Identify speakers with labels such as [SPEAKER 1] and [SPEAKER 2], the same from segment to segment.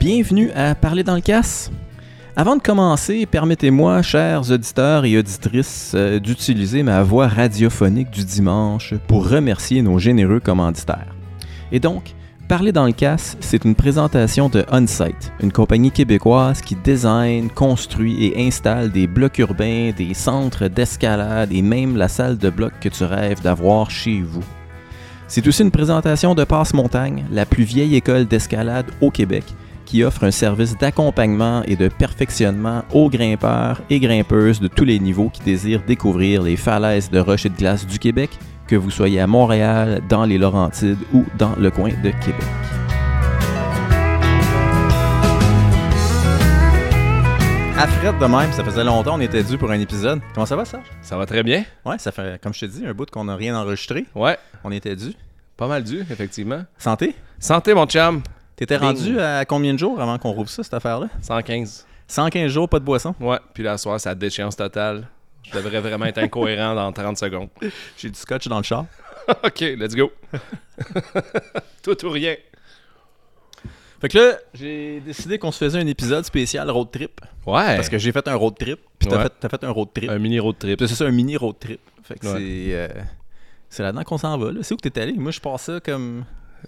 [SPEAKER 1] bienvenue à Parler dans le casse. Avant de commencer, permettez-moi, chers auditeurs et auditrices, euh, d'utiliser ma voix radiophonique du dimanche pour remercier nos généreux commanditaires. Et donc, Parler dans le casse, c'est une présentation de OnSite, une compagnie québécoise qui design, construit et installe des blocs urbains, des centres d'escalade et même la salle de bloc que tu rêves d'avoir chez vous. C'est aussi une présentation de Passe Montagne, la plus vieille école d'escalade au Québec, qui offre un service d'accompagnement et de perfectionnement aux grimpeurs et grimpeuses de tous les niveaux qui désirent découvrir les falaises de roches et de glace du Québec, que vous soyez à Montréal, dans les Laurentides ou dans le coin de Québec. À Fred de même, ça faisait longtemps, on était dû pour un épisode. Comment ça va, Serge?
[SPEAKER 2] Ça va très bien.
[SPEAKER 1] Ouais, ça fait, comme je te dis, un bout qu'on n'a rien enregistré.
[SPEAKER 2] Ouais,
[SPEAKER 1] On était dû.
[SPEAKER 2] pas mal dû, effectivement.
[SPEAKER 1] Santé?
[SPEAKER 2] Santé, mon chum.
[SPEAKER 1] T'étais
[SPEAKER 2] Bing.
[SPEAKER 1] rendu à combien de jours avant qu'on rouvre ça, cette affaire-là?
[SPEAKER 2] 115.
[SPEAKER 1] 115 jours, pas de boisson.
[SPEAKER 2] Ouais, puis là, ce soir, c'est la déchéance totale. Je devrais vraiment être incohérent dans 30 secondes.
[SPEAKER 1] J'ai du scotch dans le char.
[SPEAKER 2] OK, let's go. Tout ou rien.
[SPEAKER 1] Fait que là, j'ai décidé qu'on se faisait un épisode spécial road trip.
[SPEAKER 2] Ouais.
[SPEAKER 1] Parce que j'ai fait un road trip, puis t'as
[SPEAKER 2] Ouais.
[SPEAKER 1] fait, t'as fait un road trip.
[SPEAKER 2] un mini road trip.
[SPEAKER 1] Puis c'est ça, un mini road trip. Fait que
[SPEAKER 2] Ouais.
[SPEAKER 1] c'est... euh, c'est là-dedans qu'on s'en va. là. C'est où que t'es allé? Moi, je passais ça comme...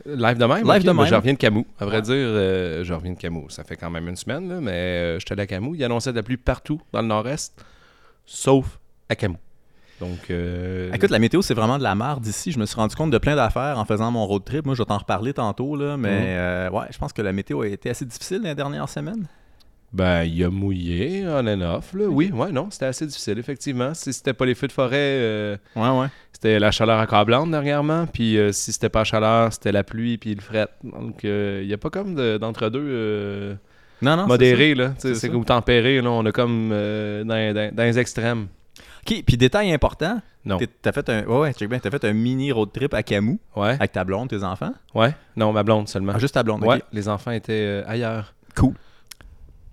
[SPEAKER 2] Live de même.
[SPEAKER 1] Live
[SPEAKER 2] ok,
[SPEAKER 1] de
[SPEAKER 2] mais
[SPEAKER 1] même.
[SPEAKER 2] Je reviens de Camus. À vrai
[SPEAKER 1] Ouais.
[SPEAKER 2] dire, euh, je reviens de Camus. Ça fait quand même une semaine, là, mais euh, j'étais allé à Camus. Il annonçait de la pluie partout dans le nord-est, sauf à Camus. Donc, euh,
[SPEAKER 1] Écoute, la météo, c'est vraiment de la merde ici. Je me suis rendu compte de plein d'affaires en faisant mon road trip. Moi, je vais t'en reparler tantôt, là. Mais
[SPEAKER 2] Mhm.
[SPEAKER 1] euh, ouais, je pense que la météo a été assez difficile les dernières semaines.
[SPEAKER 2] Ben, il a mouillé on and off, là. Oui, ouais, non, c'était assez difficile, effectivement. Si c'était pas les feux de forêt, euh,
[SPEAKER 1] Ouais, ouais.
[SPEAKER 2] c'était la chaleur accablante dernièrement. Puis euh, si c'était pas la chaleur, c'était la pluie puis le fret. Donc, euh, il n'y a pas comme de- d'entre-deux euh,
[SPEAKER 1] Non, non, c'est
[SPEAKER 2] modéré, là. Tu sais,
[SPEAKER 1] C'est
[SPEAKER 2] C'est
[SPEAKER 1] ça.
[SPEAKER 2] comme tempéré, là. On a comme euh, dans, dans- dans les extrêmes.
[SPEAKER 1] ça. OK, puis détail important,
[SPEAKER 2] Non.
[SPEAKER 1] T'es- T'as fait un ouais, ouais, check bien, t'as fait un mini road trip à Camus
[SPEAKER 2] Ouais,
[SPEAKER 1] avec ta blonde, tes enfants.
[SPEAKER 2] ouais. Non, ma blonde seulement.
[SPEAKER 1] Ah, juste ta blonde. ok.
[SPEAKER 2] ouais, les enfants étaient euh, ailleurs.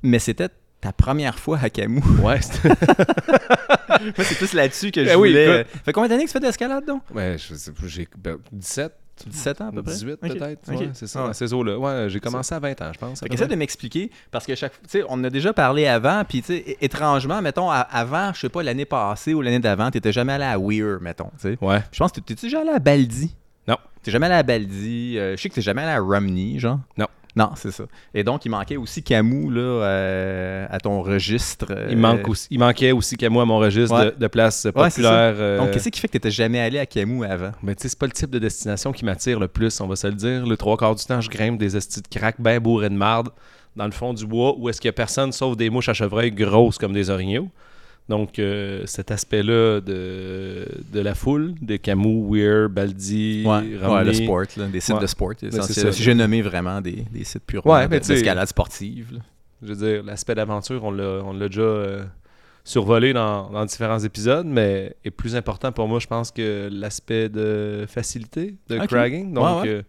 [SPEAKER 1] Mais c'était ta première fois à Camus.
[SPEAKER 2] Ouais, c'était-
[SPEAKER 1] Moi, c'est plus là-dessus que je
[SPEAKER 2] Ben oui,
[SPEAKER 1] voulais. euh, fait combien d'années que tu fais d'escalade donc
[SPEAKER 2] ouais, je sais pas, j'ai ben, 17,
[SPEAKER 1] 17 ans à peu près.
[SPEAKER 2] 18
[SPEAKER 1] Ok,
[SPEAKER 2] peut-être.
[SPEAKER 1] ok.
[SPEAKER 2] Ouais, c'est ça,
[SPEAKER 1] Ah ouais.
[SPEAKER 2] dans ces eaux-là. Ouais, j'ai commencé à 20 ans, je pense. à
[SPEAKER 1] Fait
[SPEAKER 2] peu
[SPEAKER 1] qu'essaie
[SPEAKER 2] près.
[SPEAKER 1] de m'expliquer parce que chaque tu sais on en a déjà parlé avant puis tu sais é- étrangement mettons à- avant je sais pas l'année passée ou l'année d'avant t'étais jamais allé à Weir mettons tu sais.
[SPEAKER 2] Ouais.
[SPEAKER 1] Je pense que t'es-tu déjà allé à Baldi?
[SPEAKER 2] Non.
[SPEAKER 1] T'es jamais allé à Baldi. euh, je sais que t'es jamais allé à Romney, genre.
[SPEAKER 2] Non.
[SPEAKER 1] Non, c'est ça. Et donc, il manquait aussi Camus, là, euh, à ton registre. euh,
[SPEAKER 2] Il, manque aussi- il manquait aussi qu'à moi, à mon registre,
[SPEAKER 1] Ouais.
[SPEAKER 2] de, de places
[SPEAKER 1] Ouais, c'est ça.
[SPEAKER 2] populaires. euh,
[SPEAKER 1] Donc, qu'est-ce qui fait que t'étais jamais allé à Camus avant?
[SPEAKER 2] mais tu sais, c'est pas le type de destination qui m'attire le plus, on va se le dire. Le trois quarts du temps, je grimpe des estis de crack bien bourrés de marde dans le fond du bois où est-ce qu'il y a personne sauf des mouches à chevreuil grosses comme des orignaux. Donc, euh, cet aspect-là de, de la foule, de Camus, Weir, Baldi,
[SPEAKER 1] Ouais,
[SPEAKER 2] Romney.
[SPEAKER 1] le sport, là, des sites
[SPEAKER 2] Ouais. Ben,
[SPEAKER 1] de sport. essentiellement.
[SPEAKER 2] ça.
[SPEAKER 1] J'ai nommé vraiment des, des sites purement
[SPEAKER 2] Ouais,
[SPEAKER 1] de-
[SPEAKER 2] mais tu sais-
[SPEAKER 1] d'escalade sportive. là.
[SPEAKER 2] Je veux dire, l'aspect d'aventure, on l'a on l'a déjà euh, survolé dans, dans différents épisodes, mais est plus important pour moi, je pense, que l'aspect de facilité, de
[SPEAKER 1] Ok.
[SPEAKER 2] cragging. Donc,
[SPEAKER 1] Ouais,
[SPEAKER 2] euh,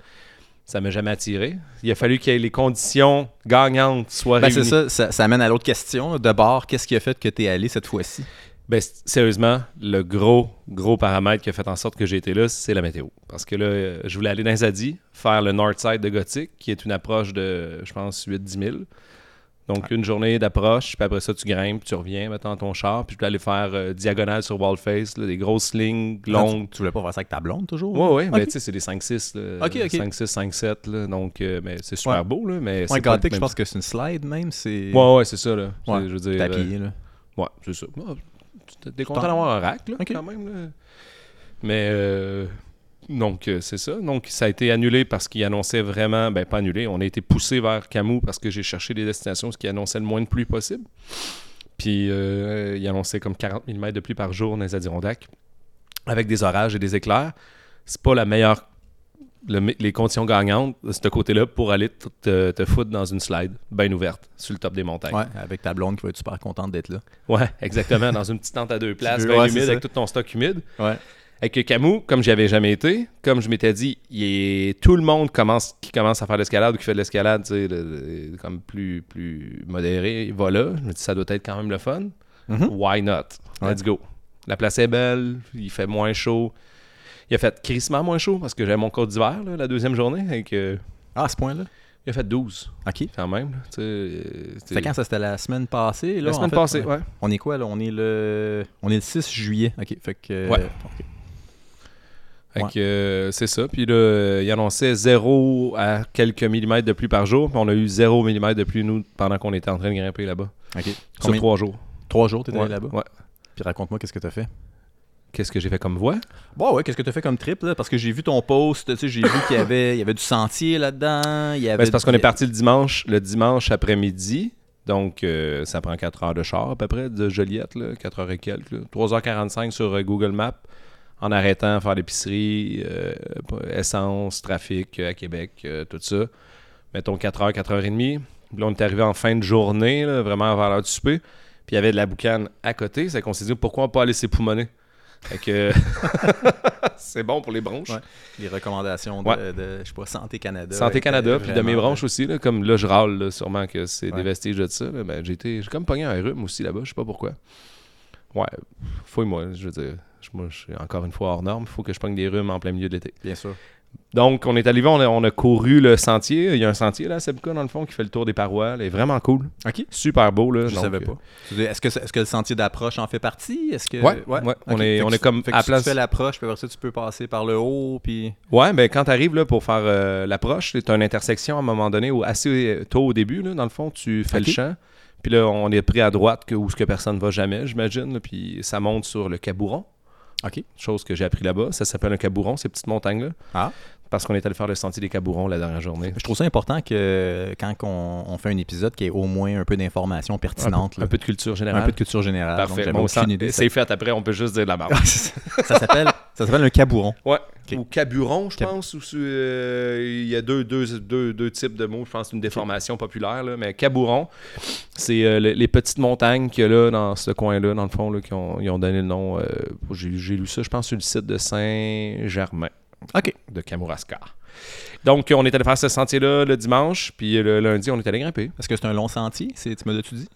[SPEAKER 2] ça m'a jamais attiré. Il a fallu qu'il y ait les conditions gagnantes soient
[SPEAKER 1] Ben, c'est
[SPEAKER 2] réunies.
[SPEAKER 1] ça, ça, ça amène à l'autre question. là. De bord, qu'est-ce qui a fait que t'es allé cette fois-ci?
[SPEAKER 2] Ben, s- sérieusement, le gros, gros paramètre qui a fait en sorte que j'ai été là, c'est la météo. Parce que là, euh, je voulais aller dans les Zadis, faire le North Side de Gothic, qui est une approche de, je pense, 8-10 000. Donc, une journée d'approche, puis après ça, tu grimpes, tu reviens, mettons ton char, puis je voulais aller faire euh, diagonale sur Wallface, là, des grosses lignes longues.
[SPEAKER 1] Ah, Tu, tu voulais pas voir ça avec ta blonde, toujours?
[SPEAKER 2] Ouais, ouais, mais
[SPEAKER 1] Ok.
[SPEAKER 2] tu sais, c'est des 5-6, là,
[SPEAKER 1] Ok, ok.
[SPEAKER 2] 5-6, 5-7, là, donc euh, mais c'est super
[SPEAKER 1] Ouais.
[SPEAKER 2] beau, là,
[SPEAKER 1] Ouais,
[SPEAKER 2] mais c'est pas le
[SPEAKER 1] Gothic, je
[SPEAKER 2] même-
[SPEAKER 1] pense que c'est une slide même. C'est
[SPEAKER 2] Ouais, ouais, c'est ça, là. C'est-
[SPEAKER 1] Ouais,
[SPEAKER 2] Je veux dire, euh,
[SPEAKER 1] tapis. là.
[SPEAKER 2] Ouais, c'est ça. Bon, Ah, t'es- T'es
[SPEAKER 1] t'en-
[SPEAKER 2] content d'avoir un rack, là,
[SPEAKER 1] Ok.
[SPEAKER 2] quand même. là. Mais, euh, donc, euh, c'est ça. Donc, ça a été annulé parce qu'il annonçait vraiment, ben, pas annulé, on a été poussé vers Camus parce que j'ai cherché des destinations ce qui annonçait le moins de pluie possible. Puis, euh, il annonçait comme 40 mm de pluie par jour dans les Adirondacks, avec des orages et des éclairs. C'est pas la meilleure. le me- les conditions gagnantes de ce côté-là pour aller te, te- te foutre dans une slide bien ouverte sur le top des montagnes.
[SPEAKER 1] Ouais, avec ta blonde qui va être super contente d'être là.
[SPEAKER 2] Ouais, exactement, dans une petite tente à deux places,
[SPEAKER 1] veux,
[SPEAKER 2] bien
[SPEAKER 1] ouais, c'est
[SPEAKER 2] humide,
[SPEAKER 1] ça.
[SPEAKER 2] avec tout ton stock humide.
[SPEAKER 1] Ouais.
[SPEAKER 2] Avec le Camus, comme j'y avais jamais été, comme je m'étais dit, il est- tout le monde commence, qui commence à faire de l'escalade ou qui fait de l'escalade, tu sais, le- le- comme plus, plus modéré, il va là. Je me dis, ça doit être quand même le fun.
[SPEAKER 1] Mhm.
[SPEAKER 2] Why not?
[SPEAKER 1] Ouais.
[SPEAKER 2] Let's go. La place est belle, il fait moins chaud. Il a fait crissement moins chaud parce que j'avais mon cours d'hiver, là, la deuxième journée, avec... euh,
[SPEAKER 1] Ah, à ce point-là?
[SPEAKER 2] Il a fait 12
[SPEAKER 1] OK.
[SPEAKER 2] quand même. là, tu sais, euh,
[SPEAKER 1] C'était quand ça? C'était la semaine passée? Là,
[SPEAKER 2] La
[SPEAKER 1] en
[SPEAKER 2] semaine
[SPEAKER 1] fait?
[SPEAKER 2] passée,
[SPEAKER 1] Ouais.
[SPEAKER 2] ouais.
[SPEAKER 1] On est quoi, là? On est le, on est le 6 juillet. OK. Fait que... euh,
[SPEAKER 2] Ouais.
[SPEAKER 1] ok.
[SPEAKER 2] Fait
[SPEAKER 1] Ouais.
[SPEAKER 2] que, euh, c'est ça. Puis là, euh, il annonçait 0 à quelques millimètres de pluie par jour. Puis on a eu 0 mm de pluie, nous, pendant qu'on était en train de grimper là-bas.
[SPEAKER 1] OK.
[SPEAKER 2] Sur
[SPEAKER 1] Combien-
[SPEAKER 2] trois jours.
[SPEAKER 1] Trois jours, t'es
[SPEAKER 2] Ouais,
[SPEAKER 1] allé là-bas.
[SPEAKER 2] ouais.
[SPEAKER 1] Puis raconte-moi, qu'est-ce que t'as fait?
[SPEAKER 2] Qu'est-ce que j'ai fait comme voix?
[SPEAKER 1] Bon, Bah ouais, qu'est-ce que t'as fait comme trip, là? Parce que j'ai vu ton post, tu sais, j'ai vu qu'il y avait, il y avait du sentier là-dedans. il y
[SPEAKER 2] Ben,
[SPEAKER 1] avait
[SPEAKER 2] c'est parce qu'on est
[SPEAKER 1] du-
[SPEAKER 2] parti le dimanche, le dimanche après-midi. Donc, euh, ça prend 4 heures de char à peu près de Joliette, là, 4 heures et quelques. là. 3h45 sur euh, Google Maps en arrêtant à faire l'épicerie, euh, essence, trafic euh, à Québec, euh, tout ça. Mettons 4 heures, 4 heures et demie. Puis là, on est arrivé en fin de journée, là, vraiment vers l'heure du souper. Puis il y avait de la boucane à côté. C'est qu'on s'est dit pourquoi pas aller s'époumoner. Fait que c'est bon pour les bronches.
[SPEAKER 1] Ouais. Les recommandations de,
[SPEAKER 2] Ouais.
[SPEAKER 1] de, je sais pas, Santé Canada.
[SPEAKER 2] Santé
[SPEAKER 1] étaient
[SPEAKER 2] Canada, puis de
[SPEAKER 1] vraiment- euh,
[SPEAKER 2] mes bronches aussi, là, comme là je râle là, sûrement que c'est
[SPEAKER 1] Ouais.
[SPEAKER 2] des vestiges de ça. là, ben, j'ai été- j'ai comme pogné un rhume aussi là-bas, je sais pas pourquoi. Ouais, fouille-moi, je veux dire. je- Moi, je suis encore une fois hors norme, il faut que je pogne des rhumes en plein milieu de l'été.
[SPEAKER 1] Bien sûr.
[SPEAKER 2] Donc, on est arrivé, on a, on a couru le sentier. Il y a un sentier là, à Sebka, dans le fond, qui fait le tour des parois. là, Il est vraiment cool.
[SPEAKER 1] OK.
[SPEAKER 2] Super beau, là.
[SPEAKER 1] Je
[SPEAKER 2] donc,
[SPEAKER 1] savais
[SPEAKER 2] euh,
[SPEAKER 1] pas. Tu veux dire, Est-ce que, est que le sentier d'approche en fait partie? Est-ce que...
[SPEAKER 2] Ouais, ouais. On
[SPEAKER 1] Ok.
[SPEAKER 2] est-
[SPEAKER 1] Fait
[SPEAKER 2] on
[SPEAKER 1] que
[SPEAKER 2] est comme
[SPEAKER 1] fait
[SPEAKER 2] à
[SPEAKER 1] que si
[SPEAKER 2] place-
[SPEAKER 1] tu fais l'approche, puis après ça, tu peux passer par le haut, puis...
[SPEAKER 2] Ouais, ben quand tu arrives pour faire euh, l'approche, c'est une intersection à un moment donné, au- assez tôt au début, là, dans le fond, tu fais
[SPEAKER 1] Ok.
[SPEAKER 2] le champ. Puis là, on est pris à droite que, où ce que personne ne va jamais, j'imagine. là, Puis ça monte sur le Cabouron,
[SPEAKER 1] OK.
[SPEAKER 2] chose que j'ai appris là-bas. Ça s'appelle un Cabouron, ces petites montagnes-là.
[SPEAKER 1] Ah.
[SPEAKER 2] Parce qu'on est allé faire le sentier des Cabourons la dernière journée.
[SPEAKER 1] Je trouve ça important que quand on, on fait un épisode, qu'il y ait au moins un peu d'informations
[SPEAKER 2] Un peu,
[SPEAKER 1] pertinentes. là.
[SPEAKER 2] un peu de culture
[SPEAKER 1] Un
[SPEAKER 2] générale.
[SPEAKER 1] peu de culture générale. donc
[SPEAKER 2] Parfait.
[SPEAKER 1] j'avais
[SPEAKER 2] Bon,
[SPEAKER 1] aucune
[SPEAKER 2] ça-
[SPEAKER 1] idée.
[SPEAKER 2] c'est fait après, on peut juste dire de la merde.
[SPEAKER 1] Ah, c'est ça Ça s'appelle ça s'appelle un cabouron.
[SPEAKER 2] Ouais.
[SPEAKER 1] Ok.
[SPEAKER 2] Ou caburon, je
[SPEAKER 1] Cab-
[SPEAKER 2] pense. Ou c'est, euh, il y a deux, deux, deux, deux types de mots. Je pense une déformation populaire. là, mais cabouron, c'est euh, le- les petites montagnes qu'il y a là, dans ce coin-là, dans le fond, là, qui ont, ils ont donné le nom. euh, J'ai j'ai lu ça, je pense, sur le site de Saint-Germain.
[SPEAKER 1] OK.
[SPEAKER 2] De Kamouraska. Donc, on est allé faire ce sentier-là le dimanche, puis le lundi, on est allé grimper.
[SPEAKER 1] Est-ce que c'est un long sentier? C'est- Tu me l'as-tu dit?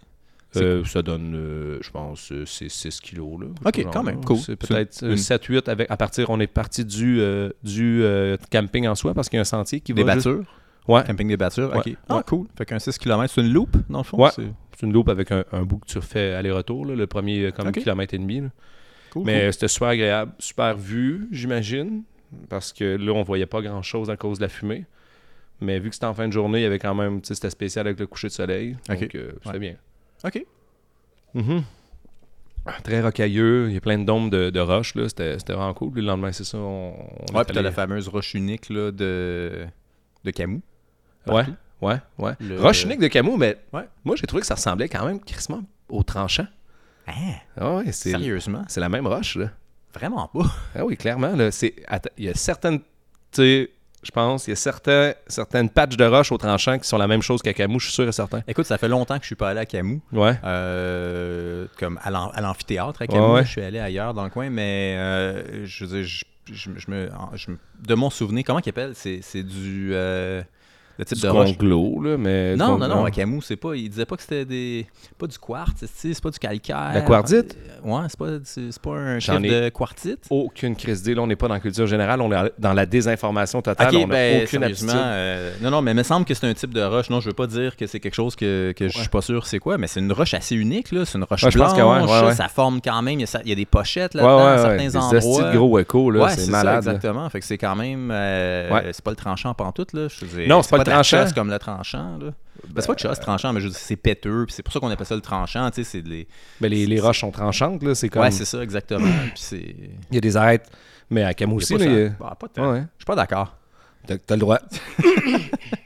[SPEAKER 1] C'est-
[SPEAKER 2] Euh, ça donne, euh, je pense, euh, c'est 6 kilos. Là,
[SPEAKER 1] Ok,
[SPEAKER 2] Genre,
[SPEAKER 1] quand même,
[SPEAKER 2] là,
[SPEAKER 1] cool.
[SPEAKER 2] C'est peut-être euh,
[SPEAKER 1] Une-
[SPEAKER 2] 7-8 avec, à partir. On est parti du, euh, du euh, camping en soi parce qu'il y a un sentier qui
[SPEAKER 1] Des
[SPEAKER 2] va. juste-
[SPEAKER 1] battures?
[SPEAKER 2] Ouais.
[SPEAKER 1] Camping des battures, OK.
[SPEAKER 2] Ouais.
[SPEAKER 1] Ah,
[SPEAKER 2] Ouais.
[SPEAKER 1] cool. Fait qu'un 6 km, c'est une loupe, dans le fond?
[SPEAKER 2] Ouais.
[SPEAKER 1] c'est-
[SPEAKER 2] C'est une loupe avec un, un bout que tu refais aller-retour, là, le premier euh, comme
[SPEAKER 1] Ok.
[SPEAKER 2] kilomètre et demi. là.
[SPEAKER 1] Cool,
[SPEAKER 2] Mais euh, c'était super agréable, super vu, j'imagine, parce que là, on voyait pas grand-chose à cause de la fumée. Mais vu que c'était en fin de journée, il y avait quand même, tu sais, c'était spécial avec le coucher de soleil.
[SPEAKER 1] Ok.
[SPEAKER 2] Donc, euh, c'était
[SPEAKER 1] Ouais.
[SPEAKER 2] bien.
[SPEAKER 1] cool. OK.
[SPEAKER 2] Mhm. Très rocailleux, il y a plein de dômes de, de roches, là. C'était, c'était vraiment cool. Le lendemain, c'est ça, on, on
[SPEAKER 1] Ouais,
[SPEAKER 2] est
[SPEAKER 1] puis t'as
[SPEAKER 2] allé-
[SPEAKER 1] la fameuse roche unique là, de... de Camus.
[SPEAKER 2] Ouais,
[SPEAKER 1] partout.
[SPEAKER 2] ouais, ouais.
[SPEAKER 1] Le-
[SPEAKER 2] Roche unique de Camus, mais
[SPEAKER 1] Ouais.
[SPEAKER 2] moi, j'ai trouvé que ça ressemblait quand même crissement au tranchant.
[SPEAKER 1] Hein?
[SPEAKER 2] Ah ouais, c'est,
[SPEAKER 1] Sérieusement?
[SPEAKER 2] c'est la même roche, là.
[SPEAKER 1] Vraiment pas.
[SPEAKER 2] Ah oui, clairement, là, c'est... atta- Il y a certaines... Tu sais, je pense, il y a certains, certaines patches de roches au tranchant qui sont la même chose qu'à Camus, je suis sûr et certain.
[SPEAKER 1] Écoute, ça fait longtemps que je suis pas allé à Camus.
[SPEAKER 2] Ouais.
[SPEAKER 1] euh, comme à l'en- à l'amphithéâtre à Camus.
[SPEAKER 2] Ouais, ouais.
[SPEAKER 1] Je suis allé ailleurs dans le coin, mais euh, je veux dire, je, je- je me, en- je me- de mon souvenir, comment qu'il appelle C'est c'est du euh, le type
[SPEAKER 2] Du
[SPEAKER 1] de roche.
[SPEAKER 2] conglo, là, mais...
[SPEAKER 1] Non,
[SPEAKER 2] du
[SPEAKER 1] non, non,
[SPEAKER 2] conglo.
[SPEAKER 1] à Camus, c'est pas. Il disait pas que c'était des. Pas du quartz, tu sais, c'est pas du calcaire.
[SPEAKER 2] La quartzite?
[SPEAKER 1] Euh, Ouais, c'est pas, c'est c'est pas un
[SPEAKER 2] J'en
[SPEAKER 1] chef
[SPEAKER 2] ai-
[SPEAKER 1] de quartzite.
[SPEAKER 2] aucune crise d'idée. Là, on n'est pas dans la culture générale, on est dans la désinformation totale. Ah, on
[SPEAKER 1] Ok,
[SPEAKER 2] n'a
[SPEAKER 1] ben,
[SPEAKER 2] aucune
[SPEAKER 1] sérieusement,
[SPEAKER 2] aptitude.
[SPEAKER 1] euh, non, non, mais il me semble que c'est un type de roche. Non, je veux pas dire que c'est quelque chose que, que je suis pas sûr c'est quoi, mais c'est une roche assez unique, là. C'est une roche
[SPEAKER 2] Ouais, je pense
[SPEAKER 1] blanche,
[SPEAKER 2] que ouais, ouais, ouais.
[SPEAKER 1] ça forme quand même, il y a, ça- il y a des pochettes
[SPEAKER 2] Ouais, ouais,
[SPEAKER 1] là-dedans, à
[SPEAKER 2] ouais.
[SPEAKER 1] certains
[SPEAKER 2] Des hosties
[SPEAKER 1] endroits.
[SPEAKER 2] de gros échos, là,
[SPEAKER 1] Ouais,
[SPEAKER 2] c'est
[SPEAKER 1] ça,
[SPEAKER 2] malade. là.
[SPEAKER 1] exactement. Fait que c'est quand même, euh,
[SPEAKER 2] Ouais.
[SPEAKER 1] c'est pas le tranchant pantoute, là. Je veux dire,
[SPEAKER 2] Non, c'est pas le
[SPEAKER 1] de la
[SPEAKER 2] tranchant.
[SPEAKER 1] chasse comme le tranchant, là. Ben, c'est pas de chasse tranchant, mais je veux dire, c'est péteux, puis c'est pour ça qu'on appelle ça le tranchant, tu sais, c'est de les...
[SPEAKER 2] Mais les, les roches sont tranchantes, là, c'est comme...
[SPEAKER 1] Ouais, c'est ça, exactement, puis c'est...
[SPEAKER 2] il y a des arêtes, mais à Camus aussi,
[SPEAKER 1] C'est pas
[SPEAKER 2] là,
[SPEAKER 1] ça.
[SPEAKER 2] il y a-
[SPEAKER 1] Ah, pas de-
[SPEAKER 2] Ouais, ouais.
[SPEAKER 1] Je suis pas d'accord.
[SPEAKER 2] T'as, t'as le droit.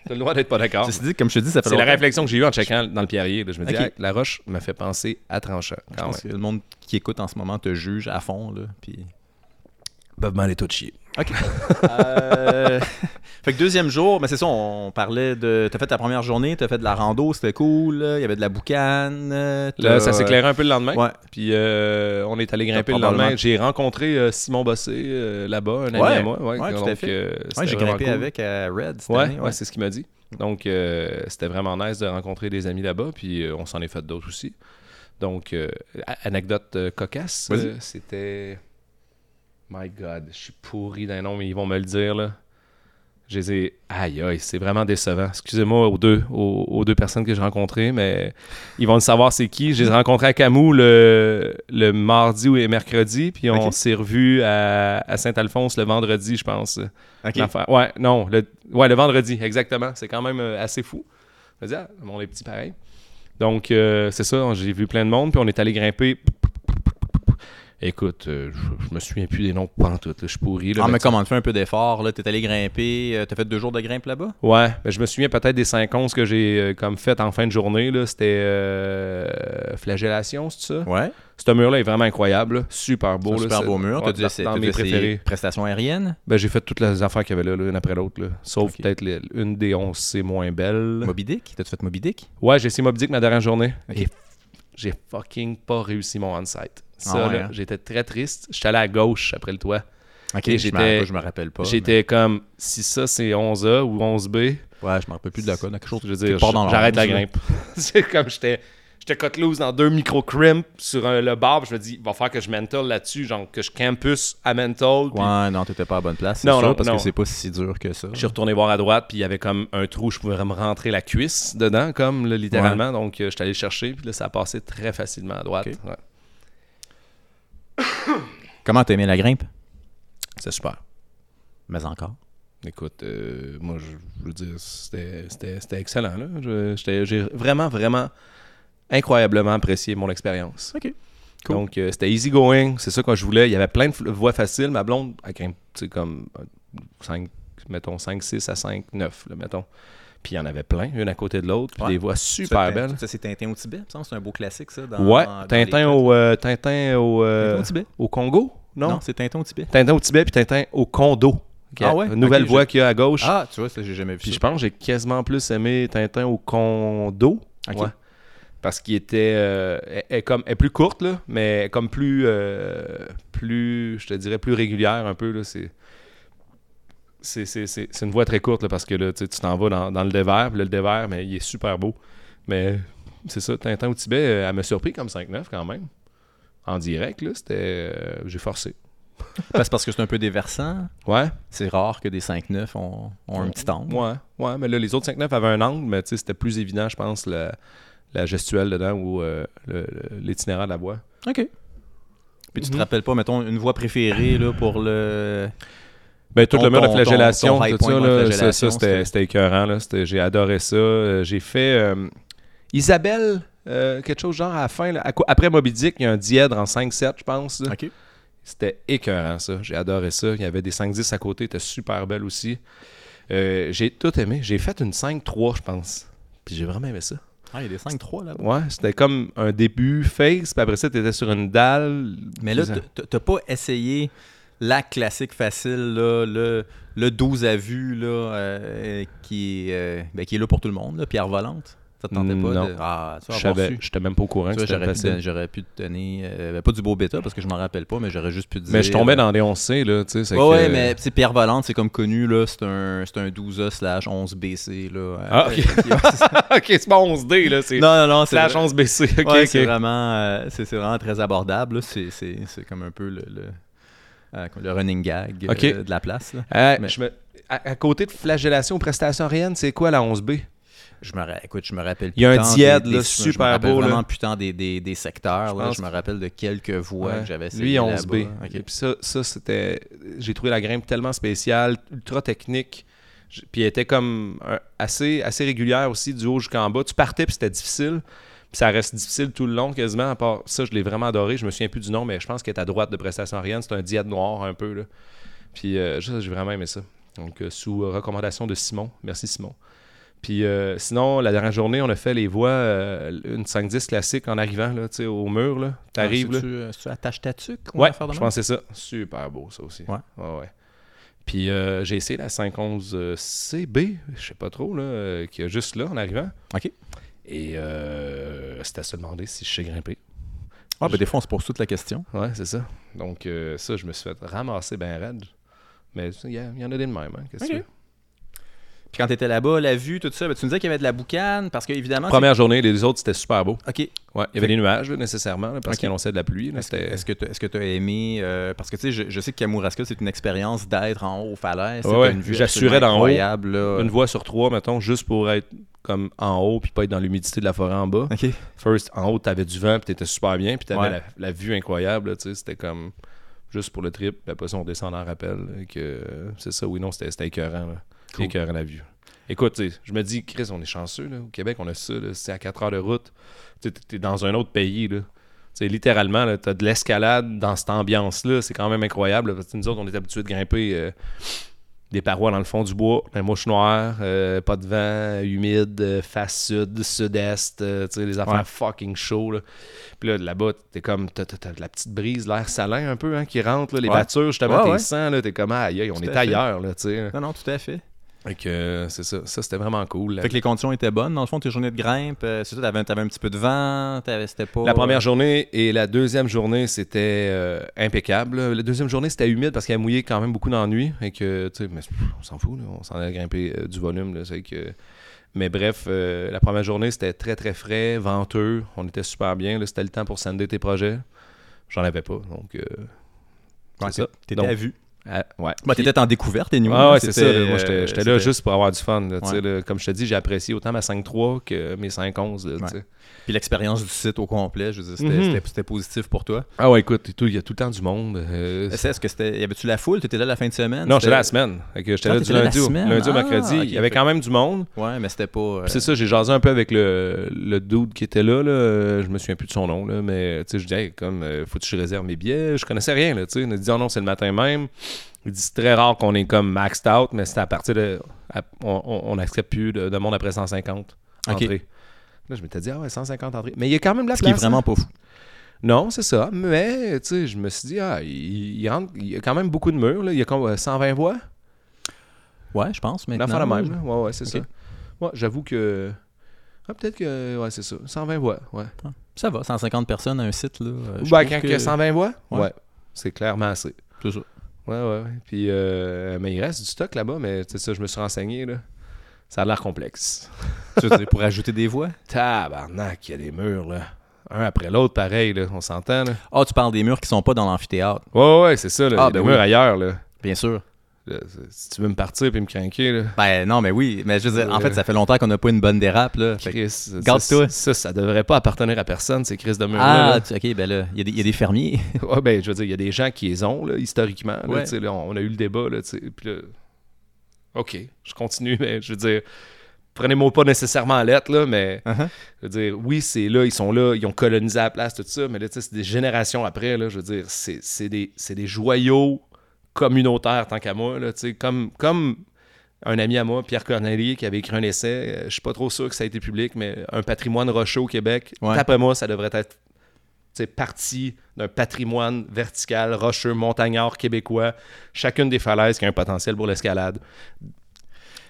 [SPEAKER 2] t'as le droit d'être pas d'accord.
[SPEAKER 1] Ceci dit, comme je te dis, ça fait
[SPEAKER 2] Ah, C'est la
[SPEAKER 1] longtemps-
[SPEAKER 2] réflexion que j'ai eue en checkant dans le pierrier. là. Je me dis,
[SPEAKER 1] Ok.
[SPEAKER 2] hey, la roche me fait penser à tranchant.
[SPEAKER 1] Je
[SPEAKER 2] Quand
[SPEAKER 1] pense que le monde qui écoute en ce moment te juge à fond, là, puis...
[SPEAKER 2] Peuvent m'aller tout chier.
[SPEAKER 1] OK. Euh, fait que deuxième jour, mais c'est ça, on parlait de. T'as fait ta première journée, t'as fait de la rando, c'était cool. là, Il y avait de la boucane. euh,
[SPEAKER 2] Là,
[SPEAKER 1] t'as-
[SPEAKER 2] ça s'éclairait un peu le lendemain.
[SPEAKER 1] Ouais.
[SPEAKER 2] Puis euh, on est allé grimper le
[SPEAKER 1] probablement-
[SPEAKER 2] lendemain. J'ai rencontré euh, Simon Bossé euh, là-bas, un ami
[SPEAKER 1] Ouais.
[SPEAKER 2] à moi.
[SPEAKER 1] Ouais, tout à
[SPEAKER 2] donc,
[SPEAKER 1] fait.
[SPEAKER 2] euh,
[SPEAKER 1] Ouais,
[SPEAKER 2] c'était
[SPEAKER 1] j'ai
[SPEAKER 2] vraiment
[SPEAKER 1] grimpé
[SPEAKER 2] cool.
[SPEAKER 1] avec à Red. cette
[SPEAKER 2] Ouais,
[SPEAKER 1] année,
[SPEAKER 2] ouais, c'est ce qu'il m'a dit. Donc, euh, c'était vraiment nice de rencontrer des amis là-bas, puis euh, on s'en est fait d'autres aussi. Donc, euh, a- anecdote euh, cocasse,
[SPEAKER 1] Vas-y.
[SPEAKER 2] euh, c'était... My God, je suis pourri d'un nom, mais ils vont me le dire, là. Je les ai. Aïe, aïe, c'est vraiment décevant. Excusez-moi aux deux, aux, aux deux personnes que j'ai rencontrées, mais ils vont le savoir c'est qui. Je
[SPEAKER 1] Mm-hmm.
[SPEAKER 2] les ai rencontrés à Camus le, le mardi ou le mercredi, puis on
[SPEAKER 1] Ok.
[SPEAKER 2] s'est revus à, à Saint-Alphonse le vendredi, je pense.
[SPEAKER 1] Ok.
[SPEAKER 2] L'affaire. Ouais, non, le, ouais, le vendredi, exactement. C'est quand même euh, assez fou. Je me dis, ah, on est petits pareil. Donc, euh, c'est ça, j'ai vu plein de monde, puis on est allé grimper. Écoute, euh, je, je me souviens plus des noms pantoute, là, je suis pourri. là,
[SPEAKER 1] Ah,
[SPEAKER 2] mais
[SPEAKER 1] mais comment tu fais un peu d'effort, là, t'es allé grimper, euh, t'as fait deux jours de grimpe là-bas?
[SPEAKER 2] Ouais, ben, je me souviens peut-être des 5 11 que j'ai euh, comme fait en fin de journée. là. C'était euh, flagellation, c'est ça?
[SPEAKER 1] Ouais.
[SPEAKER 2] Ce mur-là est vraiment incroyable. là. Super
[SPEAKER 1] Beau,
[SPEAKER 2] beau. là,
[SPEAKER 1] super
[SPEAKER 2] c'est-
[SPEAKER 1] beau mur,
[SPEAKER 2] ouais,
[SPEAKER 1] t'as dû essayer
[SPEAKER 2] dans
[SPEAKER 1] t'as dû
[SPEAKER 2] mes
[SPEAKER 1] essayer
[SPEAKER 2] préférés.
[SPEAKER 1] prestations aériennes,
[SPEAKER 2] Ben, j'ai fait toutes les affaires qu'il y avait là, là, une après l'autre. là. Sauf
[SPEAKER 1] Ok.
[SPEAKER 2] peut-être les- une des 11 c'est moins belle.
[SPEAKER 1] Moby Dick, t'as-tu fait Moby Dick?
[SPEAKER 2] Ouais, j'ai essayé Moby Dick ma dernière journée.
[SPEAKER 1] Ok.
[SPEAKER 2] Et j'ai fucking pas réussi mon on-site. Ça,
[SPEAKER 1] Ah ouais,
[SPEAKER 2] là,
[SPEAKER 1] hein?
[SPEAKER 2] j'étais très triste. J'étais allé à gauche après le toit.
[SPEAKER 1] Ok,
[SPEAKER 2] Et
[SPEAKER 1] je
[SPEAKER 2] j'étais-
[SPEAKER 1] m'en rappelle- je me rappelle pas.
[SPEAKER 2] J'étais comme, si ça c'est 11A ou 11B,
[SPEAKER 1] mais- Ouais, je me rappelle plus de la code, quelque chose.
[SPEAKER 2] je veux
[SPEAKER 1] quelque
[SPEAKER 2] dire,
[SPEAKER 1] part dans
[SPEAKER 2] j'arrête la
[SPEAKER 1] l'orange,
[SPEAKER 2] grimpe. c'est comme j'étais. J'étais cut loose dans deux micro-crimps sur un- le bar. puis Je me dis, il va falloir que je mental là-dessus, genre que je campus à mental. puis
[SPEAKER 1] Ouais, non, t'étais pas à bonne place, c'est
[SPEAKER 2] Non,
[SPEAKER 1] sûr,
[SPEAKER 2] non,
[SPEAKER 1] parce
[SPEAKER 2] non.
[SPEAKER 1] que c'est pas si dur que ça.
[SPEAKER 2] Je suis retourné voir à droite, puis il y avait comme un trou, je pouvais me rentrer la cuisse dedans, comme là, littéralement. Donc, euh, j'étais allé le chercher, puis là, ça a passé très facilement à droite.
[SPEAKER 1] Ok.
[SPEAKER 2] Ouais.
[SPEAKER 1] Comment t'as aimé la grimpe?
[SPEAKER 2] C'est super.
[SPEAKER 1] Mais encore.
[SPEAKER 2] Écoute, euh, moi, je, je veux dire, c'était- c'était c'était excellent. là. Je- j'étais- J'ai vraiment, vraiment incroyablement apprécié mon expérience.
[SPEAKER 1] Ok. Cool.
[SPEAKER 2] Donc, euh, c'était easy going. C'est ça que je voulais. Il y avait plein de f- voies faciles. Ma blonde, elle grimpe, tu sais, comme 5, mettons, 5, 6 à 5, 9, là, mettons. Puis il y en avait plein, une à côté de l'autre. Puis
[SPEAKER 1] Ouais.
[SPEAKER 2] des voies super belles.
[SPEAKER 1] Ça, c'est Tintin au Tibet, ça, c'est un beau classique, ça. Dans,
[SPEAKER 2] Ouais,
[SPEAKER 1] dans les-
[SPEAKER 2] Tintin, au, euh, Tintin au, euh,
[SPEAKER 1] Tintin au Tibet.
[SPEAKER 2] au Congo, non?
[SPEAKER 1] Non, c'est Tintin au Tibet.
[SPEAKER 2] Tintin au Tibet, puis Tintin au Condo. qui est
[SPEAKER 1] Ah ouais?
[SPEAKER 2] Une nouvelle
[SPEAKER 1] Ok,
[SPEAKER 2] voie
[SPEAKER 1] j'ai-
[SPEAKER 2] qu'il y a à gauche.
[SPEAKER 1] Ah, tu vois, ça, j'ai jamais vu
[SPEAKER 2] Puis
[SPEAKER 1] ça.
[SPEAKER 2] je pense que j'ai quasiment plus aimé Tintin au condo.
[SPEAKER 1] Ok.
[SPEAKER 2] Ouais. Parce qu'il était. euh, elle, elle comme, elle est plus courte, là, mais elle est comme plus. euh, plus. Je te dirais plus régulière un peu. Là, c'est, c'est, c'est, c'est, c'est une voie très courte là, parce que là, tu sais, tu t'en vas dans, dans le dévers. Puis là, le dévers, mais il est super beau. Mais c'est ça, Tintin au Tibet, euh, elle m'a surpris comme 5-9 quand même. En direct, là, c'était. euh, j'ai forcé.
[SPEAKER 1] Parce, parce que c'est un peu déversant.
[SPEAKER 2] Ouais.
[SPEAKER 1] C'est rare que des 5-9 ont, ont un petit angle.
[SPEAKER 2] Ouais, ouais, mais là, les autres 5-9 avaient un angle, mais tu sais, c'était plus évident, je pense, la, la gestuelle dedans ou euh, le- le- l'itinéraire de la voie.
[SPEAKER 1] OK. Puis tu te
[SPEAKER 2] Mhm.
[SPEAKER 1] rappelles pas, mettons, une voie préférée là, pour le.
[SPEAKER 2] Ben, tout
[SPEAKER 1] Ton-
[SPEAKER 2] le mur de
[SPEAKER 1] ton- ton-
[SPEAKER 2] flagellation,
[SPEAKER 1] ton high
[SPEAKER 2] tout
[SPEAKER 1] point
[SPEAKER 2] ça,
[SPEAKER 1] de
[SPEAKER 2] là,
[SPEAKER 1] flagellation,
[SPEAKER 2] ça, ça, c'était
[SPEAKER 1] c'était-
[SPEAKER 2] c'était écœurant. là. C'était- J'ai adoré ça. Euh, J'ai fait euh, Isabelle, euh, quelque chose genre à la fin. là. À quoi- après Moby Dick, il y a un dièdre en 5-7, je pense. là.
[SPEAKER 1] OK.
[SPEAKER 2] C'était écœurant, ça. J'ai adoré ça. Il y avait des 5-10 à côté. C'était super belle aussi. Euh, j'ai tout aimé. J'ai fait une 5-3, je pense. Puis j'ai vraiment aimé ça.
[SPEAKER 1] Ah, il y a des 5-3 là-bas.
[SPEAKER 2] Ouais, c'était comme un début face, puis après ça, t'étais sur une dalle.
[SPEAKER 1] Mais là,
[SPEAKER 2] Faisant-
[SPEAKER 1] t- t'as pas essayé la classique facile, là, le, le 12 à vue là, euh, qui, est, euh, ben, qui est là pour tout le monde, là, Pierre Volante. Ça te tentait pas
[SPEAKER 2] Non.
[SPEAKER 1] de. Ah, tu
[SPEAKER 2] je
[SPEAKER 1] vas avoir
[SPEAKER 2] savais,
[SPEAKER 1] su.
[SPEAKER 2] j'étais même pas au courant
[SPEAKER 1] Tu
[SPEAKER 2] que
[SPEAKER 1] vois,
[SPEAKER 2] c'était
[SPEAKER 1] j'aurais pu,
[SPEAKER 2] facile.
[SPEAKER 1] te- j'aurais pu te donner. euh, ben, pas du beau bêta parce que je m'en rappelle pas, mais j'aurais juste pu te dire. euh,
[SPEAKER 2] Mais je tombais dans les 11C, là, tu sais. c'est
[SPEAKER 1] Ouais, ouais,
[SPEAKER 2] que-
[SPEAKER 1] mais tu sais, Pierre Valente, c'est comme connu, là, c'est un, c'est un 12A slash 11BC. Là, euh,
[SPEAKER 2] Ah, ok.
[SPEAKER 1] qui- ouais, c'est ça.
[SPEAKER 2] ok, c'est pas 11D, là, c'est.
[SPEAKER 1] non, non, non,
[SPEAKER 2] c'est
[SPEAKER 1] c'est
[SPEAKER 2] la
[SPEAKER 1] vrai-
[SPEAKER 2] chance baissée. Ok,
[SPEAKER 1] ouais,
[SPEAKER 2] ok.
[SPEAKER 1] c'est vraiment, euh, c'est c'est vraiment très abordable. là. C'est- C'est c'est comme un peu le, le, euh, le running gag euh,
[SPEAKER 2] Ok.
[SPEAKER 1] de la place. là.
[SPEAKER 2] Ah,
[SPEAKER 1] Mais-
[SPEAKER 2] je me- à, à côté de flagellation, prestation rien, c'est quoi la 11B
[SPEAKER 1] Je me, ra- écoute, je me rappelle
[SPEAKER 2] Il y a un
[SPEAKER 1] putain des-
[SPEAKER 2] diède,
[SPEAKER 1] des-
[SPEAKER 2] là,
[SPEAKER 1] je me-
[SPEAKER 2] super
[SPEAKER 1] je me rappelle
[SPEAKER 2] beau, là.
[SPEAKER 1] vraiment putain des, des, des secteurs.
[SPEAKER 2] Je
[SPEAKER 1] là.
[SPEAKER 2] pense
[SPEAKER 1] Je, me rappelle de quelques voix
[SPEAKER 2] Ouais.
[SPEAKER 1] que j'avais essayé
[SPEAKER 2] Lui, 11B.
[SPEAKER 1] là-bas. Ok.
[SPEAKER 2] Et puis ça, ça c'était. J'ai trouvé la grimpe tellement spéciale, ultra technique. J- Puis elle était comme un- assez, assez régulière aussi, du haut jusqu'en bas. Tu partais, puis c'était difficile. Puis ça reste difficile tout le long, quasiment. À part ça, je l'ai vraiment adoré. Je me souviens plus du nom, mais je pense qu'elle est à droite de Prestation Ariane. C'est un diade noir, un peu. Là. Puis euh, ça, j'ai vraiment aimé ça. Donc, euh, sous euh, recommandation de Simon. Merci, Simon. Puis euh, sinon, la dernière journée, on a fait les voies, euh, une 5-10 classique en arrivant là, tu sais, au mur. là. T'arrives, là.
[SPEAKER 1] Ah, c'est-tu, euh, c'est-tu attache ta tuque ou
[SPEAKER 2] Ouais,
[SPEAKER 1] une affaire de
[SPEAKER 2] je
[SPEAKER 1] même?
[SPEAKER 2] pensais ça. Super beau, ça aussi.
[SPEAKER 1] Ouais.
[SPEAKER 2] Ouais, ouais. Puis euh, j'ai essayé la 511 euh, CB, je sais pas trop, là, euh, qui est juste là en arrivant.
[SPEAKER 1] Ok.
[SPEAKER 2] Et euh, c'était à se demander si je sais grimper.
[SPEAKER 1] Ah, ben, des fois, on se pose toute la question.
[SPEAKER 2] Ouais, c'est ça. Donc euh, ça, je me suis fait ramasser ben raide. Mais tu sais, il y, a- il y en a des de même. Hein, qu'est-ce que
[SPEAKER 1] Ok.
[SPEAKER 2] tu veux?
[SPEAKER 1] Puis quand tu étais là-bas, la vue, tout ça, ben, tu me disais qu'il y avait de la boucane parce que, évidemment. Ah, c'est-
[SPEAKER 2] Première journée, les autres, c'était super beau.
[SPEAKER 1] OK.
[SPEAKER 2] Ouais, il y avait des nuages, là, nécessairement, là, parce
[SPEAKER 1] Ok.
[SPEAKER 2] qu'ils annonçaient de la pluie. là,
[SPEAKER 1] Est-ce que-
[SPEAKER 2] c'était-
[SPEAKER 1] Euh, est-ce que tu as aimé. euh, parce que, tu sais, je, je sais que Kamouraska, c'est une expérience d'être en haut aux falaises.
[SPEAKER 2] Ouais,
[SPEAKER 1] C'est
[SPEAKER 2] ouais,
[SPEAKER 1] une vue
[SPEAKER 2] j'assurais
[SPEAKER 1] absolument
[SPEAKER 2] d'en haut.
[SPEAKER 1] incroyable. là.
[SPEAKER 2] Une voie sur trois, mettons, juste pour être comme en haut puis pas être dans l'humidité de la forêt en bas.
[SPEAKER 1] OK.
[SPEAKER 2] First, en haut, t'avais du vent puis t'étais super bien puis t'avais
[SPEAKER 1] Ouais.
[SPEAKER 2] la, la vue incroyable. là, tu sais, C'était comme juste pour le trip. Puis après ça, on descend en rappel. là, et que... C'est ça, oui, non, c'était c'était écœurant. là.
[SPEAKER 1] Cool.
[SPEAKER 2] Écœurant la vue. Écoute, tu sais, je me dis, Chris, on est chanceux. Là. Au Québec, on a ça. là, C'est à 4 heures de route. Tu sais, t'es- t'es dans un autre pays. Là. Tu sais, littéralement, là, t'as de l'escalade dans cette ambiance-là. C'est quand même incroyable. là, parce que nous autres, on est habitués de grimper euh, des parois dans le fond du bois, la mouche noire, euh, pas de vent, humide, euh, face sud, sud-est, euh, tu sais, les affaires
[SPEAKER 1] Ouais.
[SPEAKER 2] fucking chauds. là. Puis là, là-bas, t'es comme, t'as, t'as- t'as de la petite brise, l'air salin un peu, hein, qui rentre, là, les
[SPEAKER 1] Ouais.
[SPEAKER 2] battures, justement,
[SPEAKER 1] Ouais,
[SPEAKER 2] t'es
[SPEAKER 1] ouais.
[SPEAKER 2] sang, là, t'es comme, aïe, aïe, on
[SPEAKER 1] Tout à
[SPEAKER 2] est
[SPEAKER 1] fait.
[SPEAKER 2] ailleurs, là, hein. tu sais.
[SPEAKER 1] Non, non, tout à fait.
[SPEAKER 2] Fait que, euh, c'est ça, ça, c'était vraiment cool. La,
[SPEAKER 1] Fait que les conditions étaient bonnes. Dans le fond, tes journées de grimpe, euh, c'est ça, t'avais, t'avais un petit peu de vent, t'avais- c'était pas.
[SPEAKER 2] la première journée et la deuxième journée, c'était euh, impeccable. là. La deuxième journée, c'était humide parce qu'il a mouillé quand même beaucoup d'ennui. Et que, tu sais, mais pff, on s'en fout, là, on s'en allait grimper euh, du volume, là, c'est que... Mais bref, euh, la première journée, c'était très, très frais, venteux. On était super bien. là, C'était le temps pour sender tes projets. J'en avais pas, donc... euh,
[SPEAKER 1] Ouais,
[SPEAKER 2] c'est ça.
[SPEAKER 1] T'étais
[SPEAKER 2] Donc,
[SPEAKER 1] à vue.
[SPEAKER 2] ah, ouais.
[SPEAKER 1] Bah, t'étais en découverte, et
[SPEAKER 2] Ah ouais, c'est ça. là. Moi, j'étais j'étais là juste pour avoir du fun. là, tu sais,
[SPEAKER 1] Ouais.
[SPEAKER 2] là. comme je te dis, j'ai apprécié autant ma 5-3 que mes 5-11. là, tu
[SPEAKER 1] Ouais.
[SPEAKER 2] sais.
[SPEAKER 1] Puis l'expérience du site au complet, je veux dire, c'était,
[SPEAKER 2] Mhm.
[SPEAKER 1] c'était- c'était positif pour toi.
[SPEAKER 2] Ah ouais, écoute, et tout, il y a tout le temps du monde. euh,
[SPEAKER 1] Est-ce est-ce que c'était. Y avait-tu la foule T'étais là la fin de semaine
[SPEAKER 2] non,
[SPEAKER 1] C'était-
[SPEAKER 2] j'étais là la semaine. Fait que J'étais
[SPEAKER 1] Ah,
[SPEAKER 2] là du
[SPEAKER 1] t'étais là la
[SPEAKER 2] lundi au,
[SPEAKER 1] semaine.
[SPEAKER 2] lundi au
[SPEAKER 1] Ah,
[SPEAKER 2] mercredi.
[SPEAKER 1] ok,
[SPEAKER 2] il y avait
[SPEAKER 1] fait
[SPEAKER 2] quand même du monde.
[SPEAKER 1] Ouais, mais c'était pas. euh,
[SPEAKER 2] Puis C'est ça, j'ai jasé un peu avec le, le dude qui était là, là. euh, Je me souviens plus de son nom, là, mais tu sais, je disais, Hey, comme, euh, faut que je réserve mes billets. Je connaissais rien, là, tu sais. Il a dit, oh non, c'est le matin même. Il dit, c'est très rare qu'on est comme maxed out, mais c'est à partir de. à- on- on on n'accepte plus de, de monde après 150
[SPEAKER 1] Ok.
[SPEAKER 2] entrées. Là, je m'étais dit, ah ouais, 150 entrées. Mais il y a quand même de la
[SPEAKER 1] Ce qui est
[SPEAKER 2] place. hein.
[SPEAKER 1] vraiment pas fou.
[SPEAKER 2] Non, c'est ça. Mais, tu sais, je me suis dit, ah, il, il rentre- il y a quand même beaucoup de murs, là. Il y a comme, euh, 120 voies.
[SPEAKER 1] Ouais, je pense.
[SPEAKER 2] Une
[SPEAKER 1] Maintenant.
[SPEAKER 2] affaire la même. hein. Ouais, ouais, c'est
[SPEAKER 1] Ok.
[SPEAKER 2] ça. Ouais, j'avoue que. Ah, peut-être que. Ouais, c'est ça. 120 voix. Ouais.
[SPEAKER 1] Ça va, 150 personnes à un site, là. euh,
[SPEAKER 2] Ou
[SPEAKER 1] je
[SPEAKER 2] ben,
[SPEAKER 1] trouve
[SPEAKER 2] quand
[SPEAKER 1] que-
[SPEAKER 2] que 120 voix
[SPEAKER 1] Ouais.
[SPEAKER 2] Ouais. C'est clairement assez.
[SPEAKER 1] C'est ça.
[SPEAKER 2] Ouais, ouais, ouais. Puis, euh, mais il reste du stock là-bas, mais c'est ça, je me suis renseigné, là. Ça a l'air complexe.
[SPEAKER 1] Tu veux dire, pour ajouter des voix
[SPEAKER 2] Tabarnak, il y a des murs, là. Un après l'autre, pareil, là. On s'entend, là.
[SPEAKER 1] Ah, tu parles des murs qui sont pas dans l'amphithéâtre.
[SPEAKER 2] Ouais, ouais, ouais, c'est ça, là.
[SPEAKER 1] Ah,
[SPEAKER 2] il y a
[SPEAKER 1] ben
[SPEAKER 2] des
[SPEAKER 1] oui.
[SPEAKER 2] murs ailleurs, là.
[SPEAKER 1] Bien sûr.
[SPEAKER 2] Là, c'est- Si tu veux me partir puis me craquer, là.
[SPEAKER 1] Ben non, mais oui. Mais je veux dire, en
[SPEAKER 2] Euh.
[SPEAKER 1] fait, ça fait longtemps qu'on n'a pas une bonne dérape, là. Fait que-
[SPEAKER 2] Chris, ça-
[SPEAKER 1] garde-toi.
[SPEAKER 2] Ça, ça devrait pas appartenir à personne, ces crises de murs-là. là.
[SPEAKER 1] Ah, tu- ok, ben là, il y, a des- il y a des fermiers.
[SPEAKER 2] Ouais, ben, je veux dire, il y a des gens qui les ont, là, historiquement. là,
[SPEAKER 1] Ouais.
[SPEAKER 2] tu sais, là, on a eu le débat, là, tu sais, puis là, OK, je continue, mais je veux dire, prenez-moi pas nécessairement à lettre, là, mais
[SPEAKER 1] Uh-huh.
[SPEAKER 2] je veux dire, oui, c'est là, ils sont là, ils ont colonisé la place, tout ça, mais là, tu sais, c'est des générations après, là, je veux dire, c'est c'est des, c'est des joyaux communautaires, tant qu'à moi, là, tu sais, comme... comme un ami à moi, Pierre Cornelier, qui avait écrit un essai, euh, je suis pas trop sûr que ça a été public, mais un patrimoine rocheux au Québec.
[SPEAKER 1] Ouais.
[SPEAKER 2] D'après moi, ça devrait être c'est parti d'un patrimoine vertical, rocheux, montagnard, québécois, chacune des falaises qui a un potentiel pour l'escalade.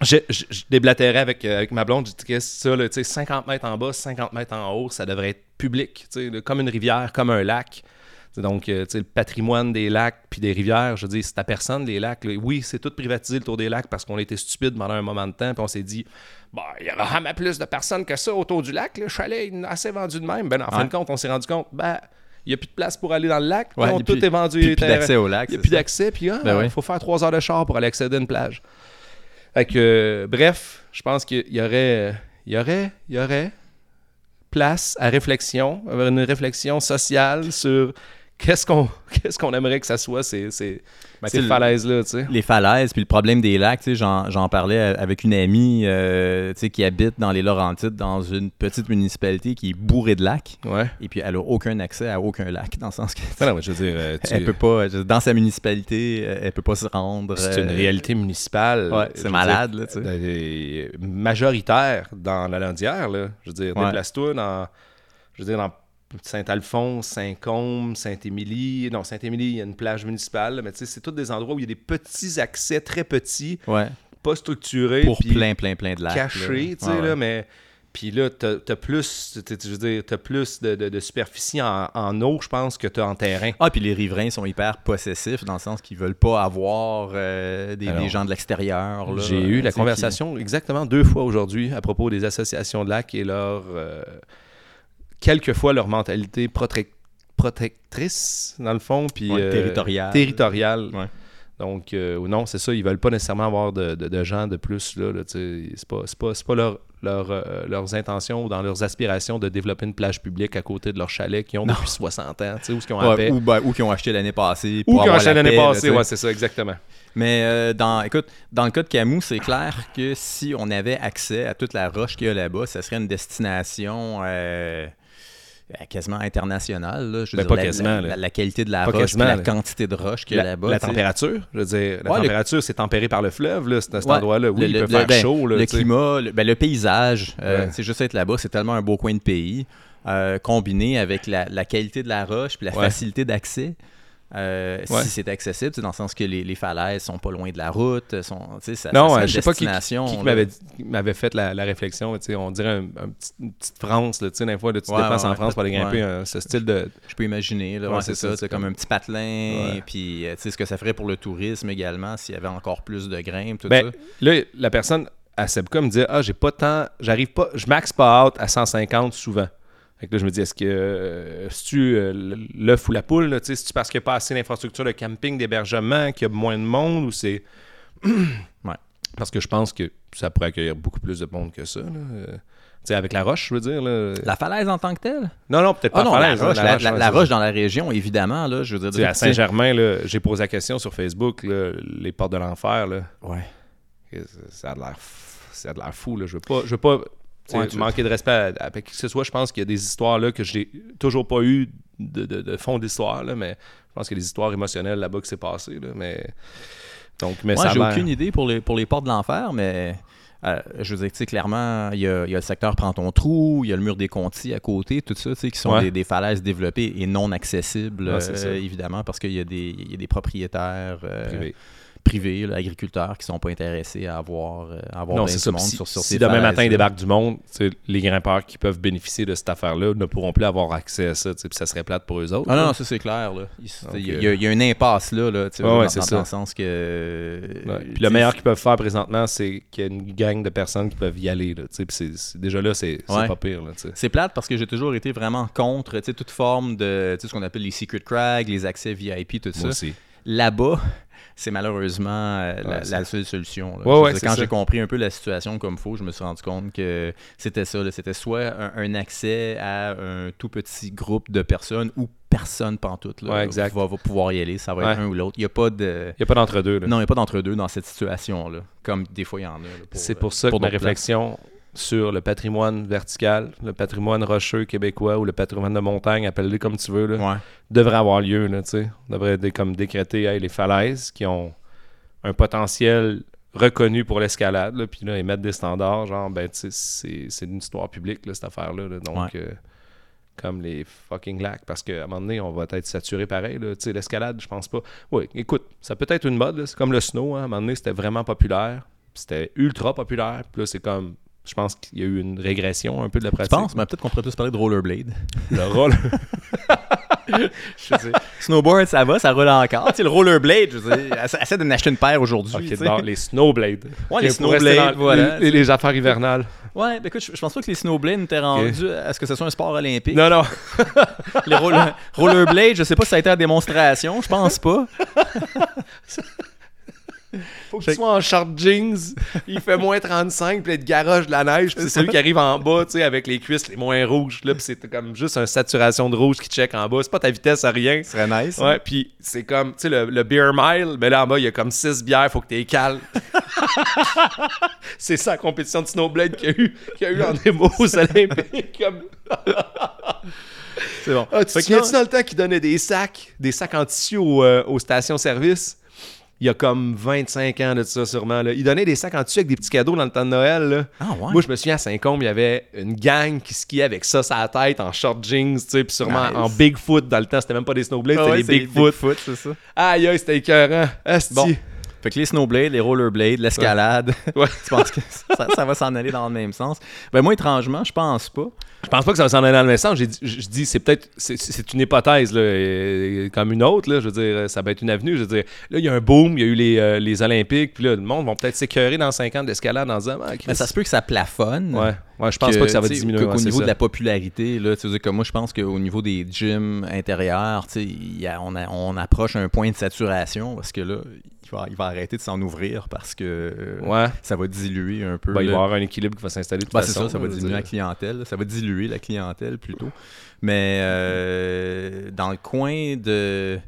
[SPEAKER 2] Je, je- je déblatérais avec, euh, avec ma blonde, je disais ça, là, tu sais, 50 mètres en bas, 50 mètres en haut, ça devrait être public, tu sais, là, comme une rivière, comme un lac. Tu sais, Donc, euh, tu sais, le patrimoine des lacs puis des rivières, je dis, c'est à personne, les lacs. là. Oui, c'est tout privatisé le tour des lacs parce qu'on était stupide pendant un moment de temps, puis on s'est dit, bah, il y aura jamais plus de personnes que ça autour du lac. Le chalet est assez vendu de même. Ben, en fin
[SPEAKER 1] Ouais.
[SPEAKER 2] de compte, on s'est rendu compte, ben, il n'y a plus de place pour aller dans le lac.
[SPEAKER 1] Ouais,
[SPEAKER 2] non,
[SPEAKER 1] et
[SPEAKER 2] tout
[SPEAKER 1] puis-
[SPEAKER 2] est vendu.
[SPEAKER 1] Puis
[SPEAKER 2] les
[SPEAKER 1] plus
[SPEAKER 2] terrains-
[SPEAKER 1] d'accès au lac.
[SPEAKER 2] il n'y a
[SPEAKER 1] c'est
[SPEAKER 2] plus
[SPEAKER 1] ça.
[SPEAKER 2] d'accès, puis ah, il
[SPEAKER 1] Ben ouais.
[SPEAKER 2] faut faire trois heures de char pour aller accéder à une plage. Fait que, euh, bref, je pense qu'il y aurait, il y aurait, il y aurait place à réflexion, euh, une réflexion sociale sur qu'est-ce qu'on, qu'est-ce qu'on aimerait que ça soit ces, ces,
[SPEAKER 1] Ben,
[SPEAKER 2] ces
[SPEAKER 1] tu sais, le-
[SPEAKER 2] falaises-là, tu sais.
[SPEAKER 1] les falaises, puis le problème des lacs, tu sais, j'en j'en parlais a- avec une amie euh, tu sais, qui habite dans les Laurentides, dans une petite municipalité qui est bourrée de lacs,
[SPEAKER 2] Ouais.
[SPEAKER 1] et puis elle a aucun accès à aucun lac, dans le sens que
[SPEAKER 2] Non, non, mais je veux dire, euh, tu-
[SPEAKER 1] elle peut pas, je- dans sa municipalité, euh, elle peut pas se rendre.
[SPEAKER 2] c'est une
[SPEAKER 1] euh,
[SPEAKER 2] réalité municipale.
[SPEAKER 1] Ouais,
[SPEAKER 2] Je
[SPEAKER 1] c'est
[SPEAKER 2] veux
[SPEAKER 1] malade,
[SPEAKER 2] dire,
[SPEAKER 1] là, tu sais.
[SPEAKER 2] euh, des- majoritaire dans la Landière, là. Je veux dire,
[SPEAKER 1] Ouais.
[SPEAKER 2] déplace-toi dans, je veux dire, dans Saint-Alphonse, Saint-Côme, Saint-Émilie. Non, Saint-Émilie, il y a une plage municipale, là, mais tu sais, c'est tous des endroits où il y a des petits accès très petits,
[SPEAKER 1] Ouais,
[SPEAKER 2] pas structurés,
[SPEAKER 1] pour
[SPEAKER 2] puis
[SPEAKER 1] plein, plein, plein de lacs. là.
[SPEAKER 2] cachés, tu sais,
[SPEAKER 1] Ouais, ouais.
[SPEAKER 2] là, mais Puis là, t'as as plus, t'as- je veux dire, t'as plus de, de- de superficie en, en eau, je pense, que t'as en terrain.
[SPEAKER 1] Ah, puis les riverains sont hyper possessifs dans le sens qu'ils veulent pas avoir euh, des, des
[SPEAKER 2] Alors,
[SPEAKER 1] gens de l'extérieur. là, euh,
[SPEAKER 2] J'ai eu
[SPEAKER 1] tu sais,
[SPEAKER 2] la
[SPEAKER 1] qui-
[SPEAKER 2] conversation exactement deux fois aujourd'hui à propos des associations de lacs et leur. euh, quelquefois leur mentalité protrec- protectrice, dans le fond. Puis,
[SPEAKER 1] Ouais,
[SPEAKER 2] euh,
[SPEAKER 1] territoriale.
[SPEAKER 2] territoriale.
[SPEAKER 1] Ouais.
[SPEAKER 2] Donc, euh, ou non, c'est ça, ils veulent pas nécessairement avoir de, de- de gens de plus. Là, là, tu sais, c'est pas, c'est pas, c'est pas leur, leur, euh, leurs intentions ou dans leurs aspirations de développer une plage publique à côté de leur chalet qu'ils ont depuis 60 ans, tu sais, ou ce qu'ils ont à
[SPEAKER 1] Ouais,
[SPEAKER 2] paix.
[SPEAKER 1] ou, ben, ou qui ont acheté l'année passée.
[SPEAKER 2] Ou
[SPEAKER 1] pour
[SPEAKER 2] qu'ils ont
[SPEAKER 1] avoir
[SPEAKER 2] acheté
[SPEAKER 1] la
[SPEAKER 2] l'année
[SPEAKER 1] paix, là,
[SPEAKER 2] passée,
[SPEAKER 1] tu sais.
[SPEAKER 2] ouais, c'est ça, exactement.
[SPEAKER 1] Mais euh, dans, écoute, dans le cas de Camus, c'est clair que si on avait accès à toute la roche qu'il y a là-bas, ça serait une destination euh, euh, quasiment internationale. là. Je veux
[SPEAKER 2] Ben,
[SPEAKER 1] dire,
[SPEAKER 2] pas
[SPEAKER 1] la,
[SPEAKER 2] quasiment,
[SPEAKER 1] la-
[SPEAKER 2] là.
[SPEAKER 1] la- la qualité de la
[SPEAKER 2] Pas
[SPEAKER 1] roche, puis
[SPEAKER 2] quasiment,
[SPEAKER 1] la
[SPEAKER 2] là.
[SPEAKER 1] quantité de roche qu'il y a là-bas.
[SPEAKER 2] la
[SPEAKER 1] tu sais.
[SPEAKER 2] température, je veux dire, la
[SPEAKER 1] Ouais, le-
[SPEAKER 2] température, c'est tempéré par le fleuve, là, c'est à cet
[SPEAKER 1] Ouais.
[SPEAKER 2] endroit-là. Oui,
[SPEAKER 1] Le-
[SPEAKER 2] il
[SPEAKER 1] le-
[SPEAKER 2] peut
[SPEAKER 1] le-
[SPEAKER 2] faire
[SPEAKER 1] ben,
[SPEAKER 2] chaud, là,
[SPEAKER 1] le
[SPEAKER 2] tu sais.
[SPEAKER 1] climat, le, ben, le paysage, euh,
[SPEAKER 2] Ouais.
[SPEAKER 1] c'est juste être là-bas, c'est tellement un beau coin de pays, euh, combiné avec la, la qualité de la roche puis la
[SPEAKER 2] Ouais.
[SPEAKER 1] facilité d'accès. euh,
[SPEAKER 2] Ouais.
[SPEAKER 1] Si c'est accessible, tu sais, dans le sens que les, les falaises sont pas loin de la route, sont, tu sais, ça, ça
[SPEAKER 2] Non,
[SPEAKER 1] serait
[SPEAKER 2] euh,
[SPEAKER 1] une
[SPEAKER 2] je sais pas qui, qui,
[SPEAKER 1] destination,
[SPEAKER 2] qui
[SPEAKER 1] là.
[SPEAKER 2] m'avait dit- qui m'avait fait la, la réflexion. tu sais, On dirait un- un petit- une petite France. Là, tu sais, des fois, là, tu te
[SPEAKER 1] Ouais,
[SPEAKER 2] déplaces
[SPEAKER 1] ouais,
[SPEAKER 2] en
[SPEAKER 1] ouais,
[SPEAKER 2] France pour aller
[SPEAKER 1] peut-être,
[SPEAKER 2] grimper
[SPEAKER 1] ouais.
[SPEAKER 2] un- ce style de.
[SPEAKER 1] Je peux imaginer, là,
[SPEAKER 2] Ouais,
[SPEAKER 1] ouais, c'est
[SPEAKER 2] c'est ça,
[SPEAKER 1] ça,
[SPEAKER 2] c'est
[SPEAKER 1] c'est comme un petit patelin,
[SPEAKER 2] Ouais.
[SPEAKER 1] puis euh, tu sais, ce que ça ferait pour le tourisme également, s'il y avait encore plus de grimpes, tout
[SPEAKER 2] Ben,
[SPEAKER 1] ça.
[SPEAKER 2] là, la personne à Sebca me dit Ah, j'ai pas tant. J'arrive pas. Je max pas out à 150 souvent. Fait que là, je me dis, est-ce que euh, tu l'œuf ou la poule, là, tu sais, c'est-tu parce qu'il n'y a pas assez d'infrastructures de camping, d'hébergement, qu'il y a moins de monde ou c'est.
[SPEAKER 1] Ouais.
[SPEAKER 2] Parce que je pense que ça pourrait accueillir beaucoup plus de monde que ça. là. Euh, tu sais, avec la roche, je veux dire. là.
[SPEAKER 1] La falaise en tant que telle?
[SPEAKER 2] Non, non, peut-être
[SPEAKER 1] Ah
[SPEAKER 2] pas
[SPEAKER 1] non,
[SPEAKER 2] falaise,
[SPEAKER 1] la
[SPEAKER 2] hein,
[SPEAKER 1] roche, la, la-
[SPEAKER 2] ouais,
[SPEAKER 1] la
[SPEAKER 2] c'est ça.
[SPEAKER 1] roche dans la région, évidemment, là, je veux
[SPEAKER 2] Tu sais,
[SPEAKER 1] dire...
[SPEAKER 2] à Saint-Germain, là, j'ai posé la question sur Facebook, là, les portes de l'enfer, là,
[SPEAKER 1] Ouais.
[SPEAKER 2] que ça a de l'air f- ça a de l'air fou. Là. Je veux pas, je veux pas tu sais,
[SPEAKER 1] Ouais, tu-
[SPEAKER 2] manquer de respect à, à- à qui que ce soit. Je pense qu'il y a des histoires là, que j'ai toujours pas eu de, de- de fond d'histoire, là, mais je pense qu'il y a des histoires émotionnelles là-bas qui s'est passé. Là, mais... Donc, mais
[SPEAKER 1] Moi,
[SPEAKER 2] ça a
[SPEAKER 1] j'ai
[SPEAKER 2] l'air-
[SPEAKER 1] aucune idée pour les, pour les portes de l'enfer, mais euh, je veux dire, tu sais, clairement, il y, a, il y a le secteur Prends ton trou, il y a le mur des Contis à côté, tout ça, tu sais, qui sont
[SPEAKER 2] Ouais.
[SPEAKER 1] des, des falaises développées et non accessibles,
[SPEAKER 2] Ouais, c'est
[SPEAKER 1] euh,
[SPEAKER 2] ça.
[SPEAKER 1] évidemment, parce qu'il y, a des- il y a des propriétaires euh,
[SPEAKER 2] Privé.
[SPEAKER 1] privés, là, agriculteurs, qui sont pas intéressés à avoir, euh, à avoir
[SPEAKER 2] Non,
[SPEAKER 1] bien
[SPEAKER 2] c'est
[SPEAKER 1] du
[SPEAKER 2] ça.
[SPEAKER 1] monde
[SPEAKER 2] Si,
[SPEAKER 1] sur, sur
[SPEAKER 2] si
[SPEAKER 1] ces
[SPEAKER 2] demain
[SPEAKER 1] falaises,
[SPEAKER 2] matin, il
[SPEAKER 1] là.
[SPEAKER 2] débarque du monde, tu sais, les grimpeurs qui peuvent bénéficier de cette affaire-là ne pourront plus avoir accès à ça. tu sais, Puis ça serait plate pour eux autres.
[SPEAKER 1] Ah
[SPEAKER 2] là.
[SPEAKER 1] non, non, ça c'est clair. Là. Il, c'est-
[SPEAKER 2] Donc,
[SPEAKER 1] il y a, il y a une impasse là, là tu sais,
[SPEAKER 2] Ouais,
[SPEAKER 1] dans,
[SPEAKER 2] ouais,
[SPEAKER 1] dans-
[SPEAKER 2] c'est
[SPEAKER 1] dans
[SPEAKER 2] ça.
[SPEAKER 1] le sens que... euh,
[SPEAKER 2] Ouais. Puis
[SPEAKER 1] tu
[SPEAKER 2] le
[SPEAKER 1] sais,
[SPEAKER 2] meilleur qu'ils peuvent faire présentement, c'est qu'il y a une gang de personnes qui peuvent y aller. Là, tu sais, puis c'est- c'est- déjà là, c'est c'est
[SPEAKER 1] Ouais.
[SPEAKER 2] pas pire. Là, tu sais.
[SPEAKER 1] C'est plate parce que j'ai toujours été vraiment contre tu sais, toute forme de tu sais, ce qu'on appelle les secret crags, les accès VIP, tout
[SPEAKER 2] Moi
[SPEAKER 1] ça.
[SPEAKER 2] aussi.
[SPEAKER 1] Là-bas, c'est malheureusement euh, la,
[SPEAKER 2] Ouais, c'est-
[SPEAKER 1] la seule solution. là.
[SPEAKER 2] Ouais,
[SPEAKER 1] Je
[SPEAKER 2] ouais,
[SPEAKER 1] veux dire,
[SPEAKER 2] c'est
[SPEAKER 1] quand
[SPEAKER 2] ça.
[SPEAKER 1] j'ai compris un peu la situation comme faut, je me suis rendu compte que c'était ça. là. C'était soit un, un accès à un tout petit groupe de personnes ou personne pantoute là,
[SPEAKER 2] Ouais, exact.
[SPEAKER 1] va, va pouvoir y aller. Ça va être
[SPEAKER 2] Ouais.
[SPEAKER 1] un ou l'autre. Il n'y a pas de.
[SPEAKER 2] Il n'y a pas d'entre-deux. là.
[SPEAKER 1] Non, il n'y a pas d'entre-deux dans cette situation-là, comme des fois il y en a. là,
[SPEAKER 2] C'est
[SPEAKER 1] euh,
[SPEAKER 2] pour ça que ma
[SPEAKER 1] d'autres places.
[SPEAKER 2] réflexion sur le patrimoine vertical, le patrimoine rocheux québécois ou le patrimoine de montagne, appelle-le comme tu veux, là,
[SPEAKER 1] Ouais.
[SPEAKER 2] devrait avoir lieu. Là, tu sais. On devrait dé- comme décréter hey, les falaises qui ont un potentiel reconnu pour l'escalade, là, puis là, émettre des standards, genre, ben, tu sais, c'est c'est une histoire publique, là, cette affaire-là. là. donc, euh, comme les fucking lacs, parce qu'à un moment donné, on va être saturé pareil, là. tu sais, l'escalade, je pense pas. Oui, écoute, ça peut être une mode, là. c'est comme le snow, hein. à un moment donné, c'était vraiment populaire, c'était ultra populaire, puis là, c'est comme, je pense qu'il y a eu une régression un peu de la
[SPEAKER 1] Je
[SPEAKER 2] pratique.
[SPEAKER 1] pense, mais peut-être qu'on pourrait plus parler de rollerblade.
[SPEAKER 2] Le rôle. je sais.
[SPEAKER 1] Snowboard, ça va, ça roule encore. tu sais, le rollerblade, je veux dire, essa- essaie de m'acheter une paire aujourd'hui.
[SPEAKER 2] Ok,
[SPEAKER 1] tu sais.
[SPEAKER 2] non, les snowblades.
[SPEAKER 1] Ouais, les
[SPEAKER 2] Ok, pour rester
[SPEAKER 1] snowblades,
[SPEAKER 2] dans
[SPEAKER 1] voilà.
[SPEAKER 2] Les, les affaires hivernales.
[SPEAKER 1] Ouais, ben écoute, je, je pense pas que les snowblades étaient rendus à ce que ce soit un sport olympique.
[SPEAKER 2] Non, non.
[SPEAKER 1] Les roller- rollerblades, je sais pas si ça a été à démonstration, je pense pas.
[SPEAKER 2] Faut que
[SPEAKER 1] Fait-
[SPEAKER 2] tu sois en short jeans, il fait moins 35, puis il y a de garage de la neige, puis c'est celui qui arrive en bas, tu sais, avec les cuisses les moins rouges, là, puis c'est comme juste une saturation de rouge qui check en bas. C'est pas ta vitesse à rien.
[SPEAKER 1] Ce serait nice. hein.
[SPEAKER 2] Ouais, puis c'est comme, tu sais, le, le beer mile, mais là en bas, il y a comme 6 bières, faut que t'es calme. c'est ça la compétition de snowblade qu'il y a eu, qu'il y a eu en démo aux Olympiques. Comme...
[SPEAKER 1] C'est bon.
[SPEAKER 2] Ah, tu te
[SPEAKER 1] Fait que
[SPEAKER 2] souviens-tu
[SPEAKER 1] non,
[SPEAKER 2] dans le temps qu'ils donnaient des sacs, des sacs en tissu aux, euh, aux stations-service? Il y a comme 25 ans de ça, sûrement. Là. Ils donnaient des sacs en tissu avec des petits cadeaux dans le temps de Noël. là.
[SPEAKER 1] Ah ouais?
[SPEAKER 2] Moi, je me souviens, à Saint-Côme, il y avait une gang qui skiait avec ça sur la tête, en short jeans, tu sais, puis sûrement
[SPEAKER 1] Nice.
[SPEAKER 2] en Bigfoot. Dans le temps, c'était même pas des snowblades,
[SPEAKER 1] Ah ouais,
[SPEAKER 2] c'était des
[SPEAKER 1] c'est les
[SPEAKER 2] Bigfoot.
[SPEAKER 1] Bigfoot, c'est ça.
[SPEAKER 2] Aïe, aïe, c'était écœurant. Asti.
[SPEAKER 1] Bon. Fait que les snowblades, les rollerblades, l'escalade,
[SPEAKER 2] Ouais.
[SPEAKER 1] tu penses que ça, ça va s'en aller dans le même sens? Ben moi, étrangement, je pense pas.
[SPEAKER 2] Je pense pas que ça va s'en aller dans le même sens. J'ai dit- Je je dis, c'est peut-être, c'est- c'est une hypothèse, là, euh, comme une autre. Là, je veux dire, ça va être une avenue. Je veux dire, là, il y a un boom, il y a eu les, euh, les Olympiques, puis là, le monde va peut-être s'écœurer dans 5 ans d'escalade en disant, ah, Christ.
[SPEAKER 1] Mais Ben, ça se peut que ça plafonne.
[SPEAKER 2] Ouais, ouais, je pense pas que ça va
[SPEAKER 1] tu sais,
[SPEAKER 2] diminuer.
[SPEAKER 1] qu'au-
[SPEAKER 2] ouais,
[SPEAKER 1] Qu'au
[SPEAKER 2] c'est
[SPEAKER 1] niveau
[SPEAKER 2] ça.
[SPEAKER 1] de la popularité, là, tu sais, je veux dire, comme moi, je pense qu'au niveau des gyms intérieurs, tu sais, il y a- on, a- on approche un point de saturation parce que là, il va, il va arrêter de s'en ouvrir parce que euh,
[SPEAKER 2] Ouais.
[SPEAKER 1] ça va diluer un peu.
[SPEAKER 2] Ben, il va y
[SPEAKER 1] là.
[SPEAKER 2] avoir un équilibre qui va s'installer de toute
[SPEAKER 1] Ben, c'est
[SPEAKER 2] façon.
[SPEAKER 1] ça, ça va
[SPEAKER 2] là, je veux
[SPEAKER 1] diminuer la
[SPEAKER 2] dire.
[SPEAKER 1] clientèle. là. Ça va diluer la clientèle plutôt. Mais euh, dans le coin de.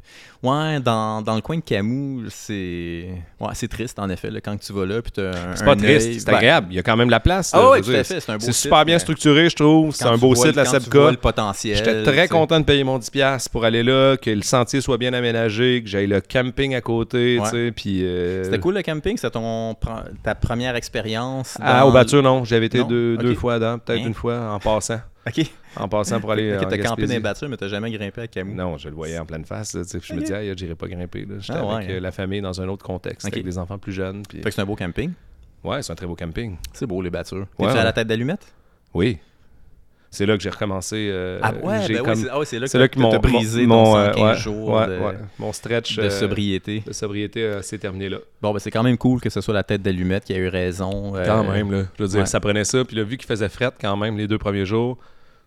[SPEAKER 1] Ouais, dans, dans le coin de Camus, c'est. Ouais, c'est triste en effet, là, quand tu vas là. puis t'as un-
[SPEAKER 2] C'est pas
[SPEAKER 1] un
[SPEAKER 2] triste,
[SPEAKER 1] œil-
[SPEAKER 2] c'est
[SPEAKER 1] Ben,
[SPEAKER 2] agréable. Il y a quand même la place. là,
[SPEAKER 1] Ah ouais,
[SPEAKER 2] je veux
[SPEAKER 1] tout à
[SPEAKER 2] dire.
[SPEAKER 1] fait, c'est un beau
[SPEAKER 2] C'est
[SPEAKER 1] site,
[SPEAKER 2] super bien
[SPEAKER 1] mais-
[SPEAKER 2] structuré, je trouve. C'est
[SPEAKER 1] quand
[SPEAKER 2] un
[SPEAKER 1] tu
[SPEAKER 2] beau
[SPEAKER 1] vois
[SPEAKER 2] site,
[SPEAKER 1] le-
[SPEAKER 2] la
[SPEAKER 1] quand tu vois
[SPEAKER 2] SEPCA.
[SPEAKER 1] le potentiel.
[SPEAKER 2] J'étais très
[SPEAKER 1] tu sais.
[SPEAKER 2] content de payer mon 10$ pour aller là, que le sentier soit bien aménagé, que j'aille le camping à côté, tu
[SPEAKER 1] Ouais.
[SPEAKER 2] sais, puis... euh,
[SPEAKER 1] C'était cool le camping, c'était ton, pre- ta première expérience.
[SPEAKER 2] Ah,
[SPEAKER 1] dans-
[SPEAKER 2] au Batur, non. J'avais été
[SPEAKER 1] Non?
[SPEAKER 2] deux,
[SPEAKER 1] Ok.
[SPEAKER 2] deux fois dedans, peut-être
[SPEAKER 1] Hein?
[SPEAKER 2] une fois en passant.
[SPEAKER 1] Ok,
[SPEAKER 2] En passant pour aller.
[SPEAKER 1] Ok,
[SPEAKER 2] en
[SPEAKER 1] t'as campé
[SPEAKER 2] Gaspésie.
[SPEAKER 1] dans les battues, mais t'as jamais grimpé à Camus.
[SPEAKER 2] Non, je le voyais en pleine face. là, tu sais, puis Je me
[SPEAKER 1] Ok.
[SPEAKER 2] disais, ah, j'irai pas grimper. là. J'étais
[SPEAKER 1] Ah, ouais,
[SPEAKER 2] avec euh,
[SPEAKER 1] hein.
[SPEAKER 2] la famille dans un autre contexte,
[SPEAKER 1] Ok.
[SPEAKER 2] avec des enfants plus jeunes. puis-
[SPEAKER 1] Fait que c'est un beau camping.
[SPEAKER 2] Ouais, c'est un très beau camping.
[SPEAKER 1] C'est beau les battures.
[SPEAKER 2] Ouais,
[SPEAKER 1] T'es-tu à
[SPEAKER 2] ouais.
[SPEAKER 1] la tête d'allumette?
[SPEAKER 2] Oui. C'est là que j'ai recommencé. euh,
[SPEAKER 1] ah ouais,
[SPEAKER 2] j'ai
[SPEAKER 1] ben oui,
[SPEAKER 2] comme-
[SPEAKER 1] c'est- ah ouais, c'est là que
[SPEAKER 2] c'est là que
[SPEAKER 1] t'as-
[SPEAKER 2] mon,
[SPEAKER 1] t'as brisé
[SPEAKER 2] mon,
[SPEAKER 1] ton
[SPEAKER 2] euh,
[SPEAKER 1] 115
[SPEAKER 2] ouais,
[SPEAKER 1] jours
[SPEAKER 2] ouais,
[SPEAKER 1] de,
[SPEAKER 2] ouais. mon stretch
[SPEAKER 1] de
[SPEAKER 2] euh,
[SPEAKER 1] sobriété.
[SPEAKER 2] de sobriété euh, s'est terminé là.
[SPEAKER 1] Bon, ben c'est quand même cool que ce soit la tête d'allumette qui a eu raison. euh,
[SPEAKER 2] Quand même, là. Je veux dire,
[SPEAKER 1] ouais.
[SPEAKER 2] ça prenait ça. Puis là, vu qu'il faisait fret quand même les deux premiers jours,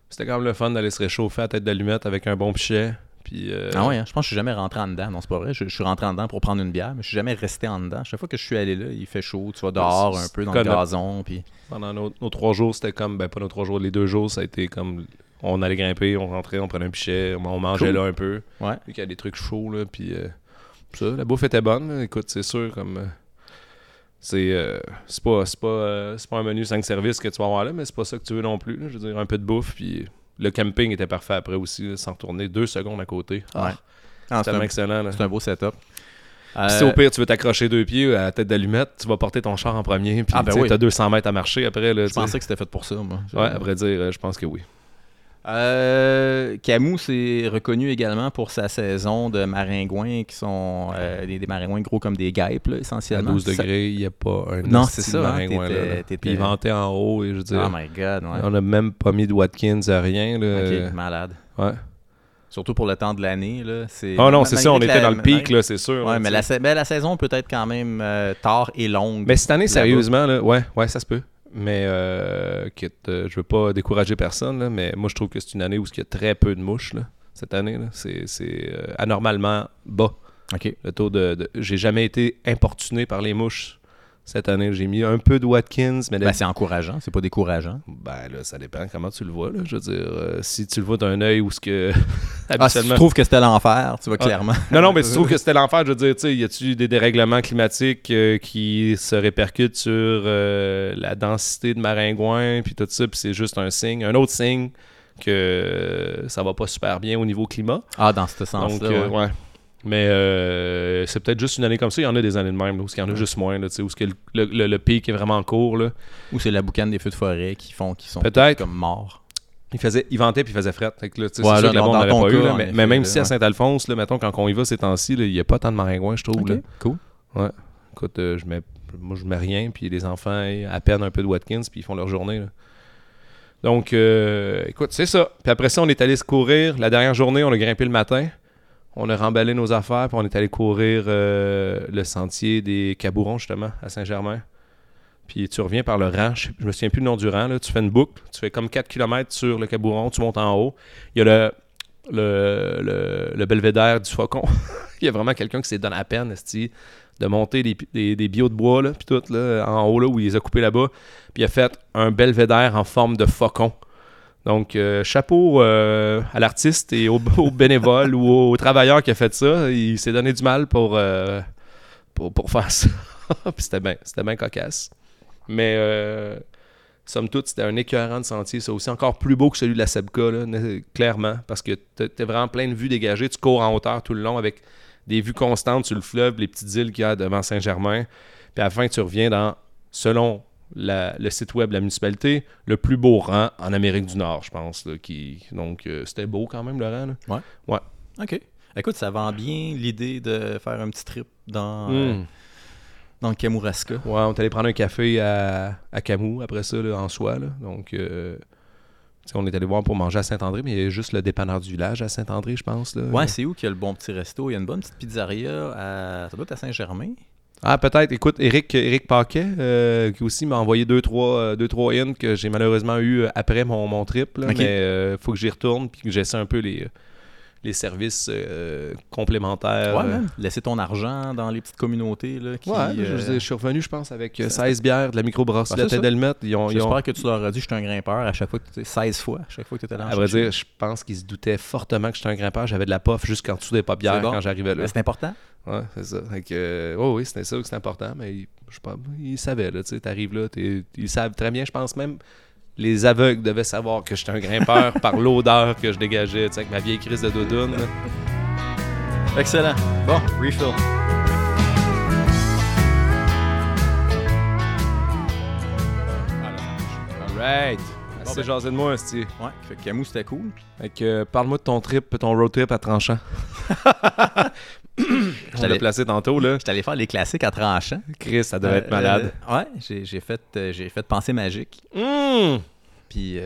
[SPEAKER 2] c'était quand même le fun d'aller se réchauffer à tête d'allumette avec un bon pichet. Puis, euh,
[SPEAKER 1] Ah ouais, hein, je pense que je suis jamais rentré en dedans. Non, c'est pas vrai. Je, je suis rentré en dedans pour prendre une bière, mais je suis jamais resté en dedans. Chaque fois que je suis allé là, il fait chaud, tu vas dehors
[SPEAKER 2] c'est-
[SPEAKER 1] un peu dans le
[SPEAKER 2] c'est comme-
[SPEAKER 1] gazon. Puis...
[SPEAKER 2] pendant nos, nos trois jours, c'était comme, ben pas nos trois jours, les deux jours, ça a été comme, on allait grimper, on rentrait, on prenait un pichet, on mangeait
[SPEAKER 1] Cool.
[SPEAKER 2] là un peu.
[SPEAKER 1] Ouais.
[SPEAKER 2] Vu qu'il y a des trucs chauds, là, puis euh, ça, la bouffe était bonne. là. Écoute, c'est sûr, comme, euh, c'est euh, c'est pas, c'est pas, euh, c'est pas un menu 5 services que tu vas avoir là, mais c'est pas ça que tu veux non plus. là. Je veux dire, un peu de bouffe, puis le camping était parfait après aussi, là, sans retourner deux secondes à côté. Ah,
[SPEAKER 1] Ouais. Ah,
[SPEAKER 2] c'est
[SPEAKER 1] c'est un,
[SPEAKER 2] tellement excellent, là.
[SPEAKER 1] c'est un beau setup. Euh,
[SPEAKER 2] Puis si au pire, tu veux t'accrocher deux pieds euh, à la tête d'allumette, tu vas porter ton char en premier, puis
[SPEAKER 1] Ah, ben
[SPEAKER 2] tu sais,
[SPEAKER 1] oui.
[SPEAKER 2] t'as 200 mètres à marcher après. Là,
[SPEAKER 1] Je
[SPEAKER 2] tu sais.
[SPEAKER 1] pensais que c'était fait pour ça, moi.
[SPEAKER 2] Ouais, à vrai dire, euh, je pense que oui.
[SPEAKER 1] Euh, Camus c'est reconnu également pour sa saison de maringouins qui sont euh, des, des maringouins gros comme des guêpes, là,
[SPEAKER 2] À
[SPEAKER 1] essentiellement.
[SPEAKER 2] 12
[SPEAKER 1] Ça-
[SPEAKER 2] degrés, il n'y a pas un
[SPEAKER 1] Non,
[SPEAKER 2] esti
[SPEAKER 1] c'est
[SPEAKER 2] de
[SPEAKER 1] ça, hein,
[SPEAKER 2] maringouin,
[SPEAKER 1] t'étais-
[SPEAKER 2] là, là.
[SPEAKER 1] t'étais-
[SPEAKER 2] Puis il ventait en haut, et je veux dire,
[SPEAKER 1] Oh my god, ouais.
[SPEAKER 2] on n'a même pas mis de Watkins à rien. Là. euh,
[SPEAKER 1] Ok, malade.
[SPEAKER 2] Ouais.
[SPEAKER 1] Surtout pour le temps de l'année, là. c'est-
[SPEAKER 2] Ah non,
[SPEAKER 1] Ma-
[SPEAKER 2] c'est
[SPEAKER 1] malgré
[SPEAKER 2] ça, on
[SPEAKER 1] que
[SPEAKER 2] était
[SPEAKER 1] la-
[SPEAKER 2] dans le pic, là, c'est sûr.
[SPEAKER 1] Ouais,
[SPEAKER 2] là,
[SPEAKER 1] mais
[SPEAKER 2] tu sais.
[SPEAKER 1] la, sa- ben, la saison peut être quand même euh, tard et longue.
[SPEAKER 2] Mais cette année,
[SPEAKER 1] là-bas.
[SPEAKER 2] sérieusement, là, ouais, ouais, ça se peut. Mais euh, quitte, euh, je veux pas décourager personne, là, mais moi je trouve que c'est une année où il y a très peu de mouches là, cette année. là. C'est c'est, euh, anormalement bas.
[SPEAKER 1] Ok.
[SPEAKER 2] Le taux de, de- j'ai jamais été importuné par les mouches cette année. J'ai mis un peu de Watkins, mais
[SPEAKER 1] Ben,
[SPEAKER 2] d'habitude-
[SPEAKER 1] c'est encourageant, c'est pas décourageant.
[SPEAKER 2] ben, là, ça dépend comment tu le vois. Là. Je veux dire, euh, si tu le vois d'un œil ou ce que
[SPEAKER 1] Ah, si tu
[SPEAKER 2] habituellement.
[SPEAKER 1] trouves que c'était l'enfer, tu vois
[SPEAKER 2] Ah.
[SPEAKER 1] clairement.
[SPEAKER 2] non, non, mais tu trouves que c'était l'enfer. Je veux dire, tu sais, y a-tu des dérèglements climatiques euh, qui se répercutent sur euh, la densité de maringouins puis tout ça, puis c'est juste un signe, un autre signe que euh, ça va pas super bien au niveau climat.
[SPEAKER 1] Ah, dans ce sens-là.
[SPEAKER 2] Donc, euh,
[SPEAKER 1] ouais.
[SPEAKER 2] ouais. Mais euh, c'est peut-être juste une année comme ça. Il y en a des années de même, là, où il y en a
[SPEAKER 1] Ouais.
[SPEAKER 2] juste moins, là, tu sais, où ce que le, le, le- le pic est vraiment court. Là.
[SPEAKER 1] Ou c'est la boucane des feux de forêt qui font qui sont
[SPEAKER 2] Peut-être.
[SPEAKER 1] comme morts.
[SPEAKER 2] Il, faisait, il ventait puis il faisait fret. Fait que là, tu sais,
[SPEAKER 1] Ouais,
[SPEAKER 2] c'est sûr
[SPEAKER 1] là,
[SPEAKER 2] que la
[SPEAKER 1] dans-
[SPEAKER 2] bande
[SPEAKER 1] dans
[SPEAKER 2] n'aurait
[SPEAKER 1] ton
[SPEAKER 2] pas eu.
[SPEAKER 1] cas,
[SPEAKER 2] là,
[SPEAKER 1] en
[SPEAKER 2] mais, mais
[SPEAKER 1] effet,
[SPEAKER 2] même
[SPEAKER 1] là,
[SPEAKER 2] si à
[SPEAKER 1] ouais.
[SPEAKER 2] Saint-Alphonse, là, mettons, quand on y va ces temps-ci, là, il n'y a pas tant de maringouins, je trouve.
[SPEAKER 1] Ok,
[SPEAKER 2] là.
[SPEAKER 1] Cool.
[SPEAKER 2] Écoute, euh, je mets, moi, je mets rien, puis les enfants eh, à peine un peu de Watkins, puis ils font leur journée. là. Donc, euh, écoute, c'est ça. Puis après ça, on est allé se courir. La dernière journée, on a grimpé le matin. On a remballé nos affaires, puis on est allé courir euh, le sentier des Cabourons, justement, à Saint-Germain. Puis tu reviens par le rang, je, sais- je me souviens plus le nom du rang, là. tu fais une boucle, tu fais comme 4 km sur le Cabouron, tu montes en haut. Il y a le, le, le, le belvédère du Faucon. Il y a vraiment quelqu'un qui s'est donné la peine, esti, de monter des, des, des bio de bois, là, puis tout, là, en haut, là, où il les a coupés là-bas. Puis il a fait un belvédère en forme de faucon. Donc, euh, chapeau euh, à l'artiste et au, au bénévole ou au travailleur qui a fait ça. Il s'est donné du mal pour, euh, pour, pour faire ça. puis c'était bien c'était bien cocasse. Mais, euh, somme toute, c'était un écœurant de sentier. C'est aussi encore plus beau que celui de la Sebka, là, né- clairement, parce que t'as t'as vraiment plein de vues dégagées. Tu cours en hauteur tout le long avec des vues constantes sur le fleuve, les petites îles qu'il y a devant Saint-Germain. Puis à la fin, tu reviens dans, selon la- le site web de la municipalité, le plus beau rang en Amérique du Nord, je pense. là, qui, donc, euh, c'était beau quand même, le rang. là.
[SPEAKER 1] OK. Écoute, ça vend bien l'idée de faire un petit trip dans, euh,
[SPEAKER 2] Mm.
[SPEAKER 1] dans le Kamouraska.
[SPEAKER 2] Ouais, on est allé prendre un café à, à Camus après ça, là, en soi. là. Donc, euh, tu sais, on est allé voir pour manger à Saint-André, mais il y a juste le dépanneur du village à Saint-André, je pense. Là.
[SPEAKER 1] Ouais, c'est où qu'il y a le bon petit resto? Il y a une bonne petite pizzeria à... Ça doit être à Saint-Germain?
[SPEAKER 2] Ah, peut-être. Écoute, Eric, Eric Paquet, euh, qui aussi m'a envoyé deux, trois, euh, deux, trois hints que j'ai malheureusement eu euh, après mon, mon trip. là,
[SPEAKER 1] Ok.
[SPEAKER 2] Mais il faut que j'y retourne puis que j'essaie un peu les, les services euh, complémentaires. euh,
[SPEAKER 1] ouais, man. Laisser ton argent dans les petites communautés, là, qui...
[SPEAKER 2] Ouais, là, je,
[SPEAKER 1] euh,
[SPEAKER 2] veux dire, je suis revenu, je pense, avec euh, 16 bières de la microbrasserie
[SPEAKER 1] Ben,
[SPEAKER 2] de
[SPEAKER 1] c'est
[SPEAKER 2] Tête
[SPEAKER 1] ça.
[SPEAKER 2] d'Elmette. Ils ont, ils ont-
[SPEAKER 1] J'espère que tu leur as dit je suis un grimpeur à chaque fois que tu sais, 16 fois, à chaque fois que tu étais là.
[SPEAKER 2] À vrai dire, je pense qu'ils se doutaient fortement que j'étais un grimpeur. J'avais de la pof jusqu'en dessous des
[SPEAKER 1] C'est
[SPEAKER 2] paupières
[SPEAKER 1] bon.
[SPEAKER 2] quand j'arrivais là.
[SPEAKER 1] c'est important.
[SPEAKER 2] Ouais, c'est ça. Fait que, euh, ouais, oui, c'était ça que c'était important, mais ils- je sais pas, ils savaient, là, tu sais, t'arrives là, t'es- ils savent très bien, je pense même, les aveugles devaient savoir que j'étais un grimpeur par l'odeur que je dégageais, tu sais, avec ma vieille crise de doudoune. là.
[SPEAKER 1] Excellent. Bon, refill.
[SPEAKER 2] Alright!
[SPEAKER 1] Bon,
[SPEAKER 2] Assez
[SPEAKER 1] ben.
[SPEAKER 2] jasé de moi, esti.
[SPEAKER 1] Ouais, fait que Camus, c'était cool.
[SPEAKER 2] Fait que, euh, parle-moi de ton trip, ton road trip à Tranchant. je
[SPEAKER 1] t'avais-
[SPEAKER 2] l'ai placé tantôt, là.
[SPEAKER 1] J'étais allé faire les classiques à tranchant.
[SPEAKER 2] Chris, ça devait être malade.
[SPEAKER 1] Euh, ouais, j'ai j'ai fait, euh, j'ai fait Pensée magique.
[SPEAKER 2] Mmh!
[SPEAKER 1] Puis, euh,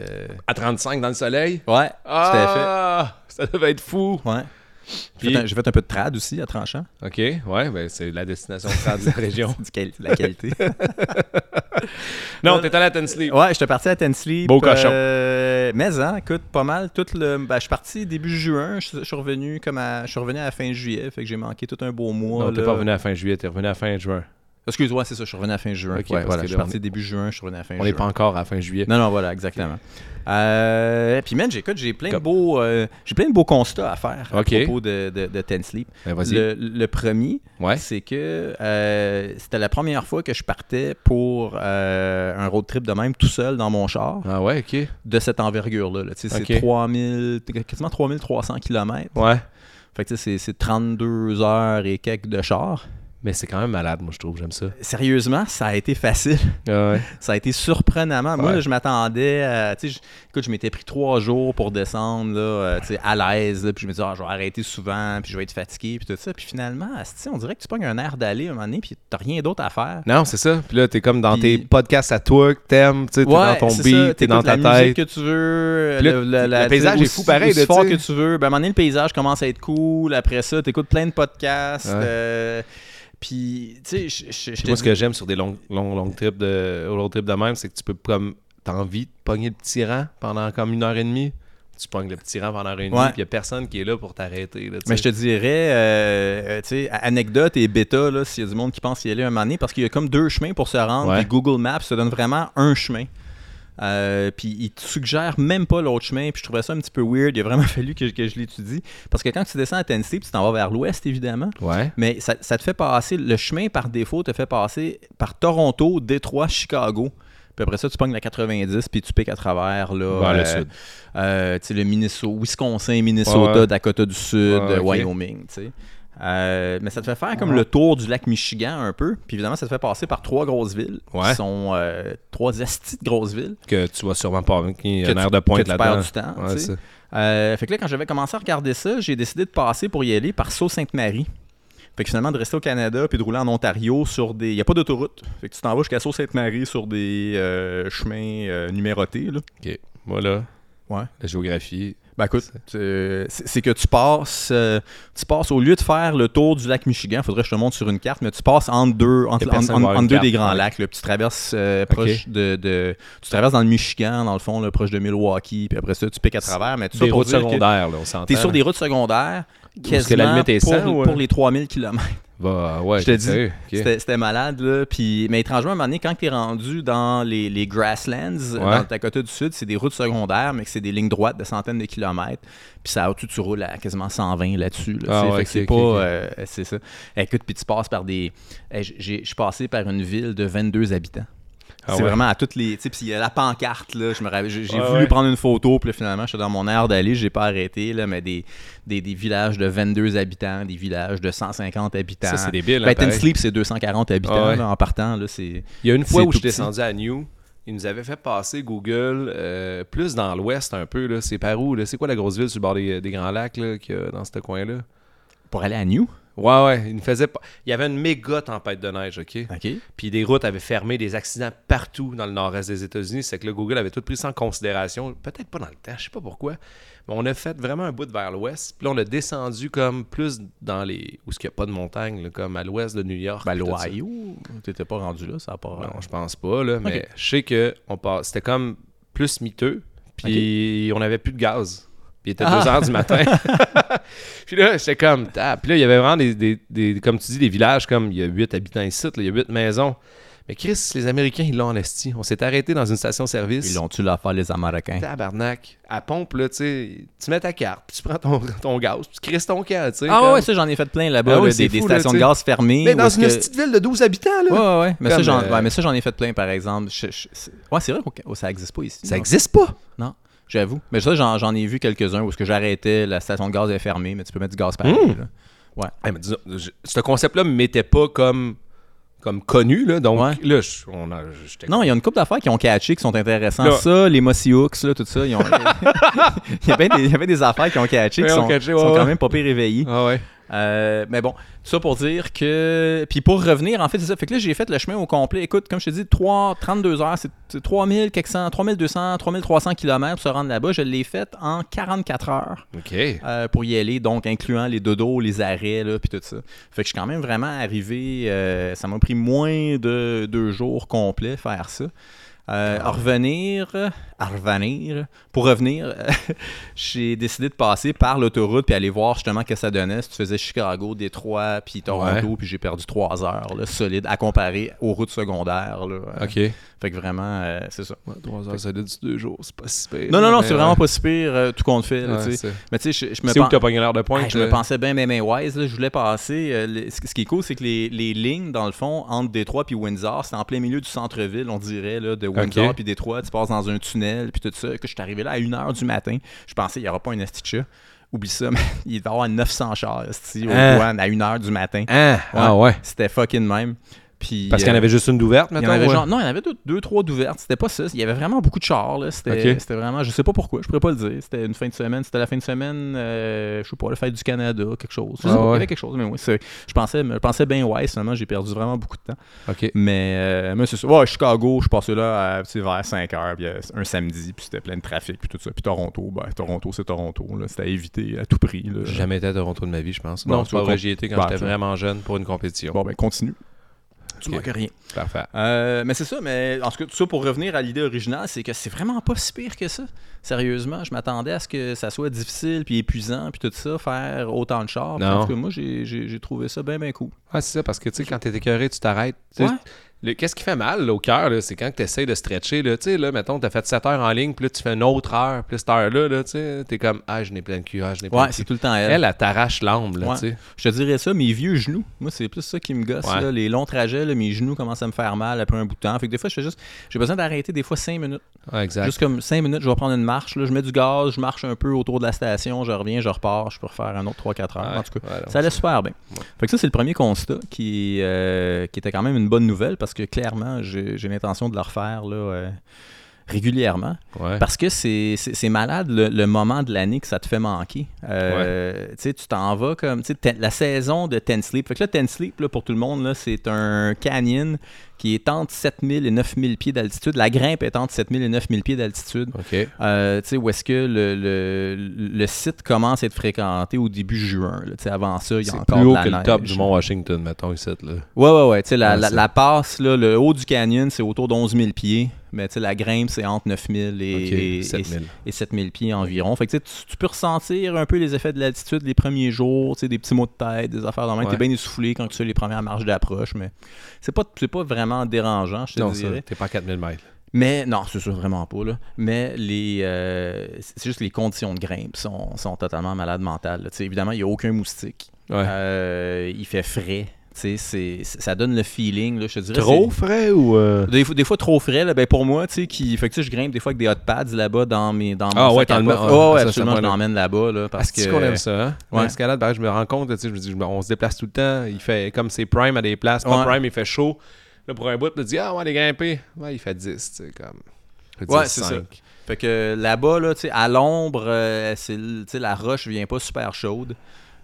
[SPEAKER 2] À 35 dans le soleil?
[SPEAKER 1] ouais,
[SPEAKER 2] Ah! Ça devait être fou!
[SPEAKER 1] tout à fait. Ouais. J'ai
[SPEAKER 2] Puis-
[SPEAKER 1] fait un- j'ai fait un peu de trad aussi à tranchant.
[SPEAKER 2] OK, ouais, ben c'est la destination centrale de la région.
[SPEAKER 1] C'est du quali- de la qualité.
[SPEAKER 2] Non, t'es allé à Tensley.
[SPEAKER 1] ouais, j'étais parti à Tensley.
[SPEAKER 2] Beau cochon.
[SPEAKER 1] mais hein, écoute, pas mal. Tout le, ben, je suis parti début juin. Je suis- je suis revenu comme à, je suis revenu à la fin juillet. Fait que j'ai manqué tout un beau mois.
[SPEAKER 2] Non, t'es
[SPEAKER 1] là.
[SPEAKER 2] pas revenu à la fin juillet, t'es revenu à la fin juin.
[SPEAKER 1] Excuse-moi, c'est ça. Je suis revenu à la fin juin.
[SPEAKER 2] Ok,
[SPEAKER 1] Ouais,
[SPEAKER 2] parce
[SPEAKER 1] voilà,
[SPEAKER 2] que
[SPEAKER 1] je suis
[SPEAKER 2] là,
[SPEAKER 1] parti
[SPEAKER 2] on est-
[SPEAKER 1] début juin. Je suis revenu à la fin
[SPEAKER 2] On
[SPEAKER 1] juillet.
[SPEAKER 2] n'est pas encore à la fin juillet.
[SPEAKER 1] Non, non, voilà, exactement. Euh, puis, man, j'écoute, j'ai plein, de
[SPEAKER 2] Comme-
[SPEAKER 1] beaux, euh, j'ai plein de beaux constats à faire à
[SPEAKER 2] Ok.
[SPEAKER 1] propos de, de, de Ten Sleep.
[SPEAKER 2] Ben, vas-y.
[SPEAKER 1] Le, le premier,
[SPEAKER 2] Ouais.
[SPEAKER 1] c'est que euh, c'était la première fois que je partais pour euh, un road trip de même tout seul dans mon char
[SPEAKER 2] Ah ouais, ok.
[SPEAKER 1] de cette envergure-là. là. Tu sais,
[SPEAKER 2] Ok.
[SPEAKER 1] C'est 3000, quasiment 3300 km.
[SPEAKER 2] Ouais.
[SPEAKER 1] Fait que tu sais, c'est- c'est 32 heures et quelques de char.
[SPEAKER 2] Mais c'est quand même malade, moi, je trouve, j'aime ça.
[SPEAKER 1] Sérieusement, ça a été facile.
[SPEAKER 2] Ah Ouais.
[SPEAKER 1] Ça a été surprenamment. Moi,
[SPEAKER 2] Ouais.
[SPEAKER 1] là, je m'attendais à. tu sais, je- écoute, je m'étais pris trois jours pour descendre là, euh, tu sais, à l'aise. là, Puis je me disais, ah, je vais arrêter souvent, puis je vais être fatigué, puis tout ça. Puis finalement, asti, on dirait que tu pognes un air d'aller un moment donné, puis t'as rien d'autre à faire.
[SPEAKER 2] Non, c'est ça. Puis là, t'es comme dans
[SPEAKER 1] Puis-
[SPEAKER 2] tes podcasts à toi que t'aimes, tu sais, t'es dans ton
[SPEAKER 1] c'est ça,
[SPEAKER 2] beat, t'es dans
[SPEAKER 1] t'écoutes
[SPEAKER 2] ta
[SPEAKER 1] la musique
[SPEAKER 2] tête.
[SPEAKER 1] que tu veux,
[SPEAKER 2] Puis là,
[SPEAKER 1] le,
[SPEAKER 2] t-
[SPEAKER 1] la-
[SPEAKER 2] le
[SPEAKER 1] la- tu sais,
[SPEAKER 2] paysage est
[SPEAKER 1] aussi-
[SPEAKER 2] fort pareil,
[SPEAKER 1] aussi
[SPEAKER 2] là,
[SPEAKER 1] fort
[SPEAKER 2] tu
[SPEAKER 1] que
[SPEAKER 2] sais.
[SPEAKER 1] tu veux. Ben, à un moment donné, le paysage commence à être cool. Après ça, t'écoutes plein de podcasts.
[SPEAKER 2] Ouais.
[SPEAKER 1] euh, puis, tu sais, je- je- je
[SPEAKER 2] Puis
[SPEAKER 1] te
[SPEAKER 2] Moi, ce
[SPEAKER 1] dis-
[SPEAKER 2] que j'aime sur des longs, longs, longs trips de, road trip de même, c'est que tu peux comme. T'as envie de pogner le petit rang pendant comme une heure et demie. Tu pognes le petit rang pendant une heure et demie,
[SPEAKER 1] Ouais.
[SPEAKER 2] puis il a personne qui est là pour t'arrêter. là, tu
[SPEAKER 1] Mais
[SPEAKER 2] sais.
[SPEAKER 1] je te dirais, euh, euh, tu sais, anecdote et bêta, là, s'il y a du monde qui pense y aller un moment donné, parce qu'il y a comme deux chemins pour se rendre,
[SPEAKER 2] Ouais.
[SPEAKER 1] puis Google Maps te donne vraiment un chemin. Euh, puis il te suggère même pas l'autre chemin, puis je trouvais ça un petit peu weird, il a vraiment fallu que, que je l'étudie. Parce que quand tu descends à Tennessee, puis tu t'en vas vers l'ouest, évidemment,
[SPEAKER 2] Ouais.
[SPEAKER 1] mais ça, ça te fait passer, le chemin par défaut te fait passer par Toronto, Détroit, Chicago. Puis après ça, tu pognes la 90, puis tu piques à travers là,
[SPEAKER 2] Vers le
[SPEAKER 1] euh,
[SPEAKER 2] sud.
[SPEAKER 1] euh, tu sais, le Minnesota, Wisconsin, Minnesota,
[SPEAKER 2] Ouais, ouais.
[SPEAKER 1] Dakota du Sud,
[SPEAKER 2] Ouais,
[SPEAKER 1] euh,
[SPEAKER 2] ok.
[SPEAKER 1] Wyoming. tu sais. Euh, mais ça te fait faire comme
[SPEAKER 2] Ouais.
[SPEAKER 1] le tour du lac Michigan un peu. Puis évidemment, ça te fait passer par trois grosses villes.
[SPEAKER 2] Ouais.
[SPEAKER 1] Qui sont euh, trois esties de grosses villes.
[SPEAKER 2] Que tu vas sûrement pas avec
[SPEAKER 1] Que
[SPEAKER 2] un
[SPEAKER 1] tu-
[SPEAKER 2] air de
[SPEAKER 1] que
[SPEAKER 2] pointe
[SPEAKER 1] tu perds
[SPEAKER 2] là-dedans.
[SPEAKER 1] du temps. tu
[SPEAKER 2] Ouais,
[SPEAKER 1] sais.
[SPEAKER 2] ça.
[SPEAKER 1] Euh, fait que là, quand j'avais commencé à regarder ça, j'ai décidé de passer pour y aller par Sault-Sainte-Marie. Fait que finalement, de rester au Canada puis de rouler en Ontario sur des. Il n'y a pas d'autoroute. Fait que tu t'en vas jusqu'à Sault-Sainte-Marie sur des euh, chemins euh, numérotés. Là.
[SPEAKER 2] OK. Voilà.
[SPEAKER 1] Ouais.
[SPEAKER 2] La géographie.
[SPEAKER 1] Ben écoute, euh, c'est c'est que tu passes, euh, tu passes au lieu de faire le tour du lac Michigan, faudrait que je te montre sur une carte, mais tu passes entre deux, entre,
[SPEAKER 2] Y a personne
[SPEAKER 1] entre-
[SPEAKER 2] voir
[SPEAKER 1] entre
[SPEAKER 2] une
[SPEAKER 1] deux
[SPEAKER 2] carte,
[SPEAKER 1] des grands
[SPEAKER 2] ouais.
[SPEAKER 1] lacs. là, puis tu traverses euh, proche de, de- tu traverses dans le Michigan, dans le fond, là, proche de Milwaukee, puis après ça tu piques à travers, mais tu
[SPEAKER 2] Des routes secondaires, là, on s'entend.
[SPEAKER 1] T'es sur des routes secondaires,
[SPEAKER 2] Où est-ce que la
[SPEAKER 1] quasiment
[SPEAKER 2] limite est
[SPEAKER 1] pour,
[SPEAKER 2] 100 ou-
[SPEAKER 1] pour les 3000 km.
[SPEAKER 2] Bah, ouais,
[SPEAKER 1] Je te
[SPEAKER 2] c'est
[SPEAKER 1] dis,
[SPEAKER 2] sérieux, OK.
[SPEAKER 1] C'était c'était malade, là. Puis, mais étrangement, à un moment donné, quand tu es rendu dans les, les grasslands, euh,
[SPEAKER 2] Ouais.
[SPEAKER 1] dans le Dakota du Sud, c'est des routes secondaires, mais que c'est des lignes droites de centaines de kilomètres. Puis ça, tu, tu roules à quasiment 120 là-dessus. là, tu
[SPEAKER 2] Ah
[SPEAKER 1] sais.
[SPEAKER 2] ouais,
[SPEAKER 1] Fait que c'est
[SPEAKER 2] ok,
[SPEAKER 1] pas.
[SPEAKER 2] ok, ok.
[SPEAKER 1] euh, c'est ça. Écoute, puis tu passes par des. eh, j'ai- j'ai- Je suis passé par une ville de 22 habitants.
[SPEAKER 2] Ah
[SPEAKER 1] c'est
[SPEAKER 2] ouais. Ah
[SPEAKER 1] vraiment à toutes les. Tu sais, puis il y a la pancarte, là. je me rappelle- J'ai j'ai
[SPEAKER 2] Ouais,
[SPEAKER 1] voulu
[SPEAKER 2] ouais.
[SPEAKER 1] prendre une photo, puis là, finalement, j'étais dans mon air d'aller, j'ai pas arrêté, là, mais des, des, des villages de 22 habitants, des villages de 150 habitants.
[SPEAKER 2] Ça, c'est débile. hein,
[SPEAKER 1] Ben, Ten
[SPEAKER 2] pareil.
[SPEAKER 1] Sleep, c'est 240 habitants
[SPEAKER 2] Ah ouais.
[SPEAKER 1] là, en partant. Là, c'est...
[SPEAKER 2] Il y a une fois
[SPEAKER 1] c'est tout
[SPEAKER 2] où je suis
[SPEAKER 1] petit.
[SPEAKER 2] descendu à New, ils nous avaient fait passer Google euh, plus dans l'ouest un peu. là. C'est par où? là? C'est quoi la grosse ville sur le bord des, des Grands Lacs là, qu'il y a dans ce coin-là?
[SPEAKER 1] Pour aller à New?
[SPEAKER 2] Ouais, ouais, il ne faisait pas. Il y avait une méga tempête de neige, OK?
[SPEAKER 1] OK.
[SPEAKER 2] Puis des routes avaient fermé, des accidents partout dans le nord-est des États-Unis. C'est que le Google avait tout pris ça en considération. Peut-être pas dans le temps, je sais pas pourquoi. Mais on a fait vraiment un bout de vers l'ouest. Puis là, on a descendu comme plus dans les. où ce qu'il n'y a pas de montagne, là, comme à l'ouest de New York.
[SPEAKER 1] Ben,
[SPEAKER 2] puis tout ça.
[SPEAKER 1] l'Ohio, t'étais pas rendu là, ça a pas.
[SPEAKER 2] Non, je pense pas, là. Mais je sais que on passe. C'était comme plus miteux. Puis on avait plus de gaz. Puis il était 2
[SPEAKER 1] Ah!
[SPEAKER 2] h du matin. puis là, j'étais comme. Ah. Puis là, il y avait vraiment des, des- des- Comme tu dis, des villages comme. Il y a 8 habitants ici, là, il y a 8 maisons. Mais Chris, les Américains, ils l'ont en esti. On s'est arrêté dans une station-service.
[SPEAKER 1] Ils l'ont-tu l'affaire, les Américains?
[SPEAKER 2] Tabarnak. À pompe, là, tu sais, tu mets ta carte, puis tu prends ton, ton gaz, puis tu crises ton camp, tu sais.
[SPEAKER 1] Ah
[SPEAKER 2] comme-
[SPEAKER 1] ouais, ça, j'en ai fait plein là-bas,
[SPEAKER 2] Ah ouais,
[SPEAKER 1] là,
[SPEAKER 2] c'est
[SPEAKER 1] des, des
[SPEAKER 2] fou, là,
[SPEAKER 1] stations
[SPEAKER 2] tu
[SPEAKER 1] de
[SPEAKER 2] sais.
[SPEAKER 1] gaz fermées.
[SPEAKER 2] Mais
[SPEAKER 1] où
[SPEAKER 2] dans
[SPEAKER 1] est-ce
[SPEAKER 2] une
[SPEAKER 1] que-
[SPEAKER 2] petite ville de 12 habitants,
[SPEAKER 1] Ouais,
[SPEAKER 2] là.
[SPEAKER 1] ouais, ouais. Mais, ça,
[SPEAKER 2] Comme,
[SPEAKER 1] j'en,
[SPEAKER 2] euh,
[SPEAKER 1] ouais, mais ça, j'en ai fait plein, par exemple. Je- je- c'est- ouais, c'est vrai que ça n'existe pas ici.
[SPEAKER 2] Ça
[SPEAKER 1] non.
[SPEAKER 2] existe pas.
[SPEAKER 1] Non, j'avoue. Mais ça, j'en, j'en ai vu quelques-uns où ce que j'arrêtais, la station de gaz est fermée, mais tu peux mettre du gaz pareil.
[SPEAKER 2] Hmm.
[SPEAKER 1] là.
[SPEAKER 2] Eh, mais disons, je- ce concept-là ne m'était pas comme, comme connu, là. Donc,
[SPEAKER 1] Ouais.
[SPEAKER 2] là, je- on a- j'étais
[SPEAKER 1] Non, il y a une couple d'affaires qui ont catché, qui sont intéressantes.
[SPEAKER 2] Là.
[SPEAKER 1] Ça, les Mossy Hooks, là, tout ça, ils ont... il, y avait des, il y avait des affaires qui ont catché, qui
[SPEAKER 2] Ouais, ont
[SPEAKER 1] sont,
[SPEAKER 2] catché,
[SPEAKER 1] qui sont
[SPEAKER 2] ouais, ouais.
[SPEAKER 1] quand même pas pire réveillées.
[SPEAKER 2] Ah ouais.
[SPEAKER 1] Euh, mais bon, tout ça pour dire que. Puis pour revenir, en fait, c'est ça. Fait que là, j'ai fait le chemin au complet. Écoute, comme je te dis, 3, 32 heures, c'est c'est 3000, quelques cents, 3200, 3300 km pour se rendre là-bas. Je l'ai fait en 44 heures
[SPEAKER 2] OK.
[SPEAKER 1] euh, pour y aller, donc incluant les dodos, les arrêts, là, puis tout ça. Fait que je suis quand même vraiment arrivé. euh, ça m'a pris moins de deux jours complets faire ça. Euh,
[SPEAKER 2] Ah.
[SPEAKER 1] à revenir, à revenir, pour revenir, j'ai décidé de passer par l'autoroute puis aller voir justement ce que ça donnait. Si tu faisais Chicago, Détroit, puis Toronto, puis j'ai perdu trois heures, là, solide, à comparer aux routes secondaires. Là, Euh,
[SPEAKER 2] OK.
[SPEAKER 1] Fait que vraiment, euh, c'est ça.
[SPEAKER 2] Trois heures, ça dure deux jours, c'est pas si pire.
[SPEAKER 1] Non, non, non, c'est vraiment pas si pire, euh, tout compte fait. là, tu sais. Mais tu sais, je, je me
[SPEAKER 2] C'est où
[SPEAKER 1] pen-
[SPEAKER 2] que t'as pogné l'heure de
[SPEAKER 1] Ah,
[SPEAKER 2] pointe? euh?
[SPEAKER 1] je me
[SPEAKER 2] là?
[SPEAKER 1] pensais bien, bien, bien wise. là. je voulais passer. euh, le- ce ce qui est cool, c'est que les, les lignes, dans le fond, entre Détroit puis Windsor, c'est en plein milieu du centre-ville, on dirait, là, de Windsor puis Détroit. Tu passes dans un tunnel, puis tout ça. Que je suis arrivé là à 1h du matin. Je pensais, il n'y aura pas un esti de chat. Oublie ça, mais il va y avoir 900 chars esti, aux
[SPEAKER 2] Hein?
[SPEAKER 1] douanes à 1h du matin.
[SPEAKER 2] Ah, ah ouais.
[SPEAKER 1] C'était fucking même. Puis,
[SPEAKER 2] Parce qu'il y en
[SPEAKER 1] euh,
[SPEAKER 2] avait juste une d'ouverte,
[SPEAKER 1] il y
[SPEAKER 2] maintenant.
[SPEAKER 1] en avait genre- non, il y en avait deux, deux, trois d'ouvertes. C'était pas ça. Il y avait vraiment beaucoup de chars. là. C'était
[SPEAKER 2] Ok.
[SPEAKER 1] c'était vraiment, je sais pas pourquoi, je pourrais pas le dire. C'était une fin de semaine. C'était la fin de semaine, euh, je sais pas, la fête du Canada, quelque chose. Je sais
[SPEAKER 2] Ah
[SPEAKER 1] pas, il y
[SPEAKER 2] ouais.
[SPEAKER 1] avait quelque chose, mais oui. c'est- Je pensais, je pensais bien ouais, seulement j'ai perdu vraiment beaucoup de temps.
[SPEAKER 2] OK.
[SPEAKER 1] Mais, euh, mais c'est ça. Ouais, Chicago, je suis passé là à, tu sais, vers 5 heures, puis, euh, un samedi, puis c'était plein de trafic, puis tout ça. Puis Toronto, ben, Toronto, c'est Toronto. là. C'était à éviter à tout prix. là.
[SPEAKER 2] J'ai jamais été à Toronto de ma vie, je pense.
[SPEAKER 1] Non,
[SPEAKER 2] Non,
[SPEAKER 1] tu
[SPEAKER 2] c'est pas
[SPEAKER 1] vas
[SPEAKER 2] vrai,
[SPEAKER 1] con-
[SPEAKER 2] j'y étais quand
[SPEAKER 1] Bah,
[SPEAKER 2] j'étais
[SPEAKER 1] tu-
[SPEAKER 2] vraiment jeune pour une compétition.
[SPEAKER 1] Bon, ben continue. Tu
[SPEAKER 2] Ok.
[SPEAKER 1] manques rien.
[SPEAKER 2] Parfait.
[SPEAKER 1] Euh, mais c'est ça, mais en tout cas, tout ça pour revenir à l'idée originale, c'est que c'est vraiment pas si pire que ça. Sérieusement, je m'attendais à ce que ça soit difficile, puis épuisant, puis tout ça, faire autant de chars. Puis
[SPEAKER 2] Non.
[SPEAKER 1] En tout cas, moi, j'ai- j'ai j'ai trouvé ça bien, bien cool.
[SPEAKER 2] Ah, c'est ça, parce que tu sais, quand t'es écœuré, tu t'arrêtes. Tu sais,
[SPEAKER 1] Ouais.
[SPEAKER 2] le- Qu'est-ce qui fait mal là, au cœur, là, c'est quand tu essaies de stretcher. Là, tu sais, là, mettons, t'as fait 7 heures en ligne, puis là, tu fais une autre heure, puis là, cette heure-là, là, tu sais, t'es comme, ah, je n'ai plein de cul, ah, je n'ai plein
[SPEAKER 1] Ouais,
[SPEAKER 2] de
[SPEAKER 1] c'est
[SPEAKER 2] cul.
[SPEAKER 1] tout le temps
[SPEAKER 2] Elle,
[SPEAKER 1] elle.
[SPEAKER 2] elle, t'arrache l'âme, là,
[SPEAKER 1] Ouais.
[SPEAKER 2] tu sais.
[SPEAKER 1] Je te dirais ça, mes vieux genoux. Moi, c'est plus ça qui me gosse.
[SPEAKER 2] Ouais.
[SPEAKER 1] là. les longs trajets, là, mes genoux commencent à me faire mal après un bout de temps. Fait que des fois, je fais juste. J'ai besoin d'arrêter des fois 5 minutes.
[SPEAKER 2] Ouais, exact.
[SPEAKER 1] Juste comme 5 minutes, je vais prendre une marche. là, je mets du gaz, je marche un peu autour de la station, je reviens, je repars. Je peux refaire un autre 3-4 heures.
[SPEAKER 2] Ouais,
[SPEAKER 1] en tout cas,
[SPEAKER 2] ouais, donc,
[SPEAKER 1] Ça allait super bien.
[SPEAKER 2] Ouais.
[SPEAKER 1] Fait que ça, c'est le premier constat qui, euh, qui était quand même une bonne nouvelle parce que clairement, j'ai j'ai l'intention de le refaire là, euh, régulièrement.
[SPEAKER 2] ouais.
[SPEAKER 1] Parce que c'est- c'est c'est malade le, le moment de l'année que ça te fait manquer. Euh, tu sais, Tu t'en vas comme tu sais, Ten- la saison de Ten Sleep. Fait que là, Ten Sleep, là, pour tout le monde, là, c'est un canyon qui est entre 7000 et 9000 pieds d'altitude. La grimpe est entre 7000 et 9000 pieds d'altitude.
[SPEAKER 2] OK.
[SPEAKER 1] Euh, tu sais, où est-ce que le, le- le site commence à être fréquenté au début juin. là. Tu sais, Avant ça, il y a
[SPEAKER 2] C'est
[SPEAKER 1] encore
[SPEAKER 2] plus
[SPEAKER 1] de
[SPEAKER 2] haut
[SPEAKER 1] la
[SPEAKER 2] que le
[SPEAKER 1] neige.
[SPEAKER 2] top du Mont Washington, mettons, ici, là.
[SPEAKER 1] Ouais, ouais, ouais. Tu sais, la,
[SPEAKER 2] Ouais,
[SPEAKER 1] la-
[SPEAKER 2] c'est-
[SPEAKER 1] la passe, là, le haut du canyon, c'est autour de 11 000 pieds. Mais tu sais, la grimpe, c'est entre 9 000 et,
[SPEAKER 2] OK,
[SPEAKER 1] et-
[SPEAKER 2] 7000.
[SPEAKER 1] et 7 000 pieds environ. Fait que tu, sais, tu- tu peux ressentir un peu les effets de l'altitude les premiers jours, tu sais, des petits maux de tête, des affaires dans Tu
[SPEAKER 2] Ouais.
[SPEAKER 1] T'es bien essoufflé quand tu fais les premières marches d'approche, mais c'est pas, c'est pas vraiment dérangeant, je te
[SPEAKER 2] Non, ça,
[SPEAKER 1] dirais.
[SPEAKER 2] t'es pas à 4000 mètres.
[SPEAKER 1] Mais non, c'est sûr, vraiment pas. Là. Mais les, euh, c'est juste que les conditions de grimpe sont, sont totalement malades mentales. là. Tu sais, Évidemment, il n'y a aucun moustique.
[SPEAKER 2] Ouais.
[SPEAKER 1] Euh, il fait frais. Tu sais, c'est- c'est- ça donne le feeling. là, je te dirais,
[SPEAKER 2] Trop frais ou. euh,
[SPEAKER 1] c'est- Des, fois- des fois trop frais, là, ben pour moi, tu sais, qui fait que tu sais, je grimpe des fois avec des hot pads là-bas dans mes dans
[SPEAKER 2] Ah
[SPEAKER 1] mon
[SPEAKER 2] ouais,
[SPEAKER 1] sac à
[SPEAKER 2] t'en
[SPEAKER 1] pof.
[SPEAKER 2] mets-
[SPEAKER 1] Ah ouais,
[SPEAKER 2] ouais, ça,
[SPEAKER 1] absolument,
[SPEAKER 2] ça
[SPEAKER 1] je
[SPEAKER 2] m'en-
[SPEAKER 1] l'emmène là-bas là, parce que
[SPEAKER 2] Est-ce qu'on aime ça, hein?
[SPEAKER 1] Ouais.
[SPEAKER 2] L'escalade, pareil, je me rends compte, tu sais, je me dis, je me- on se déplace tout le temps, il fait comme c'est prime à des places, pas
[SPEAKER 1] Ouais.
[SPEAKER 2] prime, il fait chaud. Là, pour un bout, tu te dis, ah, on va aller grimper. Ouais, il fait 10, tu sais, comme. il fait
[SPEAKER 1] Ouais,
[SPEAKER 2] 10,
[SPEAKER 1] c'est
[SPEAKER 2] 5.
[SPEAKER 1] ça. Fait que là-bas, là, tu sais, à l'ombre, euh, c'est l- tu sais, la roche vient pas super chaude.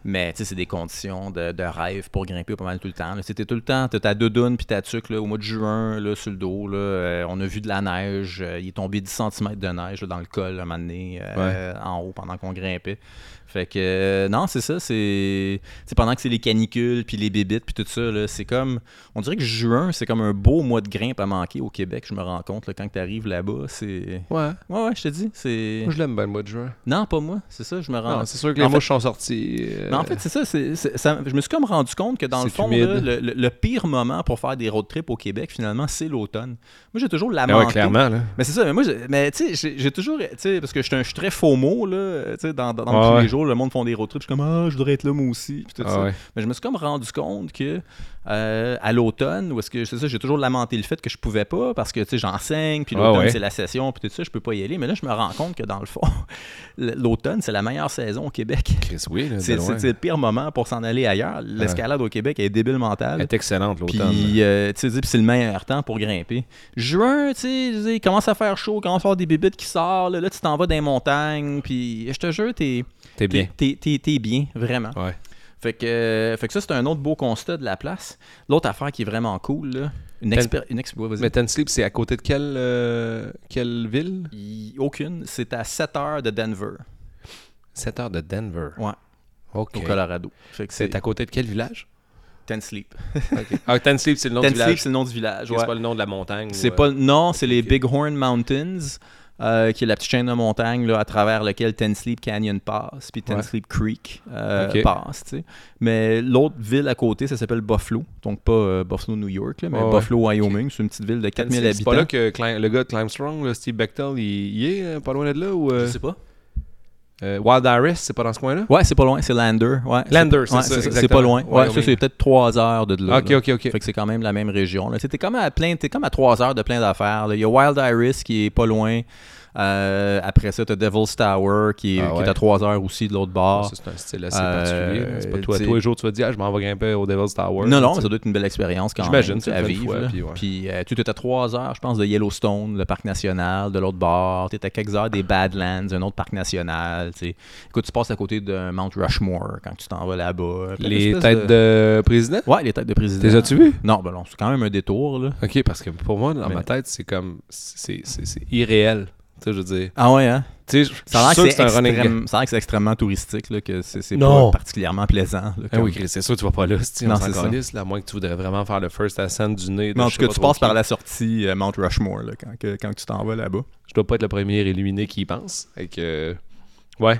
[SPEAKER 1] Mais tu sais, c'est des conditions de, de rêve pour grimper pas mal tout le temps. là. C'était tout le temps, t'as ta doudoune puis ta tuque là, au mois de juin là, sur le dos. Là, Euh, on a vu de la neige. euh, il est tombé 10 cm de neige là, dans le col à un moment donné, euh, en haut pendant qu'on grimpait. Fait que euh, non, c'est ça, c'est c'est pendant que c'est les canicules puis les bébites puis tout ça là, c'est comme on dirait que juin, c'est comme un beau mois de grimpe à manquer au Québec, je me rends compte là, quand tu arrives là-bas, c'est
[SPEAKER 2] Ouais.
[SPEAKER 1] Ouais ouais, je te dis, c'est
[SPEAKER 2] Moi, je l'aime bien le mois de juin.
[SPEAKER 1] Non, pas moi, c'est ça, je me rends
[SPEAKER 2] Non, c'est sûr que
[SPEAKER 1] en
[SPEAKER 2] les
[SPEAKER 1] fait-
[SPEAKER 2] mouches sont sorties. euh,
[SPEAKER 1] mais en fait, c'est ça, c'est- c'est- ça- Je me suis comme rendu compte que dans le
[SPEAKER 2] C'est
[SPEAKER 1] fond,
[SPEAKER 2] humide.
[SPEAKER 1] là, le, le- le pire moment pour faire des road trips au Québec, finalement, c'est l'automne. Moi, j'ai toujours
[SPEAKER 2] ah
[SPEAKER 1] lamenté.
[SPEAKER 2] ouais, clairement, là.
[SPEAKER 1] Mais c'est ça, mais moi, j'ai- mais tu sais, j'ai- j'ai toujours, tu sais, parce que je suis un- je suis très faux mot, là, tu sais, dans, dans, dans
[SPEAKER 2] Ah
[SPEAKER 1] tous
[SPEAKER 2] ouais.
[SPEAKER 1] les jours, le monde font des road trips, je suis comme, ah, je voudrais être là, moi aussi, puis tout
[SPEAKER 2] Ah
[SPEAKER 1] ça.
[SPEAKER 2] ouais.
[SPEAKER 1] Mais je me suis comme rendu compte que euh, à l'automne, où est-ce que c'est ça, j'ai toujours lamenté le fait que je pouvais pas parce que tu sais, j'enseigne, puis
[SPEAKER 2] Ouais,
[SPEAKER 1] l'automne
[SPEAKER 2] Ah ouais.
[SPEAKER 1] c'est la session, puis tout ça, je peux pas y aller. Mais là, je me rends compte que dans le fond, l'automne c'est la meilleure saison au Québec.
[SPEAKER 2] Chris, oui, là, de
[SPEAKER 1] C'est
[SPEAKER 2] loin.
[SPEAKER 1] c'est- c'est le pire moment pour s'en aller ailleurs. L'escalade au Québec est débile
[SPEAKER 2] Elle
[SPEAKER 1] mentale.
[SPEAKER 2] est excellente, l'automne.
[SPEAKER 1] Puis, euh, tu sais, puis c'est le meilleur temps pour grimper. Juin, tu sais, je veux dire, il commence à faire chaud, il commence à avoir des bébites qui sortent. Là, là, tu t'en vas dans les montagnes. Puis, je te jure, t'es
[SPEAKER 2] T'es bien.
[SPEAKER 1] t'es- t'es- t'es bien, vraiment.
[SPEAKER 2] Ouais.
[SPEAKER 1] Fait que, euh, fait que ça, c'est un autre beau constat de la place. L'autre affaire qui est vraiment cool, là, une
[SPEAKER 2] Ben-
[SPEAKER 1] expérience. Une expé- ouais, vas-y.
[SPEAKER 2] Mais Ten Sleep, c'est à côté de quelle, euh, quelle ville
[SPEAKER 1] Il- Aucune. C'est à 7 heures de Denver,
[SPEAKER 2] 7 heures de Denver.
[SPEAKER 1] Ouais.
[SPEAKER 2] OK.
[SPEAKER 1] au Colorado. Fait que
[SPEAKER 2] C'est
[SPEAKER 1] c'est
[SPEAKER 2] à côté de quel village
[SPEAKER 1] Ten Sleep.
[SPEAKER 2] Ah, Ten Sleep, c'est le nom
[SPEAKER 1] Ten
[SPEAKER 2] du village.
[SPEAKER 1] Sleep, c'est le nom du village.
[SPEAKER 2] C'est
[SPEAKER 1] ouais.
[SPEAKER 2] pas le nom de la montagne. ou,
[SPEAKER 1] C'est
[SPEAKER 2] euh,
[SPEAKER 1] pas non, c'est les
[SPEAKER 2] ok.
[SPEAKER 1] Bighorn Mountains, euh, qui est la petite chaîne de montagnes là, à travers lequel Ten Sleep Canyon passe, puis Ten
[SPEAKER 2] Ouais.
[SPEAKER 1] Sleep Creek euh,
[SPEAKER 2] Ok.
[SPEAKER 1] passe. tu sais. Mais l'autre ville à côté, ça s'appelle Buffalo, donc pas euh, Buffalo New York, là, mais
[SPEAKER 2] Ouais, ouais.
[SPEAKER 1] Buffalo Wyoming, c'est une petite ville de
[SPEAKER 2] Ten
[SPEAKER 1] 4000
[SPEAKER 2] Sleep, C'est pas là
[SPEAKER 1] habitants.
[SPEAKER 2] que Clim- le gars de Climbstrong, là, Steve Bechtel, il, il est euh, pas loin de là ou euh,
[SPEAKER 1] pas.
[SPEAKER 2] euh, Wild Iris, c'est pas dans ce coin-là
[SPEAKER 1] Ouais, c'est pas loin, c'est Lander. Ouais,
[SPEAKER 2] Lander,
[SPEAKER 1] Ouais,
[SPEAKER 2] c'est ça.
[SPEAKER 1] c'est ça, c'est
[SPEAKER 2] exactement.
[SPEAKER 1] pas loin. Ouais, ça
[SPEAKER 2] Wyoming.
[SPEAKER 1] c'est peut-être 3 heures de de là.
[SPEAKER 2] Ah, OK,
[SPEAKER 1] là.
[SPEAKER 2] OK, OK.
[SPEAKER 1] Fait que c'est quand même la même région. là. Tu sais, T'es comme à plein, t'es comme à trois heures de plein d'affaires. là. Il y a Wild Iris qui est pas loin. Euh, après ça, t'as Devil's Tower qui est,
[SPEAKER 2] Ah
[SPEAKER 1] qui
[SPEAKER 2] ouais.
[SPEAKER 1] est à trois heures aussi de l'autre
[SPEAKER 2] Ah,
[SPEAKER 1] bord.
[SPEAKER 2] ça, c'est un style assez
[SPEAKER 1] Euh,
[SPEAKER 2] particulier. là. C'est pas toi,
[SPEAKER 1] t'sais-
[SPEAKER 2] tous les jours, tu vas te dire, ah, je m'en vais grimper au Devil's Tower.
[SPEAKER 1] non, non,
[SPEAKER 2] là, tu
[SPEAKER 1] mais
[SPEAKER 2] sais.
[SPEAKER 1] ça doit être une belle expérience quand
[SPEAKER 2] J'imagine,
[SPEAKER 1] même tu sais,
[SPEAKER 2] tu
[SPEAKER 1] à
[SPEAKER 2] le fais une
[SPEAKER 1] vivre.
[SPEAKER 2] fois,
[SPEAKER 1] là.
[SPEAKER 2] puis ouais.
[SPEAKER 1] Puis euh, tu t'es à trois heures, je pense, de Yellowstone, le parc national, de l'autre bord. Tu à quelques heures des Badlands, un autre parc national. tu sais. Écoute, tu passes à côté d'un Mount Rushmore quand tu t'en vas là-bas. Puis une
[SPEAKER 2] Les
[SPEAKER 1] espèce
[SPEAKER 2] têtes de président
[SPEAKER 1] Ouais, les têtes de président.
[SPEAKER 2] Les as-tu vues
[SPEAKER 1] Non, ben non, c'est quand même un détour, là.
[SPEAKER 2] Ok, parce que pour moi, dans
[SPEAKER 1] Mais-
[SPEAKER 2] ma tête, c'est comme. C'est c'est- c'est irréel. Tu sais, je veux dire.
[SPEAKER 1] Ah ouais, hein?
[SPEAKER 2] Tu sais, je-
[SPEAKER 1] Ça a l'air
[SPEAKER 2] je
[SPEAKER 1] que
[SPEAKER 2] suis sûr
[SPEAKER 1] c'est
[SPEAKER 2] gag.
[SPEAKER 1] extrême- ça a l'air que c'est extrêmement touristique, là, que c'est c'est
[SPEAKER 2] Non.
[SPEAKER 1] pas particulièrement plaisant. là,
[SPEAKER 2] Ah
[SPEAKER 1] comme-
[SPEAKER 2] oui, Chris, c'est sûr que tu vas pas là, si
[SPEAKER 1] Non,
[SPEAKER 2] on
[SPEAKER 1] c'est
[SPEAKER 2] s'en
[SPEAKER 1] ça.
[SPEAKER 2] calisse, là, à moins que tu voudrais vraiment faire le first ascent du nez. de
[SPEAKER 1] Mais en
[SPEAKER 2] je
[SPEAKER 1] tout
[SPEAKER 2] sais
[SPEAKER 1] cas,
[SPEAKER 2] pas
[SPEAKER 1] tu
[SPEAKER 2] trop
[SPEAKER 1] passes par
[SPEAKER 2] qui.
[SPEAKER 1] la sortie euh, Mount Rushmore là, quand, que- quand tu t'en vas là-bas.
[SPEAKER 2] Je dois pas être le premier éliminé qui y pense. Fait
[SPEAKER 1] euh,
[SPEAKER 2] que. Ouais.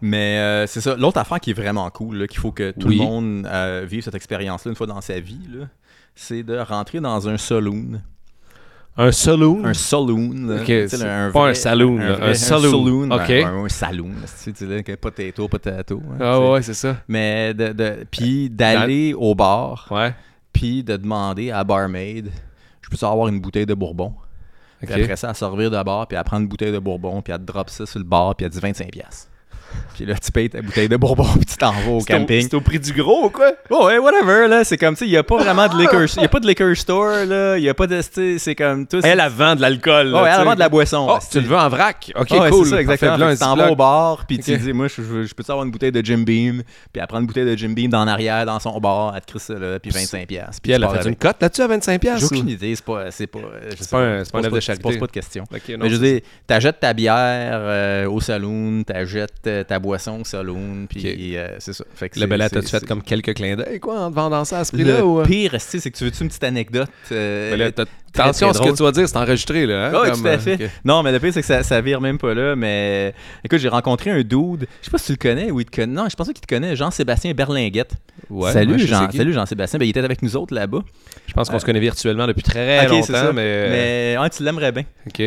[SPEAKER 1] Mais euh, c'est ça. L'autre affaire qui est vraiment cool, là, qu'il faut que tout
[SPEAKER 2] Oui.
[SPEAKER 1] le monde euh, vive cette expérience-là une fois dans sa vie, là, c'est de rentrer dans un saloon.
[SPEAKER 2] Un saloon.
[SPEAKER 1] Un saloon. là.
[SPEAKER 2] Ok,
[SPEAKER 1] Tu sais,
[SPEAKER 2] c'est
[SPEAKER 1] là,
[SPEAKER 2] pas
[SPEAKER 1] vrai-
[SPEAKER 2] un saloon, là, un
[SPEAKER 1] vrai-
[SPEAKER 2] saloon. Ok.
[SPEAKER 1] Un, un saloon. là, Tu sais, tu dis, là, potato, potato. hein,
[SPEAKER 2] Ah
[SPEAKER 1] tu sais.
[SPEAKER 2] ouais, c'est ça.
[SPEAKER 1] Mais de, de- puis d'aller au bar,
[SPEAKER 2] Ouais.
[SPEAKER 1] puis de demander à la barmaid, je peux avoir une bouteille de bourbon.
[SPEAKER 2] Ok.
[SPEAKER 1] Puis après ça, à servir de bar, puis à prendre une bouteille de bourbon, puis à te drop ça sur le bar, puis à 10 25 pièces. Puis là, tu payes ta bouteille de bourbon, puis tu t'en vas au
[SPEAKER 2] C'est au-
[SPEAKER 1] camping.
[SPEAKER 2] C'est au prix du gros ou quoi?
[SPEAKER 1] Oh, ouais, whatever, là, c'est comme, tu sais, il n'y a pas vraiment de liquor, y a pas de liquor store, là, il n'y a pas de, tu sais, c'est comme, tout.
[SPEAKER 2] Elle, elle vend de l'alcool. là,
[SPEAKER 1] oh, ouais,
[SPEAKER 2] tu
[SPEAKER 1] elle
[SPEAKER 2] sais.
[SPEAKER 1] vend de la boisson.
[SPEAKER 2] Oh,
[SPEAKER 1] là, c'est-
[SPEAKER 2] tu le veux en vrac. Ok,
[SPEAKER 1] Ah ouais,
[SPEAKER 2] cool.
[SPEAKER 1] c'est ça, exactement.
[SPEAKER 2] Parfait,
[SPEAKER 1] Fait
[SPEAKER 2] là,
[SPEAKER 1] que
[SPEAKER 2] un
[SPEAKER 1] tu t'en
[SPEAKER 2] Ziploc.
[SPEAKER 1] vas au bar, puis
[SPEAKER 2] Ok.
[SPEAKER 1] tu dis, moi, je, je- je peux-tu avoir une bouteille de Jim Beam, puis elle prend une bouteille de Jim Beam dans l'arrière, dans son bar, elle te crisse ça, là, puis 25$. piastres, tu
[SPEAKER 2] Puis elle a
[SPEAKER 1] pars
[SPEAKER 2] fait une
[SPEAKER 1] avec.
[SPEAKER 2] cote là-dessus à 25$.
[SPEAKER 1] J'ai
[SPEAKER 2] piastres,
[SPEAKER 1] aucune
[SPEAKER 2] ou-
[SPEAKER 1] idée, c'est pas. C'est pas, euh, je sais
[SPEAKER 2] C'est pas un- c'est pas un
[SPEAKER 1] Je pose
[SPEAKER 2] œuvre de
[SPEAKER 1] Je pose
[SPEAKER 2] charité.
[SPEAKER 1] pas de questions.
[SPEAKER 2] Ok, non,
[SPEAKER 1] Mais je
[SPEAKER 2] c'est-
[SPEAKER 1] veux dire, t'achètes ta bière euh, au saloon, t'achètes euh, ta boisson au saloon, puis
[SPEAKER 2] Ok.
[SPEAKER 1] euh, c'est ça. Fait que
[SPEAKER 2] Le
[SPEAKER 1] c'est-
[SPEAKER 2] Bella,
[SPEAKER 1] c'est-
[SPEAKER 2] t'as-tu fait
[SPEAKER 1] c'est-
[SPEAKER 2] comme quelques clins d'œil, quoi, en te vendant ça à ce
[SPEAKER 1] Le
[SPEAKER 2] prix-là? ou...
[SPEAKER 1] pire, c'est c'est que tu veux-tu une petite anecdote? euh,
[SPEAKER 2] Ben là, t'as-
[SPEAKER 1] très,
[SPEAKER 2] attention à ce
[SPEAKER 1] très
[SPEAKER 2] que tu vas dire, c'est enregistré, là. hein,
[SPEAKER 1] Ah oui,
[SPEAKER 2] comme,
[SPEAKER 1] tout à fait.
[SPEAKER 2] ok.
[SPEAKER 1] Non, mais le pire, c'est que ça, ça vire même pas là. Mais écoute, j'ai rencontré un dude. Je sais pas si tu le connais ou il te connaît. Non, je pensais qu'il te connaît. Jean-Sébastien Berlinguette.
[SPEAKER 2] Ouais,
[SPEAKER 1] salut,
[SPEAKER 2] ouais, je sais
[SPEAKER 1] Jean,
[SPEAKER 2] qui.
[SPEAKER 1] salut, Jean-Sébastien. Ben, il était avec nous autres là-bas.
[SPEAKER 2] Je pense qu'on
[SPEAKER 1] Euh,
[SPEAKER 2] se connaît virtuellement depuis très
[SPEAKER 1] Ok, c'est
[SPEAKER 2] longtemps,
[SPEAKER 1] ça.
[SPEAKER 2] mais... euh,
[SPEAKER 1] Mais ouais, tu l'aimerais bien.
[SPEAKER 2] Ok.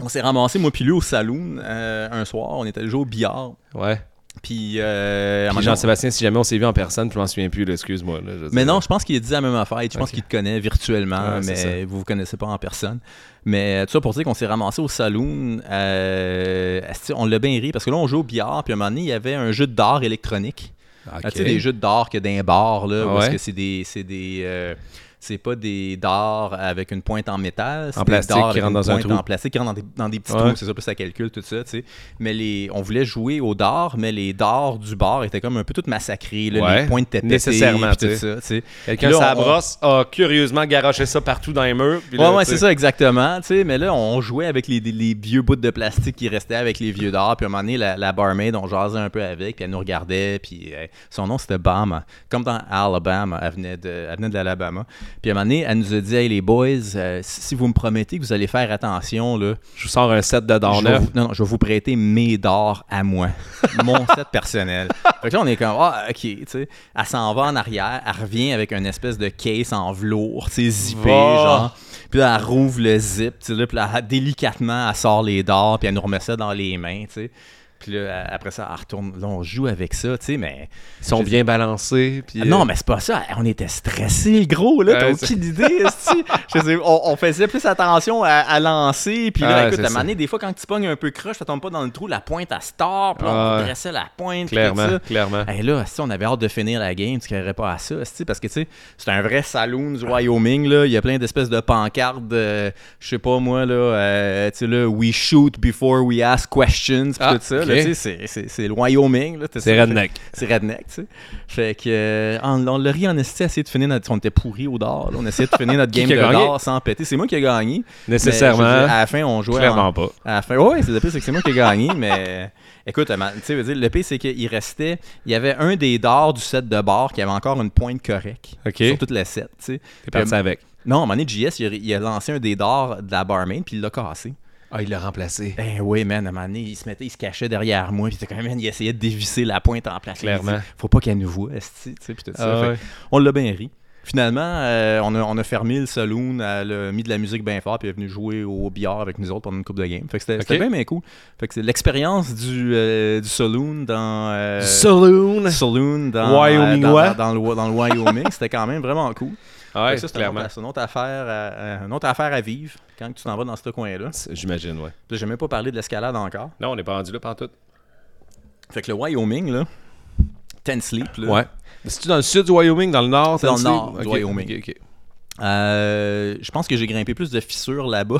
[SPEAKER 1] On s'est ramassé, moi, puis lui, au saloon euh, un soir. On était joué au billard.
[SPEAKER 2] Ouais.
[SPEAKER 1] Puis, euh, à un
[SPEAKER 2] Puis
[SPEAKER 1] moment donné, on-
[SPEAKER 2] Jean-Sébastien, si jamais on s'est vu en personne, je m'en souviens plus, là, excuse-moi. là, je veux
[SPEAKER 1] Mais
[SPEAKER 2] dire.
[SPEAKER 1] non, je pense qu'il a dit la même affaire. Je pense
[SPEAKER 2] Ok.
[SPEAKER 1] qu'il te connaît virtuellement,
[SPEAKER 2] Ouais, c'est
[SPEAKER 1] mais vous vous connaissez pas en personne. Mais euh, tout ça pour dire qu'on s'est ramassé au saloon. euh, asti, on l'a bien ri parce que là, on joue au billard. Puis à un moment donné, il y avait un jeu de d'art électronique.
[SPEAKER 2] Ah, Ok.
[SPEAKER 1] Ah, Tu sais, des jeux de d'art que d'un bar, là,
[SPEAKER 2] Ah
[SPEAKER 1] où est-ce
[SPEAKER 2] ouais?
[SPEAKER 1] que c'est des. C'est des euh, C'est pas des dards avec une pointe en métal. c'est
[SPEAKER 2] En
[SPEAKER 1] des
[SPEAKER 2] plastique
[SPEAKER 1] dards
[SPEAKER 2] qui
[SPEAKER 1] avec
[SPEAKER 2] rentrent
[SPEAKER 1] une
[SPEAKER 2] dans un
[SPEAKER 1] pointe
[SPEAKER 2] trou.
[SPEAKER 1] En plastique qui rentrent dans des, dans des petits
[SPEAKER 2] Ouais.
[SPEAKER 1] trous, c'est ça, puis ça calcule tout ça, tu sais. Mais les, on voulait jouer aux dards, mais les dards du bar étaient comme un peu toutes massacrées, là,
[SPEAKER 2] Ouais.
[SPEAKER 1] les pointes étaient pétées,
[SPEAKER 2] Nécessairement,
[SPEAKER 1] puis
[SPEAKER 2] tu
[SPEAKER 1] tout
[SPEAKER 2] sais.
[SPEAKER 1] ça, tu sais.
[SPEAKER 2] Quelqu'un,
[SPEAKER 1] Là,
[SPEAKER 2] ça
[SPEAKER 1] on-
[SPEAKER 2] brosse, a curieusement garoché ça partout dans les murs. puis
[SPEAKER 1] Ouais,
[SPEAKER 2] là,
[SPEAKER 1] ouais,
[SPEAKER 2] tu
[SPEAKER 1] c'est
[SPEAKER 2] sais.
[SPEAKER 1] ça, exactement. tu sais, mais là, on jouait avec les, les vieux bouts de plastique qui restaient avec les vieux d'or. Puis à un moment donné, la, la barmaid, on jasait un peu avec. Puis elle nous regardait. Puis euh, son nom, c'était Bam. Comme dans Alabama. Elle venait de, elle venait de l'Alabama. Puis à un moment donné, elle nous a dit Hey, les boys, euh, si vous me promettez que vous allez faire attention, là,
[SPEAKER 2] Je vous sors un set de dents
[SPEAKER 1] je vais
[SPEAKER 2] neufs.
[SPEAKER 1] vous- non, non, je vais vous prêter mes dards à moi. Mon set personnel. Fait que là, on est comme, ah, ok, tu sais. Elle s'en va en arrière, elle revient avec une espèce de case en velours, tu sais, zippé,
[SPEAKER 2] Va.
[SPEAKER 1] genre. Puis là, elle rouvre le zip, tu sais, là, puis là, elle- délicatement, elle sort les dards, puis elle nous remet ça dans les mains, tu sais. Puis là, après ça, elle retourne. Là, on joue avec ça, tu sais, mais.
[SPEAKER 2] Ils sont bien balancés. Puis,
[SPEAKER 1] Ah
[SPEAKER 2] euh,
[SPEAKER 1] Non, mais c'est pas ça. On était stressés, le gros, là. T'as
[SPEAKER 2] Ouais,
[SPEAKER 1] aucune idée, esti. Je sais, on, on faisait plus attention à, à lancer. Puis là,
[SPEAKER 2] Ah,
[SPEAKER 1] écoute,
[SPEAKER 2] c'est
[SPEAKER 1] à un moment
[SPEAKER 2] ça.
[SPEAKER 1] donné, des fois, quand tu pognes un peu croche, ça tombe pas dans le trou, la pointe à star, puis là,
[SPEAKER 2] Ah,
[SPEAKER 1] on dressait la pointe. puis tout
[SPEAKER 2] Clairement,
[SPEAKER 1] ça.
[SPEAKER 2] clairement.
[SPEAKER 1] Hey, là, esti, on avait hâte de finir la game, tu créerais pas à ça, esti, parce que tu sais, c'est un vrai saloon du Wyoming, là. Il y a plein d'espèces de pancartes, de, je sais pas moi, là, euh, tu sais, là, we shoot before we ask questions, puis
[SPEAKER 2] Ah,
[SPEAKER 1] tout ça, là,
[SPEAKER 2] ok.
[SPEAKER 1] tu sais, c'est- c'est c'est le Wyoming, là.
[SPEAKER 2] C'est redneck.
[SPEAKER 1] C'est redneck, tu sais. Fait que, euh, on, on l'a ri en esti, essayé de finir notre. On était pourris au dard, là. On essayait de finir notre
[SPEAKER 2] Qui
[SPEAKER 1] game
[SPEAKER 2] qui
[SPEAKER 1] de
[SPEAKER 2] a gagné?
[SPEAKER 1] dard sans péter. C'est moi qui ai gagné.
[SPEAKER 2] Nécessairement.
[SPEAKER 1] Mais, je veux dire, à la fin, on jouait. en-
[SPEAKER 2] Clairement pas.
[SPEAKER 1] à la fin, ouais, ouais, c'est le pire, c'est que c'est moi qui ai gagné, mais écoute, euh, man, tu sais, je veux dire, le pire, c'est qu'il restait, il y avait un des dards du set de bar qui avait encore une pointe correcte
[SPEAKER 2] Ok.
[SPEAKER 1] sur toute la set, tu sais.
[SPEAKER 2] T'es parti
[SPEAKER 1] Puis, euh,
[SPEAKER 2] avec.
[SPEAKER 1] Non, à un moment donné, JS, il a, il a lancé un des dards de la barmaid, puis il l'a cassé.
[SPEAKER 2] Ah, il l'a remplacé.
[SPEAKER 1] Ben oui, man, à un moment donné, il se mettait, il se cachait derrière moi, puis c'était quand même, il essayait de dévisser la pointe en place.
[SPEAKER 2] Clairement. Ah
[SPEAKER 1] Il dit, Faut pas qu'elle nous voie, esti, tu sais, puis tout ça. Fait- on l'a bien ri. Finalement, euh, on, a, on a fermé le saloon, elle a mis de la musique bien fort, puis elle est venue jouer au billard avec nous autres pendant une coupe de game. Fait que c'était
[SPEAKER 2] Ok.
[SPEAKER 1] c'était bien, bien cool. Fait que c'est l'expérience du, euh, du saloon dans. euh,
[SPEAKER 2] Saloon.
[SPEAKER 1] saloon dans,
[SPEAKER 2] Wyomingois.
[SPEAKER 1] euh, dans- dans- dans le, dans le Wyoming, c'était quand même vraiment cool. Fait
[SPEAKER 2] Ah Ouais,
[SPEAKER 1] que ça, c'est un autre-
[SPEAKER 2] clairement.
[SPEAKER 1] c'est une autre, affaire à, à- une autre affaire à vivre quand tu t'en vas dans ce coin-là.
[SPEAKER 2] C'est- J'imagine, ouais.
[SPEAKER 1] Puis J'ai même pas parlé de l'escalade encore.
[SPEAKER 2] Non, on n'est pas rendu là pantoute.
[SPEAKER 1] Fait que le Wyoming, là, Ten Sleep, là,
[SPEAKER 2] Ouais. C'est-tu dans le sud du Wyoming, dans le nord?
[SPEAKER 1] C'est dans le
[SPEAKER 2] Tennessee?
[SPEAKER 1] nord du
[SPEAKER 2] Ok,
[SPEAKER 1] Wyoming.
[SPEAKER 2] ok, ok.
[SPEAKER 1] Euh, je pense que j'ai grimpé plus de fissures là-bas.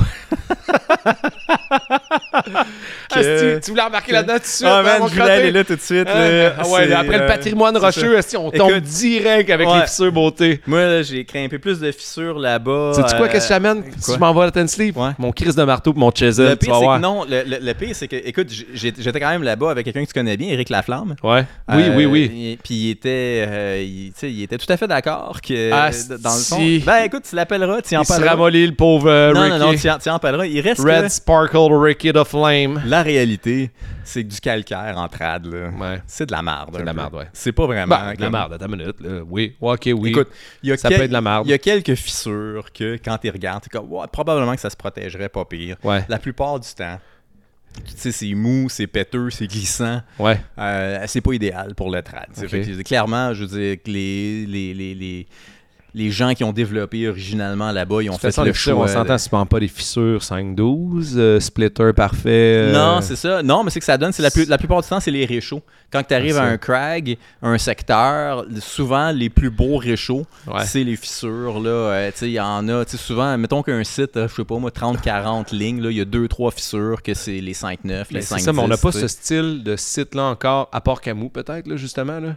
[SPEAKER 1] que-
[SPEAKER 2] Ah, c'est-tu- tu voulais embarquer là-dedans tout de suite?
[SPEAKER 1] Ah,
[SPEAKER 2] hein,
[SPEAKER 1] man,
[SPEAKER 2] mon
[SPEAKER 1] je voulais aller
[SPEAKER 2] crotté?
[SPEAKER 1] là tout de suite.
[SPEAKER 2] Hein?
[SPEAKER 1] là.
[SPEAKER 2] Ah ouais,
[SPEAKER 1] C'est,
[SPEAKER 2] après le
[SPEAKER 1] euh,
[SPEAKER 2] patrimoine
[SPEAKER 1] c'est
[SPEAKER 2] rocheux, est-ce qu'on tombe
[SPEAKER 1] Écoute-
[SPEAKER 2] direct avec
[SPEAKER 1] Ouais.
[SPEAKER 2] les fissures beauté?
[SPEAKER 1] ça. Moi, là, j'ai grimpé plus de fissures là-bas.
[SPEAKER 2] Sais-tu quoi,
[SPEAKER 1] euh,
[SPEAKER 2] qu'est-ce que j'amène?
[SPEAKER 1] quoi?
[SPEAKER 2] Si je m'en vais à Ten Sleep,
[SPEAKER 1] Ouais.
[SPEAKER 2] mon crise de marteau pis mon
[SPEAKER 1] le
[SPEAKER 2] chisel, tu
[SPEAKER 1] pire,
[SPEAKER 2] vas
[SPEAKER 1] c'est
[SPEAKER 2] voir.
[SPEAKER 1] que non, le, le- le pire, c'est que, écoute, j'ai- j'ai- j'étais quand même là-bas avec quelqu'un que tu connais bien, Éric Laflamme.
[SPEAKER 2] Ouais. Oui,
[SPEAKER 1] Euh,
[SPEAKER 2] oui, oui.
[SPEAKER 1] il- Puis il était, euh, il, tu sais, il était tout à fait d'accord que,
[SPEAKER 2] Ah,
[SPEAKER 1] euh, dans le fond,
[SPEAKER 2] si.
[SPEAKER 1] ben écoute, tu l'appelleras, tu en
[SPEAKER 2] Il se
[SPEAKER 1] parleras.
[SPEAKER 2] ramollit, le pauvre euh,
[SPEAKER 1] Non, non, non,
[SPEAKER 2] Ricky.
[SPEAKER 1] tu en, tu en parleras. Il reste que
[SPEAKER 2] Red Sparkle Ricky the Flame.
[SPEAKER 1] la réalité, c'est que du calcaire en trad, là.
[SPEAKER 2] Ouais.
[SPEAKER 1] C'est de la marde.
[SPEAKER 2] C'est de
[SPEAKER 1] un
[SPEAKER 2] la
[SPEAKER 1] peu.
[SPEAKER 2] marde, ouais.
[SPEAKER 1] C'est pas vraiment.
[SPEAKER 2] Bah, de la
[SPEAKER 1] comme-
[SPEAKER 2] merde, attends une minute. là. Oui, Ouais, ok, oui.
[SPEAKER 1] Écoute, il y a
[SPEAKER 2] Ça peut être de la marde.
[SPEAKER 1] Il y a quelques fissures que quand tu regardes, t'es comme, Ouais, probablement que ça se protégerait pas pire.
[SPEAKER 2] Ouais,
[SPEAKER 1] La plupart du temps, tu sais, c'est mou, c'est péteux, c'est glissant.
[SPEAKER 2] ouais.
[SPEAKER 1] Euh, c'est pas idéal pour le trad. tu sais.
[SPEAKER 2] Ok.
[SPEAKER 1] Fait que, clairement, je veux dire que les, les, les, les, les gens qui ont développé originalement là-bas, ils ont
[SPEAKER 2] De toute
[SPEAKER 1] fait
[SPEAKER 2] façon,
[SPEAKER 1] le
[SPEAKER 2] les fissures,
[SPEAKER 1] choix.
[SPEAKER 2] on s'entend souvent pas des fissures 5-12, euh, splitter parfait. euh,
[SPEAKER 1] Non, c'est ça. Non, mais c'est que ça donne, c'est la, plus- la plupart du temps, c'est les réchauds. Quand tu arrives
[SPEAKER 2] Ah,
[SPEAKER 1] à
[SPEAKER 2] ça.
[SPEAKER 1] un crag, un secteur, souvent les plus beaux réchauds,
[SPEAKER 2] Ouais.
[SPEAKER 1] c'est les fissures. là. Euh, tu sais, Il y en a, tu sais, souvent, mettons qu'un site, euh, je sais pas moi, 30-40 lignes, là, il y a 2-3 fissures que c'est les 5-9, les
[SPEAKER 2] Mais
[SPEAKER 1] 5
[SPEAKER 2] C'est ça, mais on n'a pas ce
[SPEAKER 1] ce...
[SPEAKER 2] style de site-là encore, à part Camus peut-être, là, justement. Là.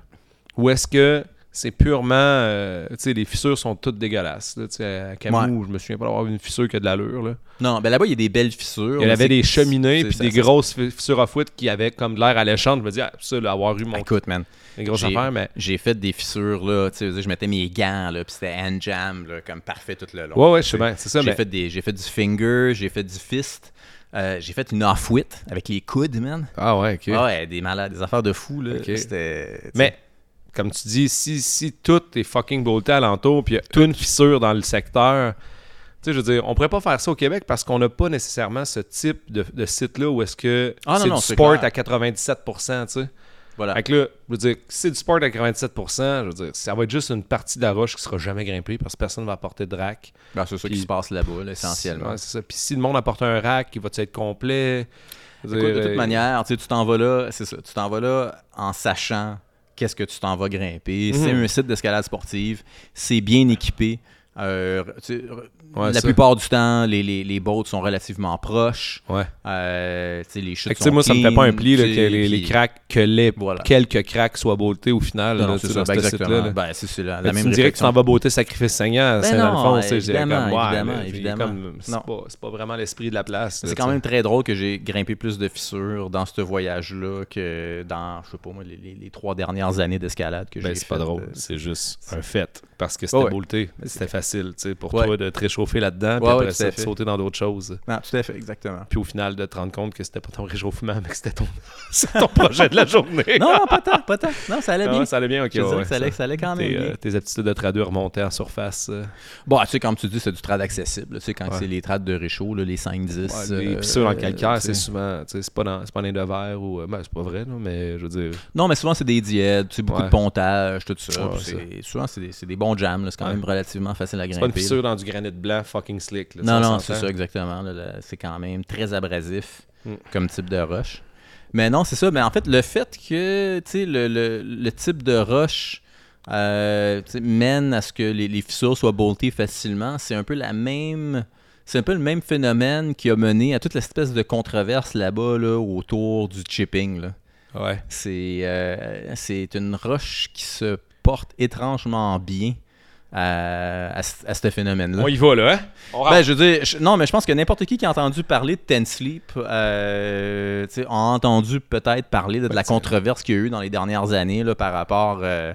[SPEAKER 2] Où est-ce que c'est purement. euh, tu sais, les fissures sont toutes dégueulasses. Là, tu sais, à Camus, je me souviens pas d'avoir une fissure qui a de l'allure. là.
[SPEAKER 1] Non, ben là-bas, il y a des belles fissures.
[SPEAKER 2] Il y en
[SPEAKER 1] mais
[SPEAKER 2] avait
[SPEAKER 1] c'est-
[SPEAKER 2] des cheminées
[SPEAKER 1] c'est-
[SPEAKER 2] puis
[SPEAKER 1] ça-
[SPEAKER 2] des
[SPEAKER 1] ça-
[SPEAKER 2] grosses fi- fissures à foot qui avaient comme de l'air alléchant. Je me dis, ah, ça, là, avoir eu mon,
[SPEAKER 1] Ben, Écoute, man,
[SPEAKER 2] mes grosses
[SPEAKER 1] j'ai-
[SPEAKER 2] affaires, mais.
[SPEAKER 1] j'ai fait des fissures, là, tu sais, je veux dire, je mettais mes gants, là, puis c'était hand jam, là, comme parfait tout le long.
[SPEAKER 2] Ouais, ouais, je sais bien, c'est ça,
[SPEAKER 1] J'ai
[SPEAKER 2] mais.
[SPEAKER 1] fait, des- j'ai fait du finger, j'ai fait du fist, euh, j'ai fait une off-wit avec les coudes, man.
[SPEAKER 2] Ah ouais, ok.
[SPEAKER 1] Ah ouais, des malades, des affaires de fou, là.
[SPEAKER 2] Ok.
[SPEAKER 1] C'était. tu
[SPEAKER 2] Mais, comme tu dis, si, si tout est fucking bolté alentour, puis il y a une fissure dans le secteur, tu sais, je veux dire, on pourrait pas faire ça au Québec parce qu'on n'a pas nécessairement ce type de, de site-là où est-ce que
[SPEAKER 1] Ah non,
[SPEAKER 2] c'est
[SPEAKER 1] non,
[SPEAKER 2] du
[SPEAKER 1] c'est
[SPEAKER 2] sport
[SPEAKER 1] clair.
[SPEAKER 2] à 97%, tu sais.
[SPEAKER 1] sais, Voilà.
[SPEAKER 2] Fait que là, je veux dire, si c'est du sport à 97%, je veux dire, ça va être juste une partie de la roche qui sera jamais grimpée parce que personne ne va apporter de rack.
[SPEAKER 1] Ben, c'est ça qui
[SPEAKER 2] Puis-
[SPEAKER 1] se passe là-bas, là, essentiellement.
[SPEAKER 2] Ouais, c'est ça. Puis si le monde apporte un rack, il va-tu être complet? Je veux
[SPEAKER 1] Écoute, de
[SPEAKER 2] dire,
[SPEAKER 1] toute
[SPEAKER 2] euh,
[SPEAKER 1] manière, tu sais, tu t'en vas là, c'est ça, tu t'en vas là en sachant qu'est-ce que tu t'en vas grimper. C'est
[SPEAKER 2] Mhm.
[SPEAKER 1] un site d'escalade sportive, c'est bien équipé. Euh, tu sais, re-
[SPEAKER 2] Ouais,
[SPEAKER 1] la
[SPEAKER 2] ça.
[SPEAKER 1] plupart du temps, les, les, les boats sont relativement proches.
[SPEAKER 2] Ouais.
[SPEAKER 1] Euh, tu sais, les chutes
[SPEAKER 2] Fait que, Mm, tu sais,
[SPEAKER 1] sont
[SPEAKER 2] moi, ça me fait
[SPEAKER 1] clean,
[SPEAKER 2] pas un pli là,
[SPEAKER 1] tu sais,
[SPEAKER 2] que les, les
[SPEAKER 1] puis-
[SPEAKER 2] cracks, que les,
[SPEAKER 1] Voilà.
[SPEAKER 2] quelques cracks soient beautés au final.
[SPEAKER 1] Non,
[SPEAKER 2] là,
[SPEAKER 1] non,
[SPEAKER 2] tu
[SPEAKER 1] c'est
[SPEAKER 2] sais,
[SPEAKER 1] ça, ben,
[SPEAKER 2] dans ce
[SPEAKER 1] exactement.
[SPEAKER 2] site-là, là.
[SPEAKER 1] Ben, c'est, c'est la, la
[SPEAKER 2] Fait que
[SPEAKER 1] même
[SPEAKER 2] tu me dirais que tu
[SPEAKER 1] réflexion.
[SPEAKER 2] t'en vas beauté sacrifice Seigneur,
[SPEAKER 1] Ben
[SPEAKER 2] c'est
[SPEAKER 1] non,
[SPEAKER 2] dans le fond, tu sais, je dirais
[SPEAKER 1] évidemment,
[SPEAKER 2] comme, ouais,
[SPEAKER 1] évidemment,
[SPEAKER 2] mais je dis
[SPEAKER 1] évidemment.
[SPEAKER 2] comme,
[SPEAKER 1] Non.
[SPEAKER 2] c'est pas, c'est pas vraiment l'esprit de la place. là,
[SPEAKER 1] C'est
[SPEAKER 2] tu
[SPEAKER 1] quand
[SPEAKER 2] sais.
[SPEAKER 1] même très drôle que j'ai grimpé plus de fissures dans ce voyage-là que dans, je sais pas moi, les, les- les trois dernières années d'escalade que
[SPEAKER 2] Ben,
[SPEAKER 1] j'ai
[SPEAKER 2] c'est pas
[SPEAKER 1] faites,
[SPEAKER 2] drôle,
[SPEAKER 1] euh,
[SPEAKER 2] c'est juste
[SPEAKER 1] c'est-
[SPEAKER 2] un fait. Parce que c'était
[SPEAKER 1] Ouais, ouais.
[SPEAKER 2] beauté, c'était facile, tu sais, pour
[SPEAKER 1] Ouais.
[SPEAKER 2] toi de te réchauffer là-dedans, puis
[SPEAKER 1] Ouais, ouais,
[SPEAKER 2] après
[SPEAKER 1] tout à
[SPEAKER 2] ça, de
[SPEAKER 1] fait.
[SPEAKER 2] sauter dans d'autres choses.
[SPEAKER 1] Non, tout à fait, exactement.
[SPEAKER 2] Puis au final, de te rendre compte que c'était pas ton réchauffement, mais que c'était ton, c'est ton projet de la journée.
[SPEAKER 1] Non, non, pas tant, pas tant. Non, ça allait
[SPEAKER 2] Ah,
[SPEAKER 1] bien.
[SPEAKER 2] ça allait bien, ok.
[SPEAKER 1] je
[SPEAKER 2] ouais,
[SPEAKER 1] dirais que
[SPEAKER 2] ça.
[SPEAKER 1] ça allait, ça allait quand même
[SPEAKER 2] Tes,
[SPEAKER 1] bien.
[SPEAKER 2] euh, tes aptitudes de traduire remontaient en surface. euh,
[SPEAKER 1] Bon, tu sais, comme tu dis, c'est du trad accessible. Tu sais, quand
[SPEAKER 2] Ouais.
[SPEAKER 1] c'est les trads de réchaud, là, les 5-10.
[SPEAKER 2] Ouais, les
[SPEAKER 1] euh,
[SPEAKER 2] pissures en
[SPEAKER 1] euh,
[SPEAKER 2] calcaire,
[SPEAKER 1] tu sais.
[SPEAKER 2] c'est souvent, tu sais, c'est pas dans, c'est pas dans les deux verres ou, euh, ben, c'est pas vrai, là, mais je veux dire,
[SPEAKER 1] Non, mais souvent, c'est des diètes, tu sais, beaucoup
[SPEAKER 2] Ouais.
[SPEAKER 1] de pontage, tout ça.
[SPEAKER 2] Ouais,
[SPEAKER 1] puis
[SPEAKER 2] ça.
[SPEAKER 1] c'est- Souvent, c'est des, c'est des bons jams. là, C'est quand
[SPEAKER 2] Ouais.
[SPEAKER 1] même relativement facile à
[SPEAKER 2] c'est pas
[SPEAKER 1] grimper.
[SPEAKER 2] une
[SPEAKER 1] là.
[SPEAKER 2] fissure dans du granit blanc fucking slick. là,
[SPEAKER 1] Non,
[SPEAKER 2] on
[SPEAKER 1] non,
[SPEAKER 2] s'entend.
[SPEAKER 1] c'est ça, exactement. là, là, c'est quand même très abrasif
[SPEAKER 2] Mm.
[SPEAKER 1] comme type de roche. Mais non, c'est ça. Mais en fait, le fait que tu sais, le, le, le type de roche euh, tu sais, mène à ce que les, les fissures soient boltées facilement, c'est un peu la même. C'est un peu le même phénomène qui a mené à toute l'espèce de controverse là-bas là, autour du chipping. là.
[SPEAKER 2] Ouais.
[SPEAKER 1] C'est euh, c'est une roche qui se porte étrangement bien à, à, ce- à ce phénomène-là.
[SPEAKER 2] On y va, là, hein? On
[SPEAKER 1] Ben,
[SPEAKER 2] rentre.
[SPEAKER 1] je veux dire, je- non, mais je pense que n'importe qui qui a entendu parler de Ten Sleep euh, tu sais, a entendu peut-être parler de, de la controverse qu'il y a eu dans les dernières années là, par rapport euh,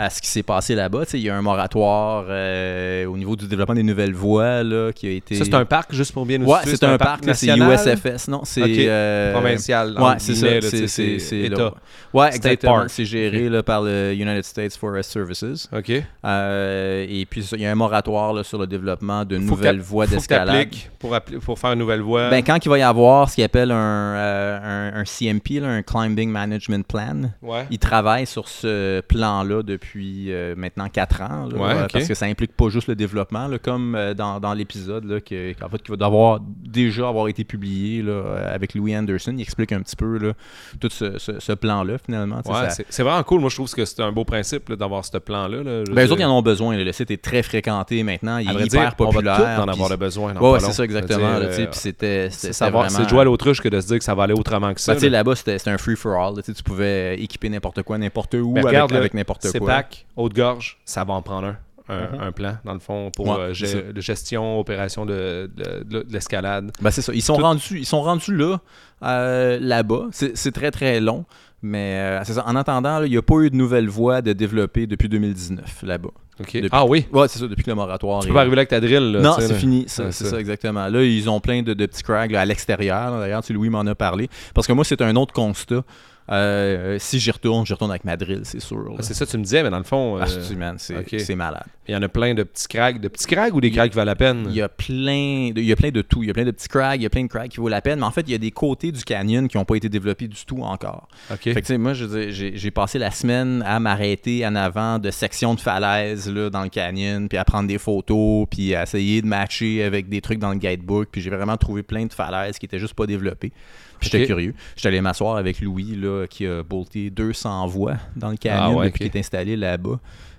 [SPEAKER 1] à ce qui s'est passé là-bas. Tu sais, Il y a un moratoire euh, au niveau du développement des nouvelles voies là, qui a été.
[SPEAKER 2] Ça, c'est un parc, juste pour bien nous
[SPEAKER 1] Ouais,
[SPEAKER 2] situer,
[SPEAKER 1] c'est un, parc, là, c'est
[SPEAKER 2] national,
[SPEAKER 1] USFS. Non, c'est.
[SPEAKER 2] Ok,
[SPEAKER 1] euh,
[SPEAKER 2] Provincial.
[SPEAKER 1] Ouais,
[SPEAKER 2] en
[SPEAKER 1] c'est
[SPEAKER 2] guillemets,
[SPEAKER 1] ça.
[SPEAKER 2] là, tu
[SPEAKER 1] C'est, c'est,
[SPEAKER 2] sais,
[SPEAKER 1] c'est
[SPEAKER 2] État.
[SPEAKER 1] là. Ouais,
[SPEAKER 2] State
[SPEAKER 1] exactement.
[SPEAKER 2] Park.
[SPEAKER 1] C'est géré là, par le United States Forest Services.
[SPEAKER 2] OK.
[SPEAKER 1] Euh, et puis, il y a un moratoire là, sur le développement de
[SPEAKER 2] Faut que
[SPEAKER 1] nouvelles
[SPEAKER 2] t'a-
[SPEAKER 1] voies
[SPEAKER 2] faut que
[SPEAKER 1] d'escalade.
[SPEAKER 2] t'appliques Pour, appli- pour faire une nouvelle voie.
[SPEAKER 1] Ben, quand il va y avoir ce qu'il appelle un, euh, un, un CMP, là, un Climbing Management Plan,
[SPEAKER 2] ouais.
[SPEAKER 1] il travaille sur ce plan-là depuis euh, maintenant 4 ans. là,
[SPEAKER 2] Ouais,
[SPEAKER 1] euh,
[SPEAKER 2] ok.
[SPEAKER 1] Parce que ça implique pas juste le développement, là, comme euh, dans, dans l'épisode là, que- qu'en fait, qui va devoir déjà avoir été publié là, euh, avec Louis Anderson. Il explique un petit peu là, tout ce, ce- ce plan-là, finalement. tu sais,
[SPEAKER 2] Ouais,
[SPEAKER 1] ça-
[SPEAKER 2] c'est- c'est vraiment cool. Moi, je trouve que c'est un beau principe là, d'avoir ce plan-là. Là,
[SPEAKER 1] Ben, les autres, ils en ont besoin. là. Le site est très fréquenté maintenant. Il est hyper populaire.
[SPEAKER 2] On va tous en
[SPEAKER 1] puis-
[SPEAKER 2] avoir le besoin.
[SPEAKER 1] Ouais,
[SPEAKER 2] dans pas
[SPEAKER 1] ouais,
[SPEAKER 2] long.
[SPEAKER 1] c'est ça, exactement.
[SPEAKER 2] Je veux
[SPEAKER 1] là,
[SPEAKER 2] dire,
[SPEAKER 1] tu sais,
[SPEAKER 2] euh,
[SPEAKER 1] Puis c'était c'était-
[SPEAKER 2] c'est
[SPEAKER 1] c'était
[SPEAKER 2] savoir-
[SPEAKER 1] vraiment-
[SPEAKER 2] c'est de jouer à l'autruche que de se dire que ça va aller autrement que ça.
[SPEAKER 1] Ben, tu sais,
[SPEAKER 2] là.
[SPEAKER 1] là-bas, c'était c'était un free-for-all. là. Tu sais, tu pouvais euh, équiper n'importe quoi, n'importe où,
[SPEAKER 2] Ben,
[SPEAKER 1] avec-
[SPEAKER 2] regarde, là,
[SPEAKER 1] avec, n'importe quoi.
[SPEAKER 2] CEPAC, Haute-Gorge, ça va en prendre un. Un,
[SPEAKER 1] Mhm.
[SPEAKER 2] un plan, dans le fond, pour
[SPEAKER 1] Ouais,
[SPEAKER 2] euh,
[SPEAKER 1] c'est
[SPEAKER 2] ge- de gestion, opération de, de- de- de l'escalade.
[SPEAKER 1] Ben, c'est ça. Ils sont,
[SPEAKER 2] Tout-
[SPEAKER 1] rendus, ils sont rendus là, euh, là-bas. C'est c'est très, très long. Mais euh, c'est ça. en attendant, là, il n'y a pas eu de nouvelle voie de développer depuis 2019 là-bas.
[SPEAKER 2] OK.
[SPEAKER 1] Depuis-
[SPEAKER 2] Ah oui,
[SPEAKER 1] Ouais, c'est ça, depuis que le moratoire.
[SPEAKER 2] tu
[SPEAKER 1] est
[SPEAKER 2] peux pas arriver là avec ta drill. là,
[SPEAKER 1] Non,
[SPEAKER 2] tu sais,
[SPEAKER 1] c'est
[SPEAKER 2] là.
[SPEAKER 1] fini. ça,
[SPEAKER 2] Ouais,
[SPEAKER 1] c'est
[SPEAKER 2] ça.
[SPEAKER 1] ça. exactement. Là, ils ont plein de, de petits crags là, à l'extérieur. là. D'ailleurs, tu sais, Louis m'en a parlé. Parce que moi, c'est un autre constat. Euh, si j'y retourne, j'y retourne avec ma drill, c'est sûr. là.
[SPEAKER 2] Ah, c'est ça, tu me disais, mais dans le fond, euh,
[SPEAKER 1] Ah, c'est- man, c'est
[SPEAKER 2] ok.
[SPEAKER 1] c'est malade.
[SPEAKER 2] il y en a plein de petits crags. De petits crags ou des
[SPEAKER 1] Il-
[SPEAKER 2] crags qui valent la peine?
[SPEAKER 1] Il y a plein de, il y a plein de tout. Il y a plein de petits crags, il y a plein de crags qui vaut la peine. Mais en fait, il y a des côtés du canyon qui n'ont pas été développés du tout encore.
[SPEAKER 2] OK.
[SPEAKER 1] Fait que, tu sais, moi, je veux dire, j'ai j'ai passé la semaine à m'arrêter en avant de sections de falaises là, dans le canyon, puis à prendre des photos, puis à essayer de matcher avec des trucs dans le guidebook. Puis j'ai vraiment trouvé plein de falaises qui n'étaient juste pas développées. Puis j'étais
[SPEAKER 2] Ok.
[SPEAKER 1] curieux. J'étais allé m'asseoir avec Louis, là, qui a bolté 200 voies dans le canyon
[SPEAKER 2] Ah ouais,
[SPEAKER 1] depuis
[SPEAKER 2] ok.
[SPEAKER 1] qu'il est installé là-bas.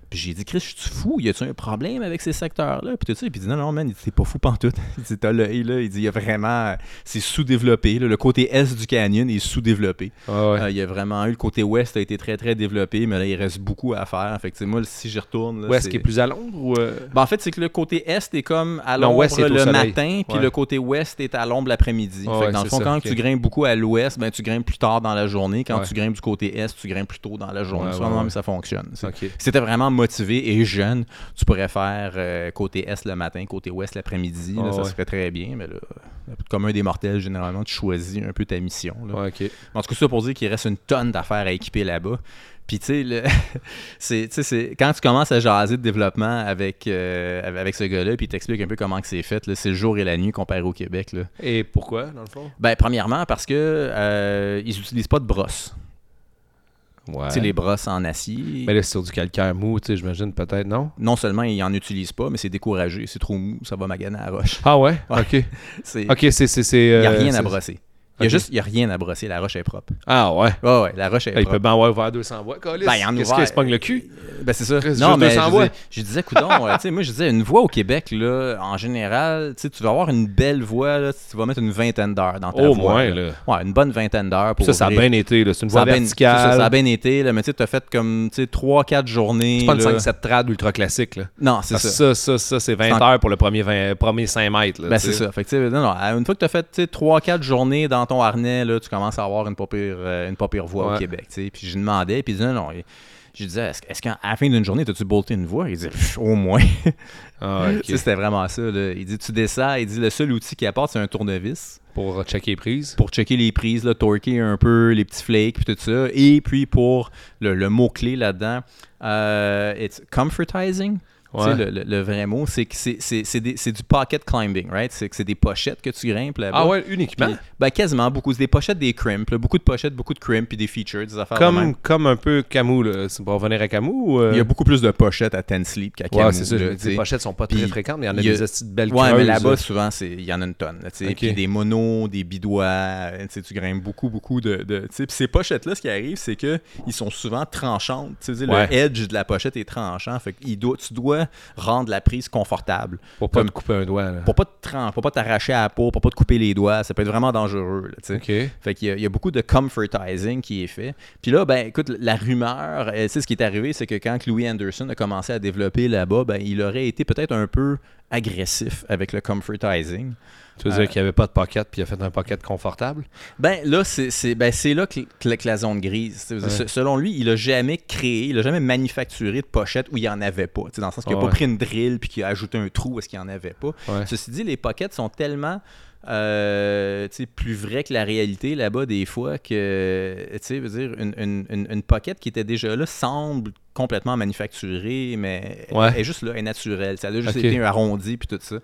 [SPEAKER 1] Puis j'ai dit, Chris, je suis fou, y a-tu un problème avec ces secteurs-là? Puis tout ça, puis il dit, non, non, man, il dit, t'es pas fou pantoute. Il dit, t'as l'œil, là. Il dit, il y a vraiment, euh, c'est sous-développé. là. Le côté est du canyon est sous-développé.
[SPEAKER 2] Ah ouais.
[SPEAKER 1] Euh, il y a vraiment eu le côté ouest a été très très développé, mais là il reste beaucoup à faire. Fait que, tu sais, moi si j'y retourne, là,
[SPEAKER 2] Où est-ce
[SPEAKER 1] c'est-
[SPEAKER 2] qu'il est plus à l'ombre ou. euh,
[SPEAKER 1] Ben, en fait c'est que le côté est est comme à
[SPEAKER 2] Non,
[SPEAKER 1] l'ombre
[SPEAKER 2] ouest est au
[SPEAKER 1] le
[SPEAKER 2] soleil.
[SPEAKER 1] matin, puis
[SPEAKER 2] Ouais.
[SPEAKER 1] le côté ouest est à l'ombre l'après-midi.
[SPEAKER 2] Ah
[SPEAKER 1] Fait que
[SPEAKER 2] ouais,
[SPEAKER 1] dans
[SPEAKER 2] c'est
[SPEAKER 1] le fond
[SPEAKER 2] ça,
[SPEAKER 1] quand
[SPEAKER 2] ok.
[SPEAKER 1] tu grimpes beaucoup à l'ouest, ben tu grimpes plus tard dans la journée. Quand
[SPEAKER 2] Ouais.
[SPEAKER 1] tu grimpes du côté est, tu grimpes plus tôt dans la journée.
[SPEAKER 2] Ouais,
[SPEAKER 1] C'est
[SPEAKER 2] ouais,
[SPEAKER 1] vraiment-
[SPEAKER 2] ouais.
[SPEAKER 1] ça fonctionne. C'est-
[SPEAKER 2] OK.
[SPEAKER 1] Si t'étais vraiment motivé et jeune, tu pourrais faire euh, côté est le matin, côté ouest l'après-midi. là,
[SPEAKER 2] Ah
[SPEAKER 1] ça
[SPEAKER 2] ouais.
[SPEAKER 1] se fait très bien, mais là, comme un des mortels, généralement, tu choisis un peu ta mission. là.
[SPEAKER 2] Ouais, OK.
[SPEAKER 1] En tout cas, ça pour dire qu'il reste une tonne d'affaires à équiper là-bas. Puis, tu sais, le- c'est- tu sais, c'est- quand tu commences à jaser de développement avec, euh, avec- avec ce gars-là, puis il t'explique un peu comment que c'est fait, là, c'est le jour et la nuit comparé au Québec. là.
[SPEAKER 2] Et pourquoi, dans le fond?
[SPEAKER 1] Ben, premièrement, parce que euh, ils n'utilisent pas de brosse.
[SPEAKER 2] Ouais. Ben,
[SPEAKER 1] Tu sais, les brosses en acier.
[SPEAKER 2] Mais là, c'est sur du calcaire mou, tu sais, j'imagine, peut-être, non?
[SPEAKER 1] non seulement ils n'en utilisent pas, mais c'est découragé. C'est trop mou, ça va maganer à la roche.
[SPEAKER 2] Ah ouais?
[SPEAKER 1] Ouais.
[SPEAKER 2] OK.
[SPEAKER 1] C'est- Il
[SPEAKER 2] OK, c'est. c'est- c'est,
[SPEAKER 1] n'y a
[SPEAKER 2] euh,
[SPEAKER 1] rien à
[SPEAKER 2] c'est-
[SPEAKER 1] brosser. Il y a
[SPEAKER 2] Ok.
[SPEAKER 1] juste, il y a rien à brosser. La roche est propre.
[SPEAKER 2] Ah ouais.
[SPEAKER 1] Ouais, ouais, la roche est
[SPEAKER 2] Ben, il
[SPEAKER 1] propre.
[SPEAKER 2] peut bien avoir ouvert 200 voix, câlisse.
[SPEAKER 1] Ben, il en a
[SPEAKER 2] Qu'est-ce
[SPEAKER 1] ouvert.
[SPEAKER 2] qu'il se pogne le cul?
[SPEAKER 1] Ben, c'est ça.
[SPEAKER 2] Reste
[SPEAKER 1] Non,
[SPEAKER 2] juste
[SPEAKER 1] mais
[SPEAKER 2] 200
[SPEAKER 1] je,
[SPEAKER 2] voix.
[SPEAKER 1] disais- je disais, coudon, euh, tu sais, moi, je disais, une voix au Québec, là, en général, tu sais, tu vas avoir une belle voix, là, tu vas mettre une vingtaine d'heures dans ta
[SPEAKER 2] Au
[SPEAKER 1] voix.
[SPEAKER 2] moins,
[SPEAKER 1] là.
[SPEAKER 2] là.
[SPEAKER 1] Ouais, une bonne vingtaine d'heures pour
[SPEAKER 2] Ça, ça a
[SPEAKER 1] ouvrir.
[SPEAKER 2] bien été. là. C'est une
[SPEAKER 1] Ça
[SPEAKER 2] voie
[SPEAKER 1] a bien-
[SPEAKER 2] verticale.
[SPEAKER 1] c'est ça, ça a bien été, là, mais tu sais, t'as fait comme, tu sais, 3-4 journées.
[SPEAKER 2] C'est pas une
[SPEAKER 1] là.
[SPEAKER 2] 5-7 trad ultra classique. Là.
[SPEAKER 1] Non, c'est
[SPEAKER 2] Parce que
[SPEAKER 1] ça.
[SPEAKER 2] ça, ça, ça, Ah, c'est 20
[SPEAKER 1] C'est en-
[SPEAKER 2] heures pour le premier, 20 premier 5 mètres. là,
[SPEAKER 1] Ben,
[SPEAKER 2] tu sais.
[SPEAKER 1] c'est ça. Fait que, tu sais, non, non, à- une fois que tu as fait tu sais, 3-4 journées dans ton harnais, là, tu commences à avoir une pas pire, euh, une pas pire voix
[SPEAKER 2] Ouais.
[SPEAKER 1] au Québec. tu sais. Puis je lui demandais, puis il disait, non, non. il- Je lui disais, est-ce, est-ce qu'à la fin d'une journée, t'as-tu bolté une voix? Il disait, Pff, au moins.
[SPEAKER 2] Ah, ok.
[SPEAKER 1] Tu sais, C'était vraiment ça. là. Il dit, tu descends, il dit, le seul outil qu'il apporte, c'est un tournevis
[SPEAKER 2] Pour checker les prises.
[SPEAKER 1] pour checker les prises, là, torquer un peu les petits flakes, puis tout ça. Et puis pour le, le mot-clé là-dedans, euh, it's comfortizing. Tu sais,
[SPEAKER 2] Ouais.
[SPEAKER 1] le, le- le vrai mot, c'est que c'est- c'est c'est des- c'est du pocket climbing, right? C'est que c'est des pochettes que tu grimpes là-bas.
[SPEAKER 2] Ah ouais,
[SPEAKER 1] Puis-
[SPEAKER 2] uniquement.
[SPEAKER 1] ben, quasiment beaucoup. C'est des pochettes, des crimps. là. Beaucoup de pochettes, beaucoup de crimps, puis des features, des affaires de même.
[SPEAKER 2] Comme, comme un peu Camus. Là. C'est pour revenir à Camus. Ou, euh,
[SPEAKER 1] Il y a beaucoup plus de pochettes à Ten Sleep qu'à
[SPEAKER 2] Ouais,
[SPEAKER 1] Camus,
[SPEAKER 2] c'est ça. je
[SPEAKER 1] là,
[SPEAKER 2] me
[SPEAKER 1] tu
[SPEAKER 2] dis,
[SPEAKER 1] sais.
[SPEAKER 2] les pochettes sont pas
[SPEAKER 1] Puis
[SPEAKER 2] très fréquentes, mais il y en a
[SPEAKER 1] il y a-
[SPEAKER 2] des petites belles
[SPEAKER 1] Ouais, mais
[SPEAKER 2] creuses,
[SPEAKER 1] là-bas,
[SPEAKER 2] là.
[SPEAKER 1] souvent, c'est- il y en a une tonne. là, tu sais.
[SPEAKER 2] Ok.
[SPEAKER 1] Puis des monos, des bidois, euh, tu sais, tu grimpes beaucoup, beaucoup de. de- tu sais. Puis ces pochettes-là, ce qui arrive, c'est que ils sont souvent tranchantes. Tu sais,
[SPEAKER 2] Ouais.
[SPEAKER 1] Le edge de la pochette est tranchant. Fait qu'il doit, tu dois rendre la prise confortable.
[SPEAKER 2] Pour pas
[SPEAKER 1] comme-
[SPEAKER 2] te couper un doigt. Là.
[SPEAKER 1] Pour pas te tran- pour pas t'arracher à la peau, pour pas te couper les doigts. Ça peut être vraiment dangereux. là, tu sais.
[SPEAKER 2] Ok.
[SPEAKER 1] Fait qu'il y a- il y, a beaucoup de comfortizing qui est fait. Puis là, ben écoute, la rumeur, euh, tu sais, ce qui est arrivé, c'est que quand Louis Anderson a commencé à développer là-bas, ben il aurait été peut-être un peu agressif avec le comfortizing.
[SPEAKER 2] Tu veux dire qu'il n'y avait pas de pocket, puis il a fait un pocket confortable?
[SPEAKER 1] Ben là, c'est c'est- ben, c'est là que, que- que la zone grise. tu sais.
[SPEAKER 2] Ouais.
[SPEAKER 1] Se- Selon lui, il a jamais créé, il a jamais manufacturé de pochette où il n'y en avait pas. tu sais, Dans le sens qu'il n'a
[SPEAKER 2] Ah ouais.
[SPEAKER 1] pas pris une drill puis qu'il a ajouté un trou où est-ce qu'il n'y en avait pas.
[SPEAKER 2] Ouais.
[SPEAKER 1] Ceci dit, les pockets sont tellement euh, tu sais, plus vrais que la réalité là-bas des fois que tu sais, je veux dire, une, une, une- une pocket qui était déjà là semble complètement manufacturée, mais elle-
[SPEAKER 2] Ouais.
[SPEAKER 1] elle est juste là, elle est naturelle. Ça a juste
[SPEAKER 2] Ok.
[SPEAKER 1] été un arrondi puis tout ça.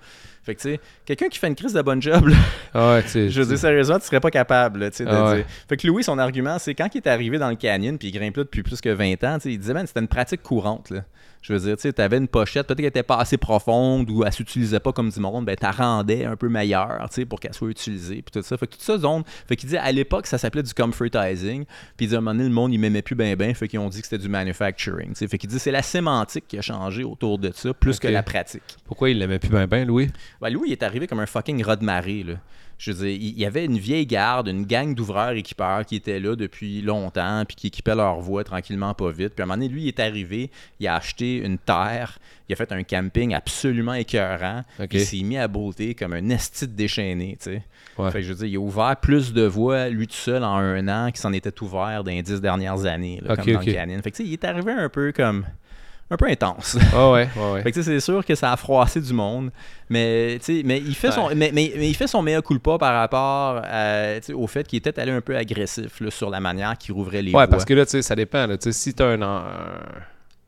[SPEAKER 1] Fait que tu sais, quelqu'un qui fait une crise de bonne job, là,
[SPEAKER 2] Ah ouais, tu sais,
[SPEAKER 1] je veux dire, sérieusement, tu serais pas capable là, tu sais, de
[SPEAKER 2] Ah ouais.
[SPEAKER 1] dire. Fait que Louis, son argument, c'est quand il est arrivé dans le canyon puis il grimpe là depuis plus que 20 ans, tu sais, il disait, man, c'était une pratique courante. là. Je veux dire, tu avais une pochette, peut-être qu'elle était pas assez profonde ou elle s'utilisait pas comme du monde, ben, tu rendais un peu meilleure tu sais, pour qu'elle soit utilisée. Puis tout ça. Fait que toute ça zone. Fait qu'il dit à l'époque, ça s'appelait du comfortizing. Puis il dit à un moment donné, le monde, il m'aimait plus ben ben. Fait qu'ils ont dit que c'était du manufacturing. tu sais. Fait qu'il dit c'est la sémantique qui a changé autour de ça plus
[SPEAKER 2] Ok.
[SPEAKER 1] que la pratique.
[SPEAKER 2] Pourquoi il l'aimait plus bien, ben, Louis?
[SPEAKER 1] Ben, Louis, il est arrivé comme un fucking rat de marée. Là. Je veux dire, il il y avait une vieille garde, une gang d'ouvreurs équipeurs qui étaient là depuis longtemps, puis qui équipaient leur voie tranquillement, pas vite. Puis à un moment donné, lui, il est arrivé, il a acheté une terre, il a fait un camping absolument écœurant,
[SPEAKER 2] Ok.
[SPEAKER 1] puis il s'est mis à bolter comme un esti de déchaîné, tu sais.
[SPEAKER 2] Ouais.
[SPEAKER 1] Fait que je veux dire, il a ouvert plus de voies, lui tout seul, en un an, qu'il s'en était ouvert dans les dix dernières années, là,
[SPEAKER 2] Ok,
[SPEAKER 1] comme dans
[SPEAKER 2] ok.
[SPEAKER 1] le canyon. Fait que tu sais, il est arrivé un peu comme... un peu intense.
[SPEAKER 2] Ah ouais, ouais, ouais.
[SPEAKER 1] Fait que tu sais, c'est sûr que ça a froissé du monde, mais, tu sais, mais il fait son mais, mais- mais il fait son meilleur culpa par rapport à, tu sais, au fait qu'il était allé un peu agressif là, sur la manière qu'il rouvrait les
[SPEAKER 2] Ouais,
[SPEAKER 1] voies.
[SPEAKER 2] parce que là, tu sais, ça dépend. Là, Tu sais, si tu as un, un,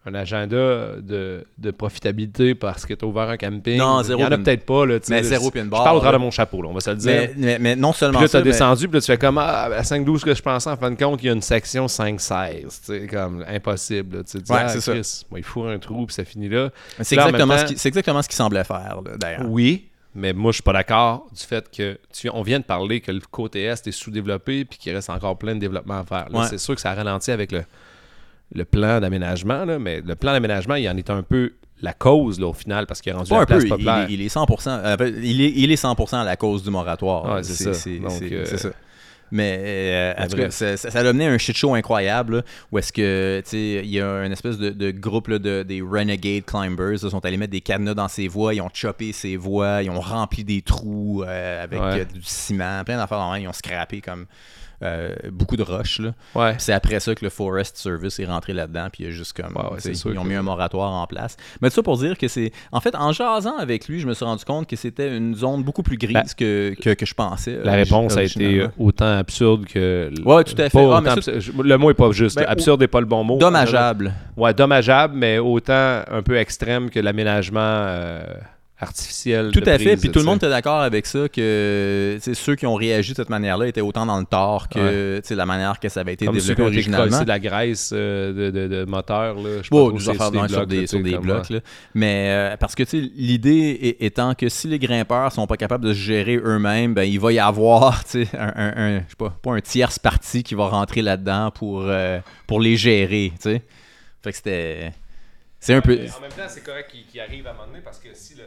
[SPEAKER 2] un agenda de, de profitabilité parce que tu as ouvert un camping,
[SPEAKER 1] Non,
[SPEAKER 2] il
[SPEAKER 1] zéro
[SPEAKER 2] y en a
[SPEAKER 1] pin-
[SPEAKER 2] peut-être pas. Là, tu sais,
[SPEAKER 1] Mais
[SPEAKER 2] là,
[SPEAKER 1] zéro
[SPEAKER 2] je-
[SPEAKER 1] pin
[SPEAKER 2] Je
[SPEAKER 1] bar,
[SPEAKER 2] parle au travers
[SPEAKER 1] là.
[SPEAKER 2] de mon chapeau, là, on va se le dire.
[SPEAKER 1] mais, mais- mais non
[SPEAKER 2] puis
[SPEAKER 1] seulement
[SPEAKER 2] là, tu
[SPEAKER 1] ça,
[SPEAKER 2] as
[SPEAKER 1] mais-
[SPEAKER 2] descendu, puis là, tu fais comme ah, à 5-12 que je pensais, en fin de compte, il y a une section 5-16. Tu sais, comme impossible. là, tu sais, tu dis,
[SPEAKER 1] Ouais,
[SPEAKER 2] ah,
[SPEAKER 1] c'est ça.
[SPEAKER 2] Chris, moi, il fourre un trou, puis ça finit là.
[SPEAKER 1] c'est
[SPEAKER 2] Là, en
[SPEAKER 1] exactement,
[SPEAKER 2] même
[SPEAKER 1] ce
[SPEAKER 2] temps-
[SPEAKER 1] qui- c'est exactement ce qu'il semblait faire, là, d'ailleurs.
[SPEAKER 2] Oui, mais moi, je suis pas d'accord du fait que tu, on vient de parler que le côté Est est sous-développé puis qu'il reste encore plein de développement à faire. Là,
[SPEAKER 1] Ouais.
[SPEAKER 2] C'est sûr que ça ralentit avec le, le plan d'aménagement, là, mais le plan d'aménagement, il en est un peu la cause là, au final parce qu'il a rendu
[SPEAKER 1] Pas
[SPEAKER 2] la
[SPEAKER 1] un
[SPEAKER 2] place
[SPEAKER 1] peu, il,
[SPEAKER 2] populaire.
[SPEAKER 1] il est 100%, euh, il, est, il est 100% à la cause du moratoire.
[SPEAKER 2] Ouais, c'est ça. Donc,
[SPEAKER 1] c'est-
[SPEAKER 2] euh,
[SPEAKER 1] c'est ça. Mais euh, en
[SPEAKER 2] mais
[SPEAKER 1] tout
[SPEAKER 2] bref.
[SPEAKER 1] cas, ça, ça, ça l'a mené à un shit show incroyable là, où est-ce que tu sais, il y a une espèce de, de groupe là, de, des renegade climbers. Ils sont allés mettre des cadenas dans ses voies, ils ont chopé ses voies, ils ont rempli des trous euh, avec
[SPEAKER 2] Ouais.
[SPEAKER 1] euh, du ciment, plein d'affaires. dans le même. Ils ont scrappé comme euh, beaucoup de roches. là.
[SPEAKER 2] Ouais.
[SPEAKER 1] Puis C'est après ça que le Forest Service est rentré là-dedans, puis il y a juste comme.
[SPEAKER 2] Bah Ouais, ouais,
[SPEAKER 1] tu
[SPEAKER 2] c'est
[SPEAKER 1] sais,
[SPEAKER 2] sûr
[SPEAKER 1] ils ont
[SPEAKER 2] que-
[SPEAKER 1] mis un moratoire en place. Mais tout ça pour dire que c'est. En fait, en jasant avec lui, je me suis rendu compte que c'était une zone beaucoup plus grise
[SPEAKER 2] Ben,
[SPEAKER 1] que, que, que euh, je pensais.
[SPEAKER 2] La
[SPEAKER 1] origi-
[SPEAKER 2] réponse a été euh,
[SPEAKER 1] originalement.
[SPEAKER 2] autant absurde que. l-
[SPEAKER 1] Ouais, tout à fait.
[SPEAKER 2] pas
[SPEAKER 1] Ah, mais
[SPEAKER 2] autant
[SPEAKER 1] ça-
[SPEAKER 2] absurde- je- Le mot est pas juste.
[SPEAKER 1] Ben,
[SPEAKER 2] là. absurde n'est pas le bon mot.
[SPEAKER 1] Dommageable.
[SPEAKER 2] Ouais, dommageable, mais autant un peu extrême que l'aménagement euh, artificielle.
[SPEAKER 1] Tout
[SPEAKER 2] de
[SPEAKER 1] à
[SPEAKER 2] prise,
[SPEAKER 1] fait. Puis tout
[SPEAKER 2] tu sais.
[SPEAKER 1] le monde était d'accord avec ça que tu sais, ceux qui ont réagi de cette manière-là étaient autant dans le tort que tu sais, la manière que ça avait été
[SPEAKER 2] Comme ceux qui
[SPEAKER 1] développé
[SPEAKER 2] ont été
[SPEAKER 1] originalement.
[SPEAKER 2] collés de la graisse euh, de, de, de moteur. Là, je
[SPEAKER 1] Bon,
[SPEAKER 2] pense
[SPEAKER 1] nous
[SPEAKER 2] que
[SPEAKER 1] en
[SPEAKER 2] c'est-
[SPEAKER 1] faire
[SPEAKER 2] c'est
[SPEAKER 1] sur
[SPEAKER 2] blocs, là,
[SPEAKER 1] des,
[SPEAKER 2] tu
[SPEAKER 1] sur
[SPEAKER 2] sais,
[SPEAKER 1] des
[SPEAKER 2] comme,
[SPEAKER 1] blocs.
[SPEAKER 2] ouais.
[SPEAKER 1] là. Mais euh, parce que tu sais, l'idée é- étant que si les grimpeurs sont pas capables de se gérer eux-mêmes, ben, il va y avoir tu sais, un, un, un- je sais pas, pas un tierce parti qui va rentrer là-dedans pour, euh, pour les gérer. tu sais. Fait que c'était. C'est un peu.
[SPEAKER 2] Mais En même temps, c'est correct qu'il qu'il arrive à un moment donné parce que si le.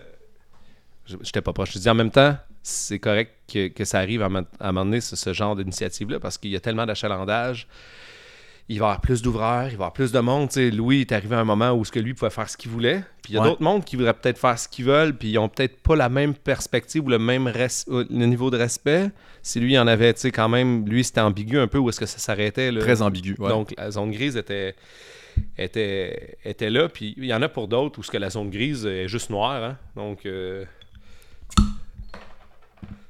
[SPEAKER 2] Je- J'étais pas proche. Je dis en même temps, c'est correct que, que ça arrive à, un moment- à un moment donné, ce, ce genre d'initiative-là, parce qu'il y a tellement d'achalandage. Il va y avoir plus d'ouvreurs, il va y avoir plus de monde. Tu sais, Louis est arrivé à un moment où ce que lui pouvait faire ce qu'il voulait. Puis il y a
[SPEAKER 1] Ouais.
[SPEAKER 2] d'autres mondes qui voudraient peut-être faire ce qu'ils veulent, puis ils ont peut-être pas la même perspective ou le même res- euh, le niveau de respect. Si lui il en avait, tu sais, quand même, lui c'était ambigu un peu où est-ce que ça s'arrêtait. là.
[SPEAKER 1] Très ambigu. ouais.
[SPEAKER 2] Donc, la zone grise était, était, était là. Puis, il y en a pour d'autres où ce que la zone grise est juste noire. hein. Donc, euh,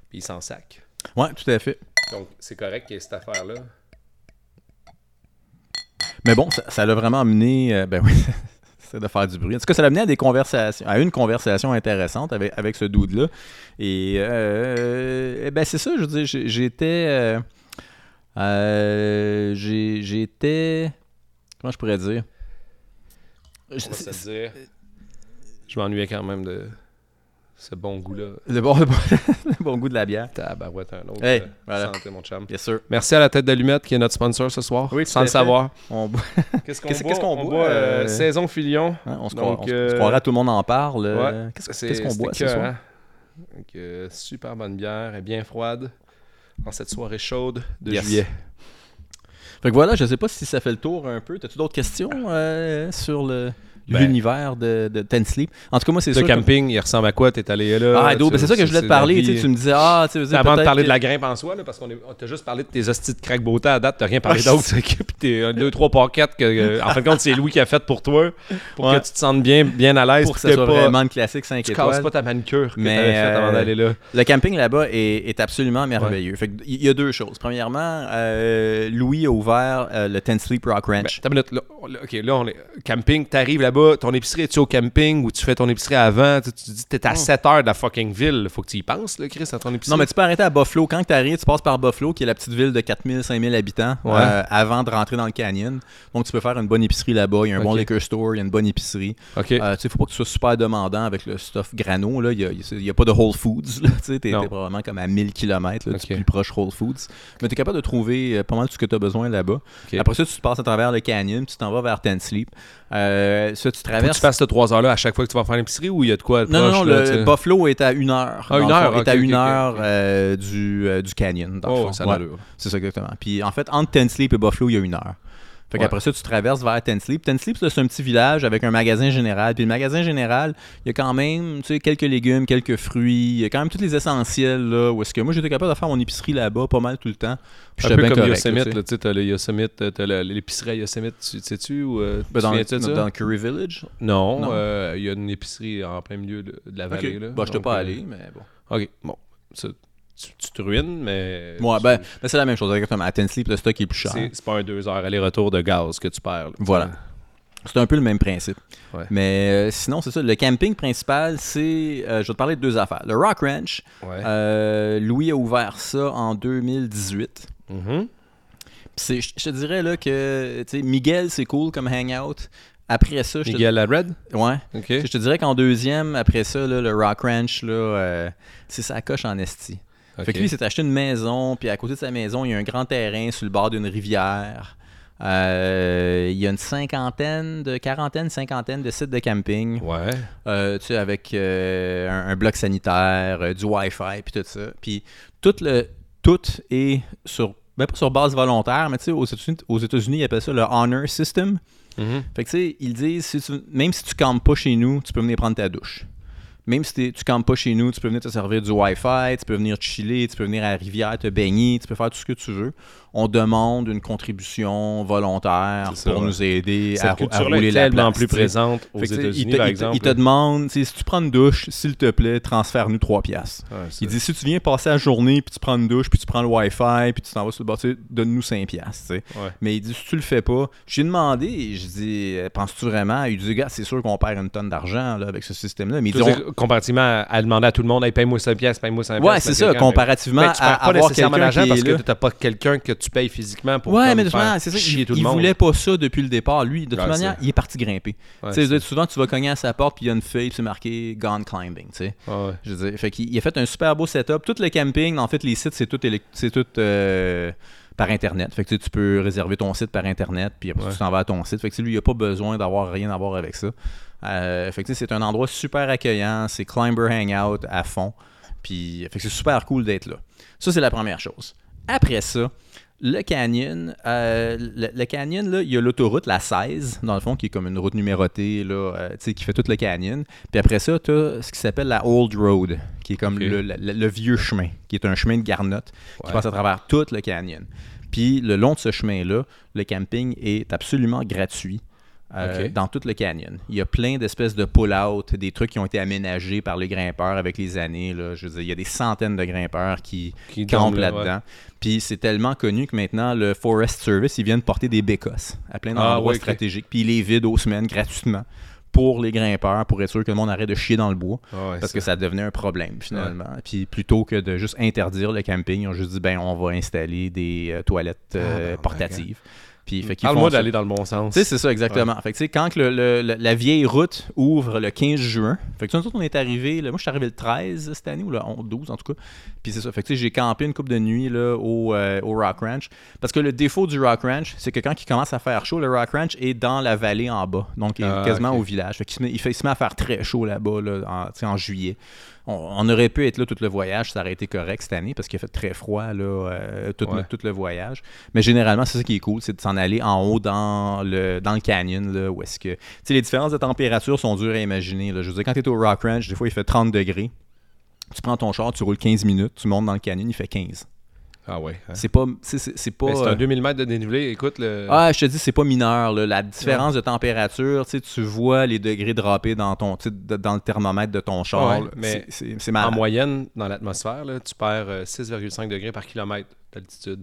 [SPEAKER 2] puis ils s'en sac.
[SPEAKER 1] ouais, tout à fait.
[SPEAKER 2] Donc, c'est correct qu'il y ait cette affaire-là.
[SPEAKER 1] Mais bon, ça- ça l'a vraiment amené. euh, ben oui, c'est de faire du bruit. En tout cas, ça l'a amené à des conversations, à une conversation intéressante avec, avec ce dude-là. Et euh, eh ben c'est ça, je veux dire, j'ai- j'étais. euh, euh, j'ai- j'étais. Comment je pourrais dire
[SPEAKER 2] On va se le dire. Je m'ennuyais quand même de ce bon goût-là.
[SPEAKER 1] Le bon, le bon- le bon goût de la bière.
[SPEAKER 2] Tabarouette, un autre.
[SPEAKER 1] Hey,
[SPEAKER 2] euh,
[SPEAKER 1] voilà.
[SPEAKER 2] Santé, mon chum.
[SPEAKER 1] Bien sûr.
[SPEAKER 2] Merci à la tête d'allumette qui est notre sponsor ce soir.
[SPEAKER 1] Oui, tout
[SPEAKER 2] sans
[SPEAKER 1] à
[SPEAKER 2] le
[SPEAKER 1] fait.
[SPEAKER 2] savoir.
[SPEAKER 1] On, bo-
[SPEAKER 2] Qu'est-ce
[SPEAKER 1] Qu'est-ce- qu'est-ce qu'on
[SPEAKER 2] On
[SPEAKER 1] boit,
[SPEAKER 2] boit euh,
[SPEAKER 1] euh,
[SPEAKER 2] Saison Filion.
[SPEAKER 1] hein, on se
[SPEAKER 2] Donc,
[SPEAKER 1] croira- on se- on
[SPEAKER 2] euh,
[SPEAKER 1] se croira, tout le monde en parle.
[SPEAKER 2] Ouais.
[SPEAKER 1] euh, Qu'est-ce
[SPEAKER 2] C'est-
[SPEAKER 1] qu'est-ce qu'on boit
[SPEAKER 2] c'était
[SPEAKER 1] ce soir?
[SPEAKER 2] écœurant. Donc, euh, super bonne bière, elle est bien froide en cette soirée chaude de
[SPEAKER 1] Yes.
[SPEAKER 2] juillet.
[SPEAKER 1] Fait que voilà, je sais pas si ça fait le tour un peu. T'as-tu d'autres questions euh, sur le
[SPEAKER 2] Ben.
[SPEAKER 1] l'univers de, de Ten Sleep? En tout cas, moi, c'est
[SPEAKER 2] Le
[SPEAKER 1] sûr. que-
[SPEAKER 2] camping, il ressemble à quoi T'es allé là
[SPEAKER 1] Ah, Edo, ben, c'est ça que je voulais te parler. Tu sais, tu me disais, ah, tu sais,
[SPEAKER 2] sais, avant de
[SPEAKER 1] peut-être
[SPEAKER 2] parler
[SPEAKER 1] que-
[SPEAKER 2] de la grimpe en soi, là, parce qu'on est- on t'a juste parlé de tes hosties de crack beauté à date, t'as rien parlé
[SPEAKER 1] Ah,
[SPEAKER 2] d'autre. c'est que- Puis t'es un, deux, trois pockets que, euh, en fin de compte, c'est Louis qui a fait pour toi, pour
[SPEAKER 1] Ouais.
[SPEAKER 2] que tu te sentes bien, bien à l'aise.
[SPEAKER 1] pour que
[SPEAKER 2] puis
[SPEAKER 1] ça
[SPEAKER 2] t'es
[SPEAKER 1] soit
[SPEAKER 2] pas-
[SPEAKER 1] vraiment le classique 5
[SPEAKER 2] Tu
[SPEAKER 1] étoiles.
[SPEAKER 2] casses pas ta manicure que
[SPEAKER 1] Mais,
[SPEAKER 2] t'avais faite avant
[SPEAKER 1] euh,
[SPEAKER 2] d'aller là.
[SPEAKER 1] Le camping là-bas est, est absolument merveilleux. Fait que il y a deux choses. Premièrement, euh, Louis a ouvert euh, le Ten Sleep Rock
[SPEAKER 2] Ben,
[SPEAKER 1] Ranch.
[SPEAKER 2] t'as une minute, là, on- là, ok, là, on est camping, t'arrives là-bas, ton épicerie, es-tu au camping ou tu fais ton épicerie avant? Tu, tu te dis, t'es à 7 heures de la fucking ville, faut que tu y penses, là, Chris, à ton épicerie.
[SPEAKER 1] Hmm. non, mais tu peux arrêter à Buffalo. Quand tu arrives, tu passes par Buffalo, qui est la petite ville de 4000-5000 habitants,
[SPEAKER 2] Ouais.
[SPEAKER 1] euh, avant de rentrer dans le canyon. Donc, tu peux faire une bonne épicerie là-bas. Il y a un bon
[SPEAKER 2] Ok.
[SPEAKER 1] liquor store, il y a une bonne épicerie.
[SPEAKER 2] Ok.
[SPEAKER 1] Euh, tu sais, faut pas que tu sois super demandant avec le stuff grano. là. Il n'y a, pas de Whole Foods. là. Tu sais, T'es
[SPEAKER 2] Non.
[SPEAKER 1] t'es probablement comme à 1000 km
[SPEAKER 2] Ok.
[SPEAKER 1] du plus proche Whole Foods. Mais tu es capable de trouver euh, pas mal tout ce que tu as besoin là-bas.
[SPEAKER 2] Ok.
[SPEAKER 1] Après ça, tu te passes à travers le canyon, tu t'en vas vers Ten Sleep. Euh, ça, tu
[SPEAKER 2] faut que tu
[SPEAKER 1] traverses.
[SPEAKER 2] fasses ces 3 heures-là à chaque fois que tu vas faire l'épicerie ou il y a de quoi de
[SPEAKER 1] Non, non,
[SPEAKER 2] proche,
[SPEAKER 1] non,
[SPEAKER 2] là,
[SPEAKER 1] le
[SPEAKER 2] tu sais?
[SPEAKER 1] Buffalo est à une heure.
[SPEAKER 2] Ah,
[SPEAKER 1] dans
[SPEAKER 2] une
[SPEAKER 1] le fond,
[SPEAKER 2] heure,
[SPEAKER 1] est
[SPEAKER 2] ok,
[SPEAKER 1] à
[SPEAKER 2] ok,
[SPEAKER 1] une
[SPEAKER 2] ok,
[SPEAKER 1] heure
[SPEAKER 2] ok.
[SPEAKER 1] euh, du, euh, du canyon. dans le
[SPEAKER 2] Oh,
[SPEAKER 1] fond.
[SPEAKER 2] ça a
[SPEAKER 1] Ouais.
[SPEAKER 2] l'allure.
[SPEAKER 1] C'est ça, exactement. Puis en fait, entre Ten Sleep et Buffalo, il y a une heure. Fait
[SPEAKER 2] Ouais.
[SPEAKER 1] qu'après ça, tu traverses vers Ten Sleep. Ten Sleep, c'est un petit village avec un magasin général. Puis le magasin général, il y a quand même tu sais, quelques légumes, quelques fruits. Il y a quand même tous les essentiels. Là, où est-ce que moi, j'étais capable de faire mon épicerie là-bas pas mal tout le temps. Puis
[SPEAKER 2] Un
[SPEAKER 1] j'étais
[SPEAKER 2] peu
[SPEAKER 1] bien
[SPEAKER 2] comme
[SPEAKER 1] correct,
[SPEAKER 2] Yosemite,
[SPEAKER 1] tu sais.
[SPEAKER 2] là, tu sais, t'as le Yosemite, euh, t'as le- l'épicerie à Yosemite, tu tu sais-tu ou euh,
[SPEAKER 1] Ben,
[SPEAKER 2] tu
[SPEAKER 1] dans,
[SPEAKER 2] viens-tu de ça?
[SPEAKER 1] dans le Curry Village.
[SPEAKER 2] Non, euh,
[SPEAKER 1] Non.
[SPEAKER 2] il y a une épicerie en plein milieu de, de la
[SPEAKER 1] Ok.
[SPEAKER 2] vallée, là.
[SPEAKER 1] Bah, je t'ai
[SPEAKER 2] Donc,
[SPEAKER 1] pas
[SPEAKER 2] euh,
[SPEAKER 1] allé, mais bon.
[SPEAKER 2] Ok, bon, ça, tu, tu te ruines, mais...
[SPEAKER 1] Ouais,
[SPEAKER 2] tu-
[SPEAKER 1] ben, ben, c'est la même chose. Exactement. À Ten Sleep, le stock est plus cher.
[SPEAKER 2] c'est c'est pas un 2 heures aller-retour de gaz que tu perds. là.
[SPEAKER 1] Voilà. C'est un peu le même principe.
[SPEAKER 2] Ouais.
[SPEAKER 1] Mais euh, sinon, c'est ça. Le camping principal, c'est. euh, je vais te parler de deux affaires. Le Rock Ranch,
[SPEAKER 2] Ouais.
[SPEAKER 1] euh, Louis a ouvert ça en 2018.
[SPEAKER 2] Mhm.
[SPEAKER 1] Puis c'est- Je je te dirais là que tu sais, Miguel, c'est cool comme hangout. Après ça, je te,
[SPEAKER 2] Miguel la Red?
[SPEAKER 1] ouais.
[SPEAKER 2] OK.
[SPEAKER 1] Je te dirais qu'en deuxième, après ça, là, le Rock Ranch, là, euh, c'est sa coche en esti. Fait que lui, il s'est acheté une maison, puis à côté de sa maison, il y a un grand terrain sur le bord d'une rivière. Euh, il y a une cinquantaine, de quarantaine, cinquantaine de sites de camping,
[SPEAKER 2] Ouais.
[SPEAKER 1] euh, tu sais, avec euh, un, un bloc sanitaire, euh, du Wi-Fi, puis tout ça. Puis tout, le, tout est sur, ben pas sur base volontaire, mais tu sais, aux États-Unis, aux États-Unis, ils appellent ça le Honor System.
[SPEAKER 2] Mm-hmm.
[SPEAKER 1] Fait que tu sais, ils disent, si tu- même si tu campes pas chez nous, tu peux venir prendre ta douche. Même si t'es- tu campes pas chez nous, tu peux venir te servir du Wi-Fi, tu peux venir chiller, tu peux venir à la rivière te baigner, tu peux faire tout ce que tu veux. On demande une contribution volontaire
[SPEAKER 2] C'est ça,
[SPEAKER 1] pour
[SPEAKER 2] ouais.
[SPEAKER 1] nous aider à,
[SPEAKER 2] Cette
[SPEAKER 1] rou- à
[SPEAKER 2] culture-là
[SPEAKER 1] rouler
[SPEAKER 2] est
[SPEAKER 1] la
[SPEAKER 2] tellement
[SPEAKER 1] place.
[SPEAKER 2] plus
[SPEAKER 1] tu sais.
[SPEAKER 2] présente aux
[SPEAKER 1] Fait que, tu sais, il
[SPEAKER 2] États-Unis,
[SPEAKER 1] te-
[SPEAKER 2] par
[SPEAKER 1] il-
[SPEAKER 2] exemple.
[SPEAKER 1] Il te demande, tu sais, si tu prends une douche, s'il te plaît, transfère-nous trois piastres.
[SPEAKER 2] Ouais, ça.
[SPEAKER 1] Il dit, si tu viens passer la journée, puis tu prends une douche, puis tu prends le Wi-Fi, puis tu t'en vas sur le bord, tu sais, donne-nous 5 piastres. tu sais.
[SPEAKER 2] Ouais.
[SPEAKER 1] Mais il dit, si tu le fais pas, j'ai demandé, je dis, Euh, penses-tu vraiment? Il dit, gars, c'est sûr qu'on perd une tonne d'argent là, avec ce système-là. Mais il dit,
[SPEAKER 2] Je veux
[SPEAKER 1] on-
[SPEAKER 2] dire, comparativement à, à demander à tout le monde, hey, paye-moi 100 pièces, paye-moi 100
[SPEAKER 1] Ouais, c'est ça, comparativement
[SPEAKER 2] Mais ben, tu perds
[SPEAKER 1] à
[SPEAKER 2] pas
[SPEAKER 1] avoir
[SPEAKER 2] nécessairement
[SPEAKER 1] quelqu'un
[SPEAKER 2] l'argent
[SPEAKER 1] qui
[SPEAKER 2] parce
[SPEAKER 1] est là.
[SPEAKER 2] que t'as pas quelqu'un que tu payes physiquement pour
[SPEAKER 1] Ouais,
[SPEAKER 2] comme
[SPEAKER 1] mais de toute
[SPEAKER 2] faire
[SPEAKER 1] manière, c'est ça,
[SPEAKER 2] chier
[SPEAKER 1] il,
[SPEAKER 2] tout le
[SPEAKER 1] il
[SPEAKER 2] monde.
[SPEAKER 1] voulait pas ça depuis le départ. Lui, de toute
[SPEAKER 2] Ouais,
[SPEAKER 1] manière,
[SPEAKER 2] c'est-
[SPEAKER 1] il est parti grimper.
[SPEAKER 2] Ouais,
[SPEAKER 1] Tu sais, je
[SPEAKER 2] c'est-
[SPEAKER 1] veux dire, souvent, tu vas cogner à sa porte, puis il y a une fille, puis c'est marqué « Gone climbing », tu sais.
[SPEAKER 2] Ouais, ouais.
[SPEAKER 1] Je veux dire, fait qu'il il a fait un super beau setup. Tout le camping, en fait, les sites, c'est tout, élec- c'est tout euh, par Internet. Fait que tu, sais, tu peux réserver ton site par Internet, puis après,
[SPEAKER 2] Ouais.
[SPEAKER 1] tu t'en vas à ton site. Fait que tu sais, lui, il n'a pas besoin d'avoir rien à voir avec ça. Euh, fait que tu sais, c'est un endroit super accueillant. C'est Climber Hangout à fond. Puis, fait que c'est super cool d'être là. Ça, c'est la première chose. Après ça, le canyon, euh, le, le canyon, là, il y a l'autoroute, la 16, dans le fond, qui est comme une route numérotée, là, euh, tu sais, qui fait tout le canyon. Puis après ça, tu as ce qui s'appelle la Old Road, qui est comme
[SPEAKER 2] Ok.
[SPEAKER 1] le, le- le- le vieux chemin, qui est un chemin de garnotte, qui
[SPEAKER 2] Ouais.
[SPEAKER 1] passe à travers tout le canyon. Puis le long de ce chemin-là, le camping est absolument gratuit. euh,
[SPEAKER 2] Ok.
[SPEAKER 1] Dans tout le canyon. Il y a plein d'espèces de pull-out, des trucs qui ont été aménagés par les grimpeurs avec les années. là. Je veux dire, il y a des centaines de grimpeurs qui,
[SPEAKER 2] Qui
[SPEAKER 1] campent
[SPEAKER 2] dorment là,
[SPEAKER 1] là-dedans. Puis c'est tellement connu que maintenant, le Forest Service, ils viennent porter des bécosses à plein
[SPEAKER 2] Ah,
[SPEAKER 1] d'endroits
[SPEAKER 2] ouais, ok.
[SPEAKER 1] stratégiques. Puis ils les vident aux semaines gratuitement pour les grimpeurs, pour être sûr que le monde arrête de chier dans le bois.
[SPEAKER 2] Ouais,
[SPEAKER 1] Parce
[SPEAKER 2] c'est-
[SPEAKER 1] que ça devenait un problème finalement. Puis plutôt que de juste interdire le camping, ils ont juste dit ben on va installer des euh, toilettes euh,
[SPEAKER 2] Ah, ben,
[SPEAKER 1] portatives. Puis fait qu'ils font
[SPEAKER 2] Parle-moi
[SPEAKER 1] ça.
[SPEAKER 2] d'aller dans le bon sens.
[SPEAKER 1] Tu sais, c'est ça, exactement. Fait que, tu sais, quand que le- le- le- la vieille route ouvre le 15 juin, fait que, nous autres, on est arrivé, moi, je suis arrivé le 13 cette année, ou le 11, 12 en tout cas. Puis c'est ça. Fait que, tu sais, j'ai campé une coupe de nuit, là, au, euh, au Rock Ranch. Parce que le défaut du Rock Ranch, c'est que quand il commence à faire chaud, le Rock Ranch est dans la vallée en bas. Donc, il est
[SPEAKER 2] Ah,
[SPEAKER 1] quasiment
[SPEAKER 2] ok.
[SPEAKER 1] au village. Fait qu'il se met, il, fait, il se met à faire très chaud là-bas, là, en, tu sais, en juillet. On, on aurait pu être là tout le voyage, ça aurait été correct cette année parce qu'il a fait très froid là, euh, tout,
[SPEAKER 2] Ouais.
[SPEAKER 1] le- tout le voyage. Mais généralement, c'est ça qui est cool, c'est de s'en aller en haut dans le, dans le canyon là, où est-ce que. Tu sais, les différences de température sont dures à imaginer. là. Je veux dire, quand tu es au Rock Ranch, des fois il fait 30 degrés. Tu prends ton char, tu roules 15 minutes, tu montes dans le canyon, il fait 15.
[SPEAKER 2] Ah ouais. hein.
[SPEAKER 1] C'est pas. C'est c'est- c'est pas.
[SPEAKER 2] Mais C'est un euh,
[SPEAKER 1] euh,
[SPEAKER 2] 2000 mètres de dénivelé. Écoute, le...
[SPEAKER 1] ah, je te dis, c'est pas mineur. là. La différence de température, tu sais, tu vois les degrés dropper dans ton tu sais, de- dans le thermomètre de ton char.
[SPEAKER 2] Ouais,
[SPEAKER 1] là.
[SPEAKER 2] mais
[SPEAKER 1] C'est- c'est c'est
[SPEAKER 2] en
[SPEAKER 1] malade.
[SPEAKER 2] moyenne, dans l'atmosphère, là, tu perds euh, 6,5 degrés par kilomètre d'altitude.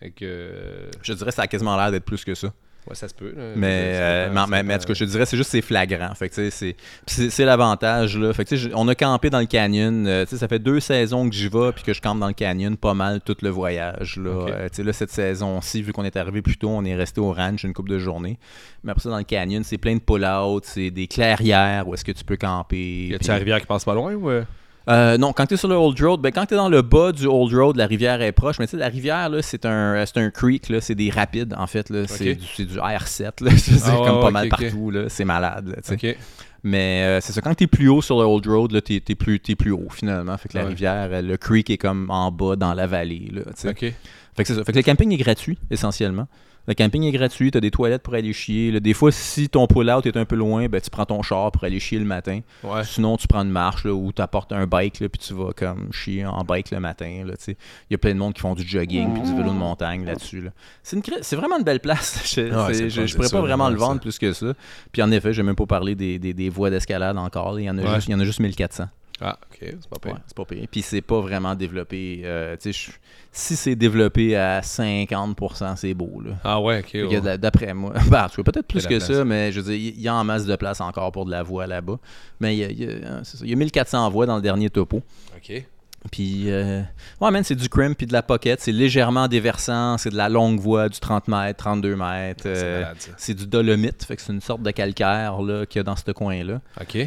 [SPEAKER 2] Fait que, euh,
[SPEAKER 1] Je te dirais, ça a quasiment l'air d'être plus que ça.
[SPEAKER 2] ouais, ça se peut. là.
[SPEAKER 1] Mais,
[SPEAKER 2] Ça
[SPEAKER 1] euh,
[SPEAKER 2] dépend-
[SPEAKER 1] mais,
[SPEAKER 2] ça
[SPEAKER 1] mais- mais en
[SPEAKER 2] dépend.
[SPEAKER 1] tout cas, je te dirais, c'est juste c'est flagrant. Fait que, tu sais, c'est- puis c'est c'est l'avantage. là. Fait que, tu sais, je- on a campé dans le canyon. euh, tu sais, ça fait deux saisons que j'y vais puis que je campe dans le canyon pas mal tout le voyage. Là,
[SPEAKER 2] Ok.
[SPEAKER 1] Euh, tu sais, là cette saison-ci, vu qu'on est arrivé plus tôt, on est resté au ranch une couple de journées. Mais après ça, dans le canyon, c'est plein de pull-outs, c'est des clairières où est-ce que tu peux camper.
[SPEAKER 2] Y a-tu
[SPEAKER 1] puis-
[SPEAKER 2] la rivière qui passe pas loin ou. euh?
[SPEAKER 1] euh, non, quand tu es sur le Old Road, ben, quand tu es dans le bas du Old Road, la rivière est proche. Mais tu sais, la rivière, là, c'est un, euh, c'est un creek, là, c'est des rapides, en fait. là. C'est
[SPEAKER 2] Ok.
[SPEAKER 1] du, c'est du R7, là, je veux
[SPEAKER 2] Ah
[SPEAKER 1] dire,
[SPEAKER 2] ouais,
[SPEAKER 1] comme pas
[SPEAKER 2] ouais,
[SPEAKER 1] mal
[SPEAKER 2] ok, ok.
[SPEAKER 1] partout. là. C'est malade. là, tu sais.
[SPEAKER 2] Ok.
[SPEAKER 1] Mais euh, c'est ça, quand tu es plus haut sur le Old Road, tu es, plus, t'es plus haut finalement. Fait que la
[SPEAKER 2] Ouais.
[SPEAKER 1] rivière, euh, le creek est comme en bas dans la vallée. Là, tu sais.
[SPEAKER 2] Ok.
[SPEAKER 1] Fait que c'est ça. Fait que le camping est gratuit, essentiellement. Le camping est gratuit, t'as des toilettes pour aller chier. là. Des fois, si ton pull-out est un peu loin, ben, tu prends ton char pour aller chier le matin.
[SPEAKER 2] Ouais.
[SPEAKER 1] Sinon, tu prends une marche là, ou tu apportes un bike là, puis tu vas comme chier en bike le matin. là, tu sais. Il y a plein de monde qui font du jogging puis du vélo de montagne là-dessus. là. C'est une cré- c'est vraiment une belle place. Je
[SPEAKER 2] Ah ouais,
[SPEAKER 1] c'est-
[SPEAKER 2] c'est
[SPEAKER 1] je-
[SPEAKER 2] le fun,
[SPEAKER 1] je pourrais
[SPEAKER 2] c'est
[SPEAKER 1] pas
[SPEAKER 2] sûr,
[SPEAKER 1] vraiment
[SPEAKER 2] ouais,
[SPEAKER 1] le vendre
[SPEAKER 2] ça.
[SPEAKER 1] plus que ça. Puis en effet, je même pas parlé des, des- des voies d'escalade encore. là. Il y, en a
[SPEAKER 2] Ouais.
[SPEAKER 1] juste, il y en a juste 1400.
[SPEAKER 2] Ah, ok. C'est pas
[SPEAKER 1] Ouais,
[SPEAKER 2] pire.
[SPEAKER 1] c'est pas pire. Puis c'est pas vraiment développé. euh, tu sais, je- si c'est développé à 50%, c'est beau. Là.
[SPEAKER 2] Ah ouais, ok.
[SPEAKER 1] Il y a
[SPEAKER 2] ouais.
[SPEAKER 1] de la- D'après moi, bah, en tout cas, peut-être plus
[SPEAKER 2] Il y
[SPEAKER 1] que
[SPEAKER 2] a de la
[SPEAKER 1] ça, mais je veux dire, il y a en masse de place encore pour de la voie là-bas. Mais il y a, il y a- hein, c'est ça, il y a 1400 voies dans le dernier topo.
[SPEAKER 2] Ok.
[SPEAKER 1] Puis, euh, ouais, man, c'est du crimp puis de la pocket. C'est légèrement déversant. C'est de la longue voie du 30 mètres, 32 mètres.
[SPEAKER 2] C'est
[SPEAKER 1] euh,
[SPEAKER 2] malade, ça.
[SPEAKER 1] c'est du dolomite, fait que c'est une sorte de calcaire là, qu'il y a dans ce coin-là.
[SPEAKER 2] Ok.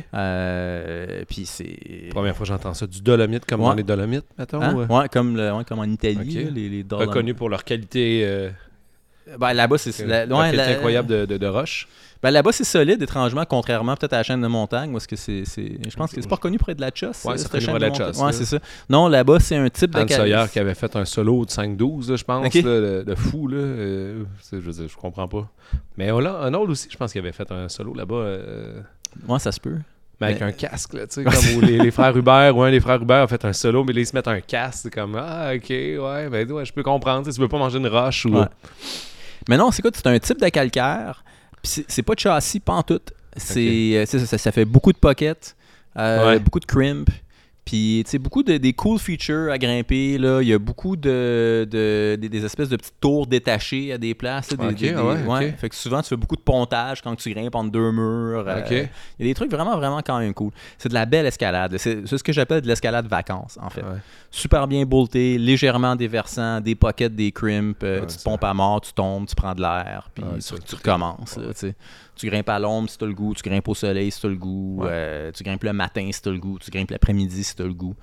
[SPEAKER 1] Euh, puis c'est.
[SPEAKER 2] Première fois que j'entends ça. Du dolomite comme
[SPEAKER 1] Ouais.
[SPEAKER 2] dans les dolomites, mettons.
[SPEAKER 1] Hein?
[SPEAKER 2] ou, euh?
[SPEAKER 1] Ouais, comme, le- ouais, comme en Italie,
[SPEAKER 2] Ok.
[SPEAKER 1] là, les, les dolomites.
[SPEAKER 2] Reconnu pour leur qualité, euh,
[SPEAKER 1] Ben, là-bas, c'est
[SPEAKER 2] que-
[SPEAKER 1] la-
[SPEAKER 2] leur
[SPEAKER 1] ouais,
[SPEAKER 2] qualité
[SPEAKER 1] la-
[SPEAKER 2] incroyable de, de, de roche.
[SPEAKER 1] Ben, là-bas, c'est solide, étrangement, contrairement peut-être à la chaîne de montagne, parce que c'est, c'est- je pense que c'est pas reconnu près de la chasse.
[SPEAKER 2] Ouais,
[SPEAKER 1] euh,
[SPEAKER 2] c'est
[SPEAKER 1] cette
[SPEAKER 2] reconnu
[SPEAKER 1] chaîne
[SPEAKER 2] près de la
[SPEAKER 1] montagne.
[SPEAKER 2] Chasse,
[SPEAKER 1] Ouais,
[SPEAKER 2] là.
[SPEAKER 1] c'est ça. Non, là-bas, c'est un type de
[SPEAKER 2] Anne
[SPEAKER 1] cal-
[SPEAKER 2] Sawyer qui avait fait un solo de 5-12, là, je pense,
[SPEAKER 1] Ok.
[SPEAKER 2] là, de, de fou. Là, euh, c'est- je veux dire, je comprends pas. Mais on a- un autre aussi, je pense qu'il avait fait un solo là-bas, euh,
[SPEAKER 1] Ouais, ça se peut.
[SPEAKER 2] mais avec
[SPEAKER 1] Mais-
[SPEAKER 2] un casque, là, tu sais, comme où les, les frères Hubert ou un des frères Hubert a fait un solo, mais là, ils se mettent un casque, c'est comme Ah, ok, ouais, ben ouais, je peux comprendre, tu sais, tu veux pas manger une roche ou.
[SPEAKER 1] Ouais. Mais non, c'est quoi? C'est un type de calcaire. Puis c'est, c'est pas de châssis, pantoute. C'est, euh, c'est ça, ça, ça fait beaucoup de pockets, euh,
[SPEAKER 2] Ouais.
[SPEAKER 1] beaucoup de crimp. Puis, tu sais, beaucoup de, des cool features à grimper. Là. Il y a beaucoup de, de- des, des espèces de petites tours détachées à des places. là, des-
[SPEAKER 2] Ok,
[SPEAKER 1] des- des-
[SPEAKER 2] ouais,
[SPEAKER 1] ouais.
[SPEAKER 2] ok.
[SPEAKER 1] Fait que souvent, tu fais beaucoup de pontage quand tu grimpes entre deux murs. euh,
[SPEAKER 2] Ok.
[SPEAKER 1] Il y a des trucs vraiment, vraiment quand même cool. C'est de la belle escalade. là. C'est c'est ce que j'appelle de l'escalade vacances, en fait.
[SPEAKER 2] Ouais.
[SPEAKER 1] Super bien bolté, légèrement déversant, des pockets, des crimps. euh, tu
[SPEAKER 2] Ouais,
[SPEAKER 1] te
[SPEAKER 2] ça-
[SPEAKER 1] pompes à mort, tu tombes, tu prends de l'air, puis
[SPEAKER 2] Ouais,
[SPEAKER 1] tu,
[SPEAKER 2] ça-
[SPEAKER 1] tu recommences. là, tu sais. Tu grimpes à l'ombre si tu le goût, tu grimpes au soleil si tu le goût,
[SPEAKER 2] Ouais.
[SPEAKER 1] euh, tu grimpes le matin si tu le goût, tu grimpes l'après-midi si tu le goût.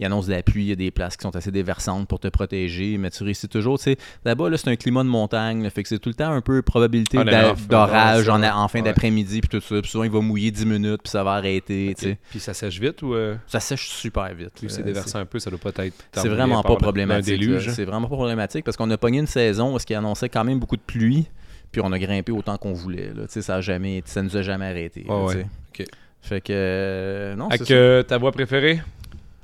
[SPEAKER 1] Il annonce de la pluie, il y a des places qui sont assez déversantes pour te protéger, mais tu réussis toujours. tu sais, Là-bas, là, c'est un climat de montagne, là, fait que c'est tout le temps un peu probabilité
[SPEAKER 2] On est
[SPEAKER 1] d'a-
[SPEAKER 2] off,
[SPEAKER 1] d'orage
[SPEAKER 2] on
[SPEAKER 1] en,
[SPEAKER 2] est
[SPEAKER 1] a- en fin
[SPEAKER 2] Ouais.
[SPEAKER 1] d'après-midi, puis tout ça. Puis souvent, il va mouiller 10 minutes, puis ça va arrêter. tu sais.
[SPEAKER 2] Puis ça sèche vite ou euh,
[SPEAKER 1] Ça sèche super vite.
[SPEAKER 2] vu
[SPEAKER 1] là,
[SPEAKER 2] que c'est déversé un peu, ça doit pas être.
[SPEAKER 1] c'est vraiment pas
[SPEAKER 2] Un
[SPEAKER 1] problématique.
[SPEAKER 2] déluge.
[SPEAKER 1] là.
[SPEAKER 2] hein.
[SPEAKER 1] C'est vraiment pas problématique parce qu'on a pogné une saison où ce qui annonçait quand même beaucoup de pluie, puis on a grimpé autant qu'on voulait. là. Tu sais, Ça, a jamais, ça nous a jamais arrêté. là,
[SPEAKER 2] Ouais, ouais.
[SPEAKER 1] tu sais.
[SPEAKER 2] Ok.
[SPEAKER 1] Fait que. euh, non,
[SPEAKER 2] Fait
[SPEAKER 1] c'est
[SPEAKER 2] que,
[SPEAKER 1] ça.
[SPEAKER 2] euh, ta voix préférée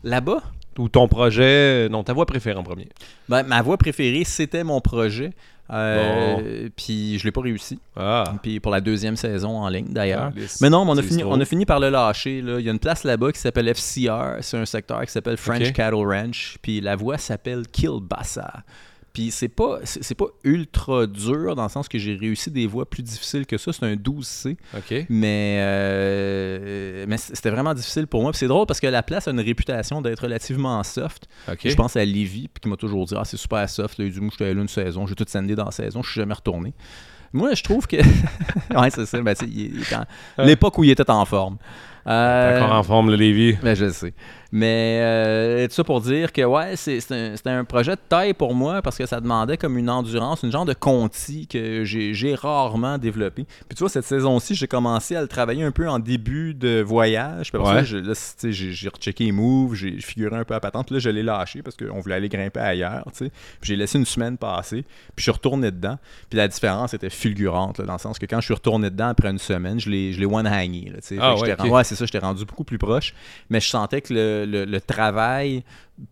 [SPEAKER 1] Là-bas,
[SPEAKER 2] ou ton projet Non, ta voix préférée en premier.
[SPEAKER 1] ben, ma voie préférée, c'était mon projet. Euh, Puis je l'ai pas réussi.
[SPEAKER 2] Ah.
[SPEAKER 1] Puis pour la deuxième saison en ligne d'ailleurs.
[SPEAKER 2] Calice.
[SPEAKER 1] Mais non, mais on a,
[SPEAKER 2] C'est
[SPEAKER 1] fini,
[SPEAKER 2] trop.
[SPEAKER 1] on a fini par le lâcher. là. Il y a une place là-bas qui s'appelle FCR. C'est un secteur qui s'appelle French
[SPEAKER 2] Ok.
[SPEAKER 1] Cattle Ranch. Puis la voie s'appelle Kilbasa. Puis c'est pas, c'est c'est pas ultra dur dans le sens que j'ai réussi des voies plus difficiles que ça. C'est un 12C.
[SPEAKER 2] OK.
[SPEAKER 1] Mais, euh, mais c'était vraiment difficile pour moi. Puis c'est drôle parce que la place a une réputation d'être relativement soft.
[SPEAKER 2] OK.
[SPEAKER 1] Je pense à Lévi, puis qui m'a toujours dit Ah, c'est super soft, là, du mou, j'étais là une saison, j'ai tout sandé dans la saison, je suis jamais retourné. Moi, je trouve que. ouais, c'est ça. ben, tu sais, il- il est en- L'époque où il était en forme. Euh,
[SPEAKER 2] T'es encore en forme, le Lévi.
[SPEAKER 1] ben, je le sais. Mais euh, tout ça pour dire que ouais, c'est- c'est un- c'était un, projet de taille pour moi parce que ça demandait comme une endurance, une genre de conti que j'ai j'ai rarement développé. Puis tu vois, cette saison-ci, j'ai commencé à le travailler un peu en début de voyage. Puis après ça,
[SPEAKER 2] Ouais.
[SPEAKER 1] je- là, c'est- tu sais, j'ai j'ai rechecké les moves, j'ai figuré un peu à patente. Puis là, je l'ai lâché parce qu'on voulait aller grimper ailleurs. tu sais. Puis j'ai laissé une semaine passer. Puis je suis retourné dedans. Puis la différence était fulgurante, là, dans le sens que quand je suis retourné dedans après une semaine, je l'ai je l'ai one-hangé. là, tu sais. Fait
[SPEAKER 2] Ah
[SPEAKER 1] que j'étais
[SPEAKER 2] ouais,
[SPEAKER 1] rendu-
[SPEAKER 2] ok.
[SPEAKER 1] ouais, c'est ça, j'étais rendu beaucoup plus proche. Mais je sentais que le, le- le travail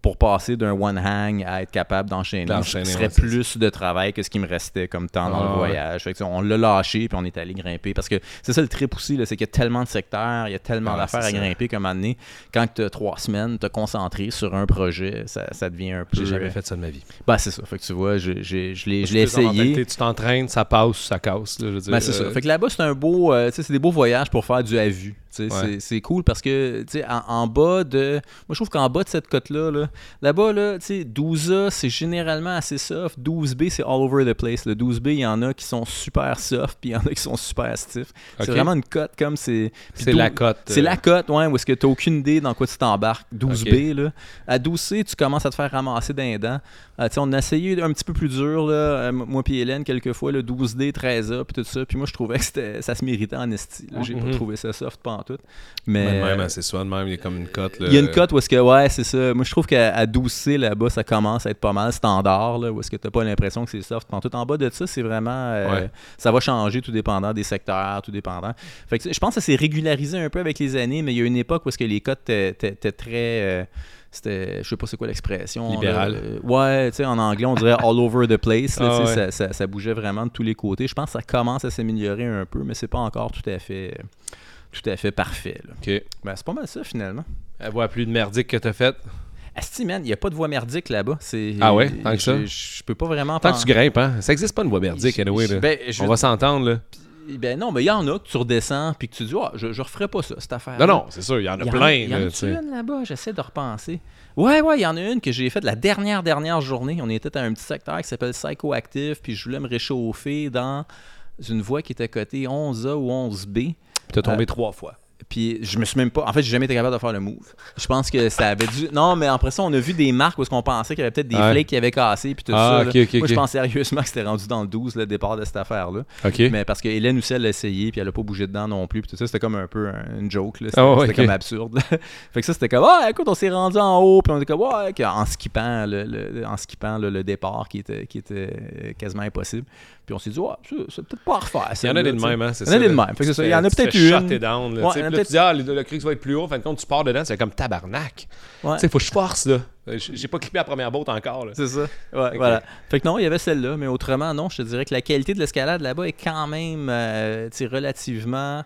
[SPEAKER 1] pour passer d'un one-hang à être capable d'enchaîner
[SPEAKER 2] D'enchaîner,
[SPEAKER 1] serait
[SPEAKER 2] ouais, c'est
[SPEAKER 1] plus de travail que ce qui me restait comme temps dans le
[SPEAKER 2] Ah ouais.
[SPEAKER 1] voyage. Fait que, tu sais, on l'a lâché puis on est allé grimper. Parce que c'est ça le trip aussi, là, c'est qu'il y a tellement de secteurs, il y a tellement
[SPEAKER 2] Ah,
[SPEAKER 1] d'affaires à
[SPEAKER 2] c'est ça.
[SPEAKER 1] grimper comme année. Quand tu as trois semaines, te concentrer sur un projet, ça, ça devient un peu.
[SPEAKER 2] J'ai jamais fait ça de ma vie.
[SPEAKER 1] Bah, c'est ça. Fait que tu vois, j'ai- j'ai- je l'ai je
[SPEAKER 2] Plus
[SPEAKER 1] l'ai
[SPEAKER 2] en mentalité,
[SPEAKER 1] essayé.
[SPEAKER 2] Tu t'entraînes, ça passe, ça casse. là, je veux dire,
[SPEAKER 1] Ben, c'est
[SPEAKER 2] euh,
[SPEAKER 1] ça. Fait que là-bas, c'est un beau, euh, tu sais, c'est des beaux voyages pour faire du à vue. Tu sais,
[SPEAKER 2] Ouais.
[SPEAKER 1] c'est- C'est cool parce que, tu sais, en, en bas de. Moi, je trouve qu'en bas de cette côte-là, là, là-bas, là, tu sais, 12A, c'est généralement assez soft. 12B, c'est all over the place. Le 12B, il y en a qui sont super soft, puis il y en a qui sont super stiff.
[SPEAKER 2] Ok.
[SPEAKER 1] C'est vraiment une cote comme c'est. puis
[SPEAKER 2] C'est
[SPEAKER 1] dou-
[SPEAKER 2] la cote.
[SPEAKER 1] c'est
[SPEAKER 2] euh,
[SPEAKER 1] la cote, ouais, où est-ce que tu aucune idée dans quoi tu t'embarques. 12B, là. À 12C, tu commences à te faire ramasser d'un dent. Euh, on a essayé un petit peu plus dur, là, euh, m- moi puis Hélène, quelques fois, le 12D, 13A, puis tout ça. Puis moi, je trouvais que c'était- ça se méritait en esti. là. J'ai
[SPEAKER 2] Mhm.
[SPEAKER 1] pas trouvé ça soft, pas en tout.
[SPEAKER 2] de
[SPEAKER 1] Mais.
[SPEAKER 2] même,
[SPEAKER 1] euh,
[SPEAKER 2] hein, c'est souvent de même, il y a comme une cote. là.
[SPEAKER 1] il y a une cote où est-ce que, ouais, c'est ça. Moi, je trouve qu'à à 12C, là-bas, ça commence à être pas mal standard, là, où est-ce que t'as pas l'impression que c'est soft. En tout en bas de ça, c'est vraiment. euh,
[SPEAKER 2] Ouais.
[SPEAKER 1] Ça va changer tout dépendant des secteurs, tout dépendant. Fait que, tu sais, je pense que ça s'est régularisé un peu avec les années, mais il y a une époque où est-ce que les cotes étaient- étaient étaient très. euh, c'était, je sais pas c'est quoi l'expression.
[SPEAKER 2] Libéral.
[SPEAKER 1] là. Euh, ouais, tu sais, en anglais, on dirait all over the place. là,
[SPEAKER 2] Ah
[SPEAKER 1] tu sais, ça,
[SPEAKER 2] ouais.
[SPEAKER 1] ça- ça bougeait vraiment de tous les côtés. Je pense que ça commence à s'améliorer un peu, mais c'est pas encore tout à fait, tout à fait parfait. là.
[SPEAKER 2] OK.
[SPEAKER 1] Ben, c'est pas mal ça, finalement.
[SPEAKER 2] La voix plus de merdique que t'as faite.
[SPEAKER 1] Asti, man, il n'y a pas de voie merdique là-bas. C'est-
[SPEAKER 2] Ah ouais? Tant que
[SPEAKER 1] je-
[SPEAKER 2] ça?
[SPEAKER 1] Je je peux pas vraiment
[SPEAKER 2] Tant
[SPEAKER 1] pen-
[SPEAKER 2] que tu grimpes, hein. Ça existe pas une voix merdique, anyway. Là.
[SPEAKER 1] Ben, Ah. je
[SPEAKER 2] On
[SPEAKER 1] veux
[SPEAKER 2] va s'entendre, là.
[SPEAKER 1] dire- ben non, mais il y en a que tu redescends puis que tu dis, Ah, je, je referai pas ça, cette affaire.
[SPEAKER 2] Non, non, c'est sûr, il y en a plein.
[SPEAKER 1] Ben, Il y en
[SPEAKER 2] là,
[SPEAKER 1] a
[SPEAKER 2] tu sais.
[SPEAKER 1] une là-bas, j'essaie de repenser. Ouais, ouais, il y en a une que j'ai faite la dernière, dernière journée. On était à un petit secteur qui s'appelle Psychoactive, puis je voulais me réchauffer dans une voie qui était cotée 11A ou 11B.
[SPEAKER 2] Puis T'as tombé
[SPEAKER 1] Euh,
[SPEAKER 2] trois fois.
[SPEAKER 1] Puis je me suis même pas. En fait, j'ai jamais été capable de faire le move. Je pense que ça avait dû. Non, mais après ça, on a vu des marques où est-ce qu'on pensait qu'il y avait peut-être des
[SPEAKER 2] Ouais.
[SPEAKER 1] flakes qui avaient cassé puis tout
[SPEAKER 2] Ah,
[SPEAKER 1] ça. là.
[SPEAKER 2] ok, ok,
[SPEAKER 1] Moi,
[SPEAKER 2] ok.
[SPEAKER 1] je pense sérieusement que c'était rendu dans le 12 le départ de cette affaire-là.
[SPEAKER 2] OK.
[SPEAKER 1] Mais parce que Hélène aussi, elle l'a essayé puis elle a pas bougé dedans non plus. Puis tout ça, c'était comme un peu un- une joke. là. C'était
[SPEAKER 2] Ah, ouais,
[SPEAKER 1] c'était
[SPEAKER 2] ok.
[SPEAKER 1] comme absurde. là. fait que ça, c'était comme Ah, écoute, on s'est rendu en haut. Puis on était comme Ouais, ok, en skippant, le, le- en skippant là, le départ qui était, qui était euh, quasiment impossible. Puis on s'est dit Ouais, ça, c'est peut-être pas à refaire.
[SPEAKER 2] Il y en
[SPEAKER 1] celle-là,
[SPEAKER 2] a des de
[SPEAKER 1] tu sais.
[SPEAKER 2] même, hein, c'est
[SPEAKER 1] Il y en
[SPEAKER 2] ça.
[SPEAKER 1] a des de
[SPEAKER 2] là.
[SPEAKER 1] même. Fait
[SPEAKER 2] Tu
[SPEAKER 1] que c'est ça,
[SPEAKER 2] te
[SPEAKER 1] il y en a
[SPEAKER 2] fais- tu te
[SPEAKER 1] peut-être
[SPEAKER 2] fais
[SPEAKER 1] une.
[SPEAKER 2] shutter down, là,
[SPEAKER 1] Ouais,
[SPEAKER 2] tu sais,
[SPEAKER 1] il y en a
[SPEAKER 2] puis là, tu dis, ah, le, le cric va être plus haut. En fin de compte, tu pars dedans, c'est comme tabarnak.
[SPEAKER 1] Ouais.
[SPEAKER 2] Tu sais, faut que je force, là. Euh, j- J'ai pas clippé la première botte encore, là.
[SPEAKER 1] C'est ça. Ouais,
[SPEAKER 2] Ok.
[SPEAKER 1] voilà. Fait que non, il y avait celle-là, mais autrement, non, je te dirais que la qualité de l'escalade là-bas est quand même euh, tu sais, relativement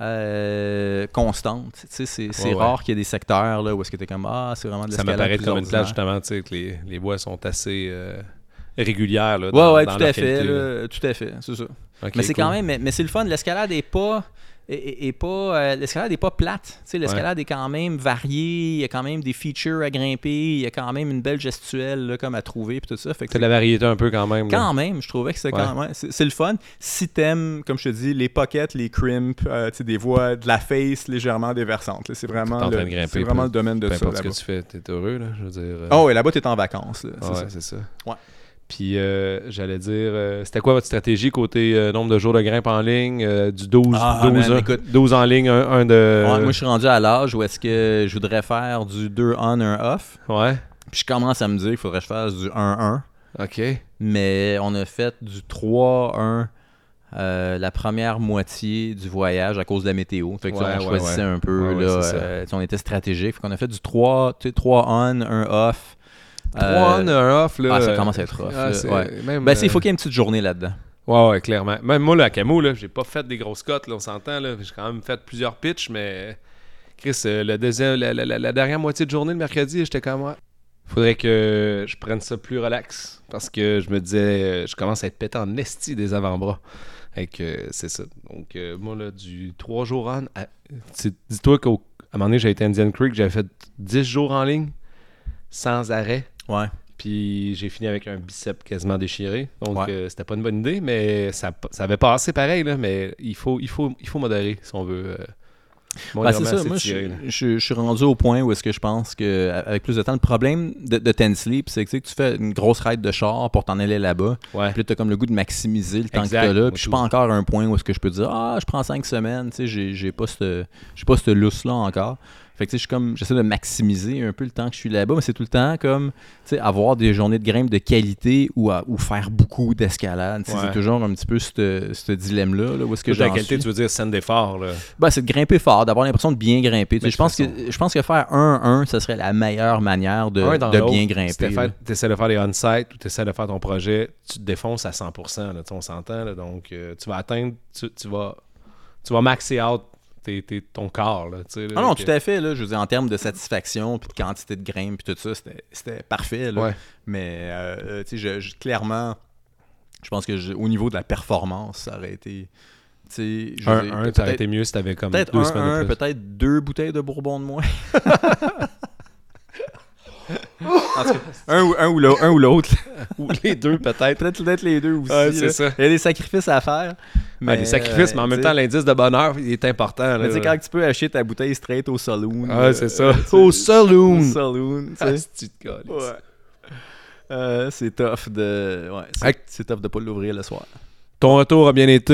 [SPEAKER 1] euh, constante. Tu sais, c'est c'est
[SPEAKER 2] Ouais, ouais.
[SPEAKER 1] rare qu'il y ait des secteurs là, où est-ce que tu es comme Ah, c'est vraiment de
[SPEAKER 2] Ça
[SPEAKER 1] l'escalade
[SPEAKER 2] m'apparaît
[SPEAKER 1] plus
[SPEAKER 2] comme une plage,
[SPEAKER 1] ordinaire.
[SPEAKER 2] justement, tu sais, que les, les voies sont assez euh, régulières. Là,
[SPEAKER 1] Ouais,
[SPEAKER 2] dans-
[SPEAKER 1] ouais,
[SPEAKER 2] dans
[SPEAKER 1] tout
[SPEAKER 2] leur
[SPEAKER 1] à fait.
[SPEAKER 2] qualité, là.
[SPEAKER 1] là, tout à fait, c'est ça.
[SPEAKER 2] Ok,
[SPEAKER 1] mais c'est
[SPEAKER 2] cool.
[SPEAKER 1] quand même, mais, mais c'est le fun. L'escalade est pas, est- est, est pas, euh, l'escalade est pas plate. Tu sais, l'escalade est quand même variée. Il y a quand même des features à grimper. Il y a quand même une belle gestuelle là, comme à trouver puis tout ça. Fait que
[SPEAKER 2] C'est de la variété un peu quand même. là.
[SPEAKER 1] quand même, je trouvais que c'était
[SPEAKER 2] Ouais.
[SPEAKER 1] quand même, c'est, c'est le fun. Si t'aimes, comme je te dis, les pockets, les crimps, euh, tu sais, des voies de la face légèrement déversantes. là, c'est
[SPEAKER 2] T'es
[SPEAKER 1] vraiment,
[SPEAKER 2] en train
[SPEAKER 1] le,
[SPEAKER 2] de grimper,
[SPEAKER 1] c'est vraiment
[SPEAKER 2] peu-
[SPEAKER 1] le domaine de
[SPEAKER 2] Peu
[SPEAKER 1] ça.
[SPEAKER 2] importe ce que
[SPEAKER 1] là-bas.
[SPEAKER 2] tu fais, t'es heureux, là, je veux dire. euh,
[SPEAKER 1] Oh, ouais, là-bas, t'es en vacances. là, c'est
[SPEAKER 2] ouais,
[SPEAKER 1] ça.
[SPEAKER 2] c'est ça.
[SPEAKER 1] Ouais.
[SPEAKER 2] Puis, euh, j'allais dire, euh, c'était quoi votre stratégie côté euh, nombre de jours de grimpe en ligne, euh, du 12,
[SPEAKER 1] Ah,
[SPEAKER 2] 12,
[SPEAKER 1] man,
[SPEAKER 2] un-
[SPEAKER 1] écoute.
[SPEAKER 2] 12 en ligne, un, un de...
[SPEAKER 1] Ouais, moi, je suis rendu à l'âge où est-ce que je voudrais faire du 2 on, 1 off.
[SPEAKER 2] Ouais,
[SPEAKER 1] Puis je commence à me dire qu'il faudrait que je fasse du 1-1.
[SPEAKER 2] OK.
[SPEAKER 1] Mais on a fait du 3-1 euh, la première moitié du voyage à cause de la météo. Fait que, tu sais,
[SPEAKER 2] Ouais,
[SPEAKER 1] on
[SPEAKER 2] ouais,
[SPEAKER 1] choisissait
[SPEAKER 2] ouais.
[SPEAKER 1] un peu.
[SPEAKER 2] Ouais, ouais,
[SPEAKER 1] là,
[SPEAKER 2] c'est ça.
[SPEAKER 1] euh, tu sais, on était stratégique. Fait qu'on a fait du 3, tu sais, 3 on, 1 off.
[SPEAKER 2] 3
[SPEAKER 1] Euh,
[SPEAKER 2] on, un off, là.
[SPEAKER 1] ah, ça commence à être off.
[SPEAKER 2] Ah,
[SPEAKER 1] là,
[SPEAKER 2] c'est-
[SPEAKER 1] ouais.
[SPEAKER 2] même,
[SPEAKER 1] Ben, c'est- il faut
[SPEAKER 2] euh,
[SPEAKER 1] qu'il y ait une petite journée là-dedans.
[SPEAKER 2] Ouais, ouais, clairement. Même moi, là, à Camus, là, j'ai pas fait des grosses cotes, là, on s'entend, là. J'ai quand même fait plusieurs pitchs, mais... Chris, euh, le deuxième, la, la- la- la dernière moitié de journée, le mercredi, j'étais comme... ouais, Faudrait que je prenne ça plus relax, parce que je me disais, euh, je commence à être pété en esti des avant-bras. Fait que, euh, c'est ça. Donc, euh, moi, là, du 3 jours en... à- c'est- Dis-toi qu'à un moment donné, j'ai été à Indian Creek, j'avais fait 10 jours en ligne, sans arrêt.
[SPEAKER 1] Ouais.
[SPEAKER 2] Puis j'ai fini avec un bicep quasiment déchiré. Donc
[SPEAKER 1] Ouais.
[SPEAKER 2] euh, c'était pas une bonne idée, mais ça, ça avait passé pareil. Là, mais il faut, il, faut, il faut modérer si on veut. euh,
[SPEAKER 1] Ben, c'est
[SPEAKER 2] modérément
[SPEAKER 1] ça, moi, je,
[SPEAKER 2] s'étirer, là.
[SPEAKER 1] je- je suis rendu au point où est-ce que je pense que a- avec plus de temps, le problème de, de Tensley, puis c'est que, tu sais, que tu fais une grosse raide de char pour t'en aller là-bas,
[SPEAKER 2] Ouais.
[SPEAKER 1] puis là, t'as comme le goût de maximiser le temps
[SPEAKER 2] Exact.
[SPEAKER 1] que t'as là,
[SPEAKER 2] Moi,
[SPEAKER 1] puis je suis
[SPEAKER 2] tout.
[SPEAKER 1] pas encore à un point où est-ce que je peux dire « Ah, je prends cinq semaines, tu sais, j'ai- j'ai pas ce j'ai pas ce lousse-là encore. » Fait que, tu sais, je suis comme, j'essaie de maximiser un peu le temps que je suis là-bas, mais c'est tout le temps comme, tu sais, avoir des journées de grimpe de qualité ou, à- ou faire beaucoup d'escalade, Tu sais,
[SPEAKER 2] Ouais.
[SPEAKER 1] c'est toujours un petit peu ce ce dilemme-là, là, où est-ce que
[SPEAKER 2] Toute la
[SPEAKER 1] j'en
[SPEAKER 2] qualité,
[SPEAKER 1] suis.
[SPEAKER 2] tu veux dire scène d'effort. Là.
[SPEAKER 1] Ben, c'est de grimper fort, d'avoir l'impression de bien grimper. Tu sais,
[SPEAKER 2] Mais de
[SPEAKER 1] Je pense, que,
[SPEAKER 2] toute
[SPEAKER 1] je pense que faire 1-1, ce serait la meilleure manière de,
[SPEAKER 2] Un dans
[SPEAKER 1] de
[SPEAKER 2] l'autre,
[SPEAKER 1] bien
[SPEAKER 2] si t'es
[SPEAKER 1] grimper.
[SPEAKER 2] fait-
[SPEAKER 1] là.
[SPEAKER 2] t'essaies de faire des on-site ou t'essaies de faire ton projet, tu te défonces à 100%. Là, tu sais, on s'entend. là. donc euh, tu vas atteindre, tu, tu vas, tu vas maxer out tes- tes- ton corps. Là, tu sais, là,
[SPEAKER 1] Ah non,
[SPEAKER 2] que-
[SPEAKER 1] tout à fait. Là, je veux dire, en termes de satisfaction, puis de quantité de grimpe, puis tout ça, c'était- c'était parfait. là.
[SPEAKER 2] Ouais.
[SPEAKER 1] Mais euh, euh, tu sais, je- je- clairement, je pense que je- au niveau de la performance, ça aurait été... tu sais, je veux
[SPEAKER 2] Un,
[SPEAKER 1] dire,
[SPEAKER 2] un,
[SPEAKER 1] peut-
[SPEAKER 2] ça aurait
[SPEAKER 1] peut-être-
[SPEAKER 2] été mieux si t'avais comme
[SPEAKER 1] Peut-être
[SPEAKER 2] deux semaines
[SPEAKER 1] un,
[SPEAKER 2] de
[SPEAKER 1] un,
[SPEAKER 2] plus.
[SPEAKER 1] peut-être deux bouteilles de bourbon de moins. En tout cas, un ou- un ou l'au- un ou l'autre.
[SPEAKER 2] Ou les deux, peut-être.
[SPEAKER 1] Peut-être peut-être les deux aussi.
[SPEAKER 2] Ouais, c'est
[SPEAKER 1] là.
[SPEAKER 2] ça.
[SPEAKER 1] Il y a des sacrifices à faire.
[SPEAKER 2] Mais, les Ah, sacrifices,
[SPEAKER 1] euh,
[SPEAKER 2] mais en même temps, l'indice de bonheur, il est important. là.
[SPEAKER 1] tu sais, quand tu peux acheter ta bouteille straight au saloon.
[SPEAKER 2] Ah, c'est ça.
[SPEAKER 1] au Au
[SPEAKER 2] saloon!
[SPEAKER 1] saloon, tu
[SPEAKER 2] Ah,
[SPEAKER 1] sais. Ouais. Euh, c'est tough de. Ouais, c'est,
[SPEAKER 2] Ac-
[SPEAKER 1] c'est tough de pas l'ouvrir le soir.
[SPEAKER 2] Ton retour a bien été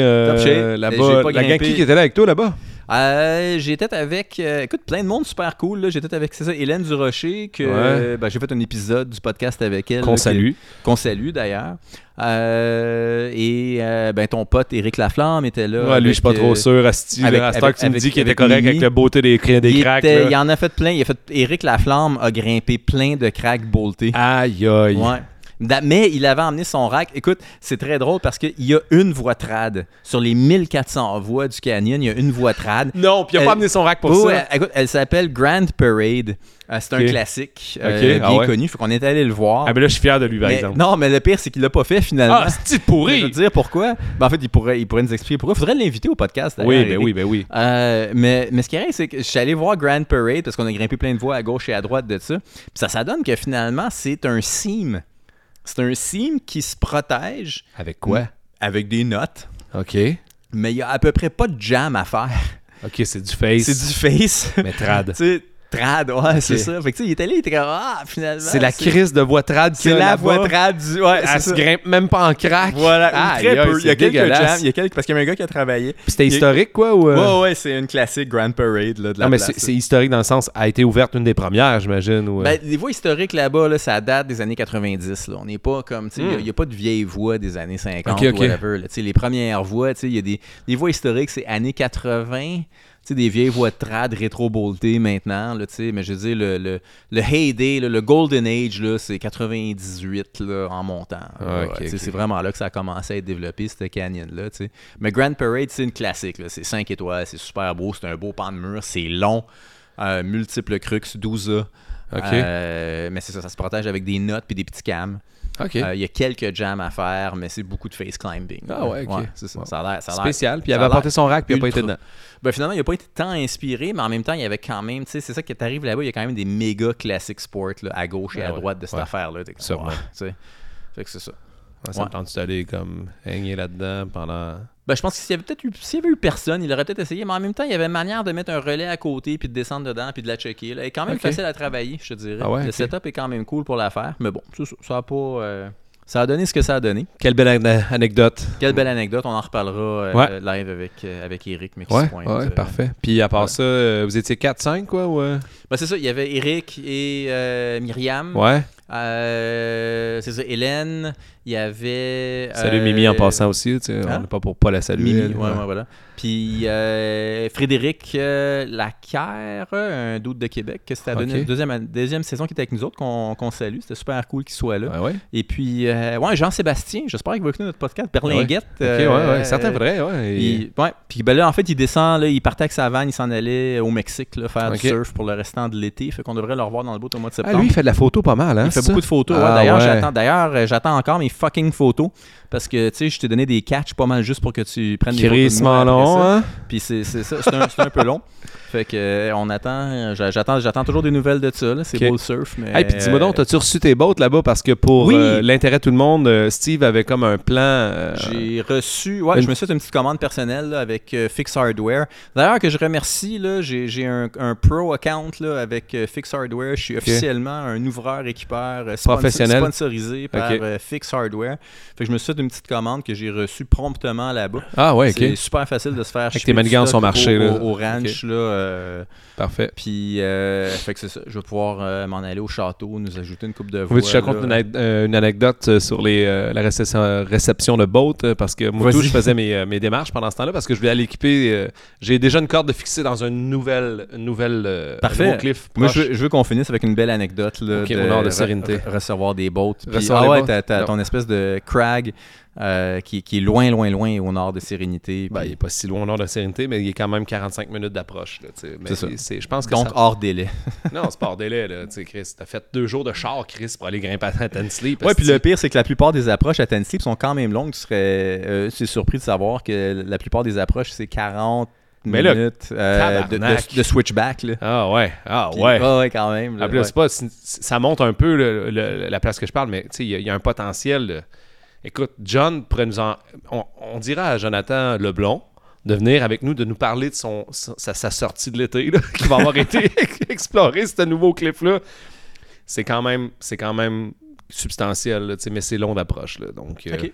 [SPEAKER 2] euh,
[SPEAKER 1] Top shape. Et j'ai
[SPEAKER 2] là-bas.
[SPEAKER 1] pas
[SPEAKER 2] La gang
[SPEAKER 1] grimpé.
[SPEAKER 2] qui était là avec toi là-bas?
[SPEAKER 1] Euh, j'étais avec. euh, écoute, plein de monde super cool. là. J'étais avec, c'est ça, Hélène Durocher, que
[SPEAKER 2] Ouais.
[SPEAKER 1] euh, ben, j'ai fait un épisode du podcast avec elle.
[SPEAKER 2] Qu'on
[SPEAKER 1] là, qui-
[SPEAKER 2] salue.
[SPEAKER 1] Qu'on salue d'ailleurs. Euh, et euh, ben, ton pote Éric Laflamme était là.
[SPEAKER 2] Ouais, lui, je suis pas
[SPEAKER 1] avec,
[SPEAKER 2] trop
[SPEAKER 1] euh,
[SPEAKER 2] sûr. Asti,
[SPEAKER 1] avec-
[SPEAKER 2] avec, que tu me
[SPEAKER 1] avec-
[SPEAKER 2] dis qu'il
[SPEAKER 1] avec
[SPEAKER 2] était correct
[SPEAKER 1] Mimi.
[SPEAKER 2] avec la beauté des, cra- des
[SPEAKER 1] il,
[SPEAKER 2] cracks.
[SPEAKER 1] était-
[SPEAKER 2] là.
[SPEAKER 1] il en a fait plein. Il a fait Éric Laflamme a grimpé plein de cracks boltés.
[SPEAKER 2] Aïe, aïe.
[SPEAKER 1] Ouais. Da- Mais il avait emmené son rack. Écoute, c'est très drôle parce qu'il y a une voie trad. Sur les 1400 voies du canyon, il y a une voie trad.
[SPEAKER 2] Non, puis il a
[SPEAKER 1] Euh,
[SPEAKER 2] pas amené son rack pour
[SPEAKER 1] Oh,
[SPEAKER 2] ça.
[SPEAKER 1] elle- écoute, elle s'appelle Grand Parade. Euh, c'est
[SPEAKER 2] Ok.
[SPEAKER 1] un classique
[SPEAKER 2] Ok,
[SPEAKER 1] euh, bien
[SPEAKER 2] ah ouais.
[SPEAKER 1] connu. Fait qu'on est allé le voir.
[SPEAKER 2] Ah, mais là, je suis fier de lui, par
[SPEAKER 1] Mais-
[SPEAKER 2] exemple.
[SPEAKER 1] non, mais le pire, c'est qu'il l'a pas fait finalement.
[SPEAKER 2] Ah, Asti
[SPEAKER 1] Je veux
[SPEAKER 2] pourri!
[SPEAKER 1] dire pourquoi. Ben, en fait, il pourrait, il pourrait nous expliquer pourquoi. Faudrait l'inviter au podcast. d'ailleurs,
[SPEAKER 2] Oui, ben
[SPEAKER 1] Eric.
[SPEAKER 2] oui, ben oui.
[SPEAKER 1] Euh, mais, mais ce qui arrive, c'est que je suis allé voir Grand Parade parce qu'on a grimpé plein de voies à gauche et à droite de ça. Puis ça, ça donne que finalement, c'est un seam. C'est un seam qui se protège
[SPEAKER 2] Avec
[SPEAKER 1] Mm. avec des notes,
[SPEAKER 2] Ok.
[SPEAKER 1] mais il y a à peu près pas de jam à faire.
[SPEAKER 2] Ok, c'est du face.
[SPEAKER 1] C'est du face.
[SPEAKER 2] Mais
[SPEAKER 1] tu
[SPEAKER 2] trad.
[SPEAKER 1] sais, trad, ouais, c'est ça. Fait que tu sais, il est allé, il était comme Ah, finalement.
[SPEAKER 2] C'est la crise de voix trad. qu'il y
[SPEAKER 1] C'est
[SPEAKER 2] a
[SPEAKER 1] la
[SPEAKER 2] là-bas.
[SPEAKER 1] voie trad du. Ouais, c'est ça.
[SPEAKER 2] Elle se grimpe même pas en crack.
[SPEAKER 1] Voilà, ou
[SPEAKER 2] Aïe,
[SPEAKER 1] très
[SPEAKER 2] aïe,
[SPEAKER 1] peu. Il y a
[SPEAKER 2] c'est
[SPEAKER 1] quelques
[SPEAKER 2] dégueulasse.
[SPEAKER 1] jams, il y a quelques... parce qu'il y a un gars qui a travaillé.
[SPEAKER 2] Puis c'était
[SPEAKER 1] Il-
[SPEAKER 2] historique, quoi? Ou, euh,
[SPEAKER 1] Ouais, ouais, c'est une classique Grand Parade là, de la
[SPEAKER 2] non, mais
[SPEAKER 1] place,
[SPEAKER 2] c'est
[SPEAKER 1] là.
[SPEAKER 2] c'est historique dans le sens, a été ouverte une des premières, j'imagine. ou, euh,
[SPEAKER 1] Ben, les voies historiques là-bas, là, ça date des années 90. Là. On n'est pas comme, tu sais, il
[SPEAKER 2] Hmm.
[SPEAKER 1] n'y a, pas de vieilles voies des années 50
[SPEAKER 2] Ok, ok.
[SPEAKER 1] ou whatever. là. Tu sais, Les premières voies, tu sais, il y a des, des voies historiques, c'est années 80. sais, des vieilles voix de trad rétro boltées maintenant, là, tu sais, mais je veux dire, le, le, le heyday, là, le golden age, là, c'est 98 là, en montant. là,
[SPEAKER 2] Ah, ok,
[SPEAKER 1] tu sais,
[SPEAKER 2] ok.
[SPEAKER 1] C'est vraiment là que ça a commencé à être développé, cette canyon-là. tu sais. Mais Grand Parade, c'est une classique. là, C'est 5 étoiles, c'est super beau, c'est un beau pan de mur, c'est long, euh, multiple crux, 12 A.
[SPEAKER 2] Ok.
[SPEAKER 1] Euh, mais c'est ça, ça se partage avec des notes puis des petits cams.
[SPEAKER 2] OK.
[SPEAKER 1] Euh, Il y a quelques jams à faire, mais c'est beaucoup de face climbing.
[SPEAKER 2] Ah ouais, ok.
[SPEAKER 1] c'est ça.
[SPEAKER 2] Wow.
[SPEAKER 1] Ça a l'air. ça a l'air-
[SPEAKER 2] Spécial. Puis il
[SPEAKER 1] ça
[SPEAKER 2] avait
[SPEAKER 1] a l'air
[SPEAKER 2] apporté son rack, puis il n'a pas été
[SPEAKER 1] ultra.
[SPEAKER 2] dedans.
[SPEAKER 1] Ben, finalement, il n'a pas été tant inspiré, mais en même temps, il y avait quand même, tu sais, c'est ça qui t'arrive là-bas, il y a quand même des méga classic sports là, à gauche et
[SPEAKER 2] Ah
[SPEAKER 1] à
[SPEAKER 2] ouais,
[SPEAKER 1] droite de cette
[SPEAKER 2] ouais.
[SPEAKER 1] affaire-là. T'es comme,
[SPEAKER 2] Sûrement.
[SPEAKER 1] wow, tu sais. Fait que c'est ça.
[SPEAKER 2] Ah, Ça
[SPEAKER 1] Ouais.
[SPEAKER 2] me tente d'aller comme hanger là-dedans pendant.
[SPEAKER 1] Ben, je pense que s'il y avait peut-être eu, s'il y avait eu personne, il aurait peut-être essayé, mais en même temps, il y avait manière de mettre un relais à côté, puis de descendre dedans, puis de la checker. Là. Elle est quand même
[SPEAKER 2] Ok.
[SPEAKER 1] facile à travailler, je te dirais.
[SPEAKER 2] Ah ouais,
[SPEAKER 1] Le
[SPEAKER 2] ok.
[SPEAKER 1] setup est quand même cool pour la faire, mais bon, c'est ça, ça a pas... euh, ça a donné ce que ça a donné.
[SPEAKER 2] Quelle belle an- anecdote.
[SPEAKER 1] Quelle belle anecdote, on en reparlera euh,
[SPEAKER 2] Ouais.
[SPEAKER 1] euh, live avec, euh, avec Eric, mais qui se
[SPEAKER 2] Ouais,
[SPEAKER 1] pointe,
[SPEAKER 2] ouais,
[SPEAKER 1] euh.
[SPEAKER 2] parfait. Puis à part
[SPEAKER 1] ouais.
[SPEAKER 2] ça, euh, vous étiez 4-5, quoi? ou, euh?
[SPEAKER 1] Ben, c'est ça, il y avait Eric et euh, Myriam.
[SPEAKER 2] Ouais.
[SPEAKER 1] Euh, c'est ça, Hélène. Il y avait.
[SPEAKER 2] Salut
[SPEAKER 1] euh,
[SPEAKER 2] Mimi en passant aussi. tu sais,
[SPEAKER 1] hein?
[SPEAKER 2] On n'est pas pour pas la saluer.
[SPEAKER 1] Mimi,
[SPEAKER 2] elle,
[SPEAKER 1] ouais, ouais, voilà. Puis euh, Frédéric euh, Lacaire, un doute de Québec, que c'était la
[SPEAKER 2] Ok.
[SPEAKER 1] deuxième, deuxième saison qui était avec nous autres, qu'on qu'on salue. C'était super cool qu'il soit là.
[SPEAKER 2] Ben Ouais, ouais.
[SPEAKER 1] Et puis, euh, ouais, Jean-Sébastien, j'espère qu'il va écouter notre podcast, Berlinguette.
[SPEAKER 2] Ok, ouais,
[SPEAKER 1] euh,
[SPEAKER 2] ouais. Certains vrais, ouais. Et-
[SPEAKER 1] il- ouais. Puis ben là, en fait, il descend, là, il partait avec sa vanne, il s'en allait au Mexique là, faire
[SPEAKER 2] Ok.
[SPEAKER 1] du surf pour le restant de l'été. Fait qu'on devrait le revoir dans le bout au mois de
[SPEAKER 2] Ah,
[SPEAKER 1] septembre.
[SPEAKER 2] lui, il fait de la photo pas mal, hein?
[SPEAKER 1] Il fait
[SPEAKER 2] c'est
[SPEAKER 1] beaucoup
[SPEAKER 2] ça?
[SPEAKER 1] de photos. ouais.
[SPEAKER 2] Ah,
[SPEAKER 1] D'ailleurs,
[SPEAKER 2] ouais.
[SPEAKER 1] j'attends, d'ailleurs, euh, j'attends encore mes fucking photos parce que tu sais, je t'ai donné des catchs pas mal juste pour que tu prennes des photos. de moi
[SPEAKER 2] Crissement
[SPEAKER 1] après
[SPEAKER 2] long,
[SPEAKER 1] ça.
[SPEAKER 2] hein?
[SPEAKER 1] Puis c'est c'est ça, c'est un, c'est un peu long. Fait que euh, on attend, euh, j'a- j'attends, j'attends toujours des nouvelles de ça. là. C'est
[SPEAKER 2] Ok.
[SPEAKER 1] beau le surf, mais.
[SPEAKER 2] Hey, puis dis-moi donc,
[SPEAKER 1] euh,
[SPEAKER 2] t'as-tu reçu tes bottes là-bas? Parce que pour
[SPEAKER 1] Oui.
[SPEAKER 2] euh, l'intérêt de tout le monde, euh, Steve avait comme un plan. euh,
[SPEAKER 1] J'ai reçu, ouais,
[SPEAKER 2] une-
[SPEAKER 1] je me suis fait une petite commande personnelle là, avec euh, Fix Hardware. D'ailleurs, que je remercie, là, j'ai j'ai un, un pro account là, avec euh, Fix Hardware. Je suis officiellement un ouvreur équipeur euh, sponsor-
[SPEAKER 2] Professionnel.
[SPEAKER 1] sponsorisé par
[SPEAKER 2] Ok.
[SPEAKER 1] euh, Fix Hardware. Fait que je me suis fait une petite commande que j'ai reçue promptement là-bas.
[SPEAKER 2] Ah, ouais,
[SPEAKER 1] C'est
[SPEAKER 2] ok.
[SPEAKER 1] super facile de se faire shipper
[SPEAKER 2] tes
[SPEAKER 1] du
[SPEAKER 2] manigances
[SPEAKER 1] stock
[SPEAKER 2] au marché,
[SPEAKER 1] au,
[SPEAKER 2] là.
[SPEAKER 1] au- au ranch. là, euh,
[SPEAKER 2] Parfait.
[SPEAKER 1] puis, euh, fait que c'est ça. Je vais pouvoir euh, m'en aller au château, nous ajouter une coupe de voix.
[SPEAKER 2] Veux-tu que je te raconte
[SPEAKER 1] là.
[SPEAKER 2] une, ane- euh, une anecdote euh, sur les, euh, la récession- euh, réception de boat? euh, Parce que moi,
[SPEAKER 1] Vas-y.
[SPEAKER 2] tout, je faisais mes, euh, mes démarches pendant ce temps-là parce que je voulais aller équiper. euh, J'ai déjà une corde de fixer dans une nouvelle, une nouvelle euh, un
[SPEAKER 1] Parfait.
[SPEAKER 2] nouveau cliff.
[SPEAKER 1] Moi,
[SPEAKER 2] proche.
[SPEAKER 1] je veux, je veux qu'on finisse avec une belle anecdote là,
[SPEAKER 2] Ok, mon art de
[SPEAKER 1] re-
[SPEAKER 2] sérénité.
[SPEAKER 1] re- recevoir des bottes. Puis,
[SPEAKER 2] Recevoir
[SPEAKER 1] ah
[SPEAKER 2] les
[SPEAKER 1] ouais,
[SPEAKER 2] bottes.
[SPEAKER 1] t'as- t'as
[SPEAKER 2] Non.
[SPEAKER 1] ton espèce de crag euh, qui, qui est loin, loin, loin au nord de sérénité.
[SPEAKER 2] Ben, il
[SPEAKER 1] puis-
[SPEAKER 2] n'est pas si loin au nord de la sérénité, mais il est quand même 45 minutes d'approche. là, tu sais. Mais
[SPEAKER 1] C'est ça.
[SPEAKER 2] il- c'est- Je pense que
[SPEAKER 1] donc ah.
[SPEAKER 2] ça-
[SPEAKER 1] hors délai.
[SPEAKER 2] Non, c'est pas hors délai, là, tu sais, Chris. T'as fait deux jours de char, Chris, pour aller grimper à Tansley.
[SPEAKER 1] Ouais, puis le pire, c'est que la plupart des approches à Tennessee sont quand même longues. Tu serais euh, tu es surpris de savoir que la plupart des approches, c'est 40
[SPEAKER 2] Mais là,
[SPEAKER 1] minutes euh, de,
[SPEAKER 2] tabarnak.
[SPEAKER 1] de- de switchback. Là.
[SPEAKER 2] Ah ouais, ah
[SPEAKER 1] Puis-
[SPEAKER 2] ouais.
[SPEAKER 1] Ah ouais, quand même. là,
[SPEAKER 2] Ah, puis là,
[SPEAKER 1] ouais.
[SPEAKER 2] c'est pas, c'est- ça monte un peu le- le- la place que je parle, mais tu sais, il y, a- il y a un potentiel. de- Écoute, John, pourrait nous en- on, on dira à Jonathan Leblon de venir avec nous, de nous parler de son, sa, sa sortie de l'été, là, qui va avoir été explorer ce nouveau cliff-là. C'est quand même, c'est quand même substantiel, là, tu sais, mais c'est long d'approche. là, Donc, euh,
[SPEAKER 1] Ok.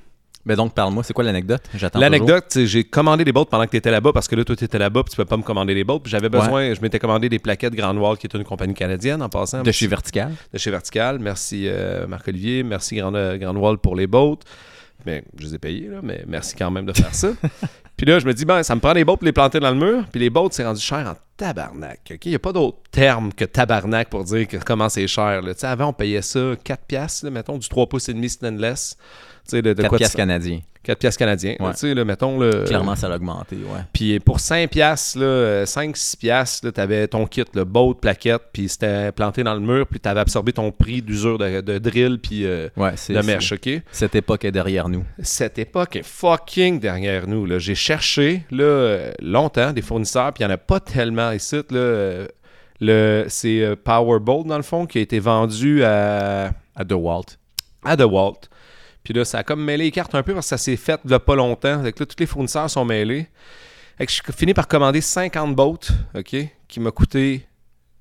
[SPEAKER 1] Ben donc, parle-moi, c'est quoi l'anecdote? J'attends
[SPEAKER 2] L'anecdote, c'est j'ai commandé des bottes pendant que tu étais là-bas parce que là, toi, tu étais là-bas puis tu peux pas me commander des bottes. Puis J'avais besoin, je m'étais commandé des plaquettes Grand Noir, qui est une compagnie canadienne en passant.
[SPEAKER 1] toujours. de chez Vertical.
[SPEAKER 2] de chez Vertical. Merci euh, Marc-Olivier, merci Grand, euh, Grand Wall pour les bottes. Mais je les ai payés, là, mais merci quand même de faire ça. puis là, je me dis, ben, ça me prend des bottes pour les planter dans le mur. Puis les bottes, c'est rendu cher en tabarnak. ok? Il n'y a pas d'autre terme que tabarnak pour dire que- comment c'est cher. là. Tu sais, Avant, on payait ça 4 piastres, là, mettons, du 3 pouces et demi stainless. Tu sais, de, de
[SPEAKER 1] 4
[SPEAKER 2] quoi tu- Euh,
[SPEAKER 1] piastres canadiens.
[SPEAKER 2] 4 piastres canadiens. là,
[SPEAKER 1] Ouais.
[SPEAKER 2] tu sais, là, mettons, le,
[SPEAKER 1] Clairement, ça a augmenté, ouais.
[SPEAKER 2] puis pour 5 piastres, là, euh, 5 6 piastres, là, t'avais ton kit, le boat, plaquette, puis c'était planté dans le mur, puis t'avais absorbé ton prix d'usure de, de drill puis euh,
[SPEAKER 1] Ouais, c'est
[SPEAKER 2] de
[SPEAKER 1] c'est-
[SPEAKER 2] mèche, OK?
[SPEAKER 1] Cette époque est derrière nous.
[SPEAKER 2] Cette époque est fucking derrière nous, là. J'ai cherché, là, euh, longtemps des fournisseurs, puis il n'y en a pas tellement ici, là. Euh, le- C'est euh, Powerbolt, dans le fond, qui a été vendu à
[SPEAKER 1] À DeWalt.
[SPEAKER 2] à DeWalt. Puis là, ça a comme mêlé les cartes un peu parce que ça s'est fait là pas longtemps. Fait que là, tous les fournisseurs sont mêlés. Fait que je finis par commander 50 bottes, OK, qui m'a coûté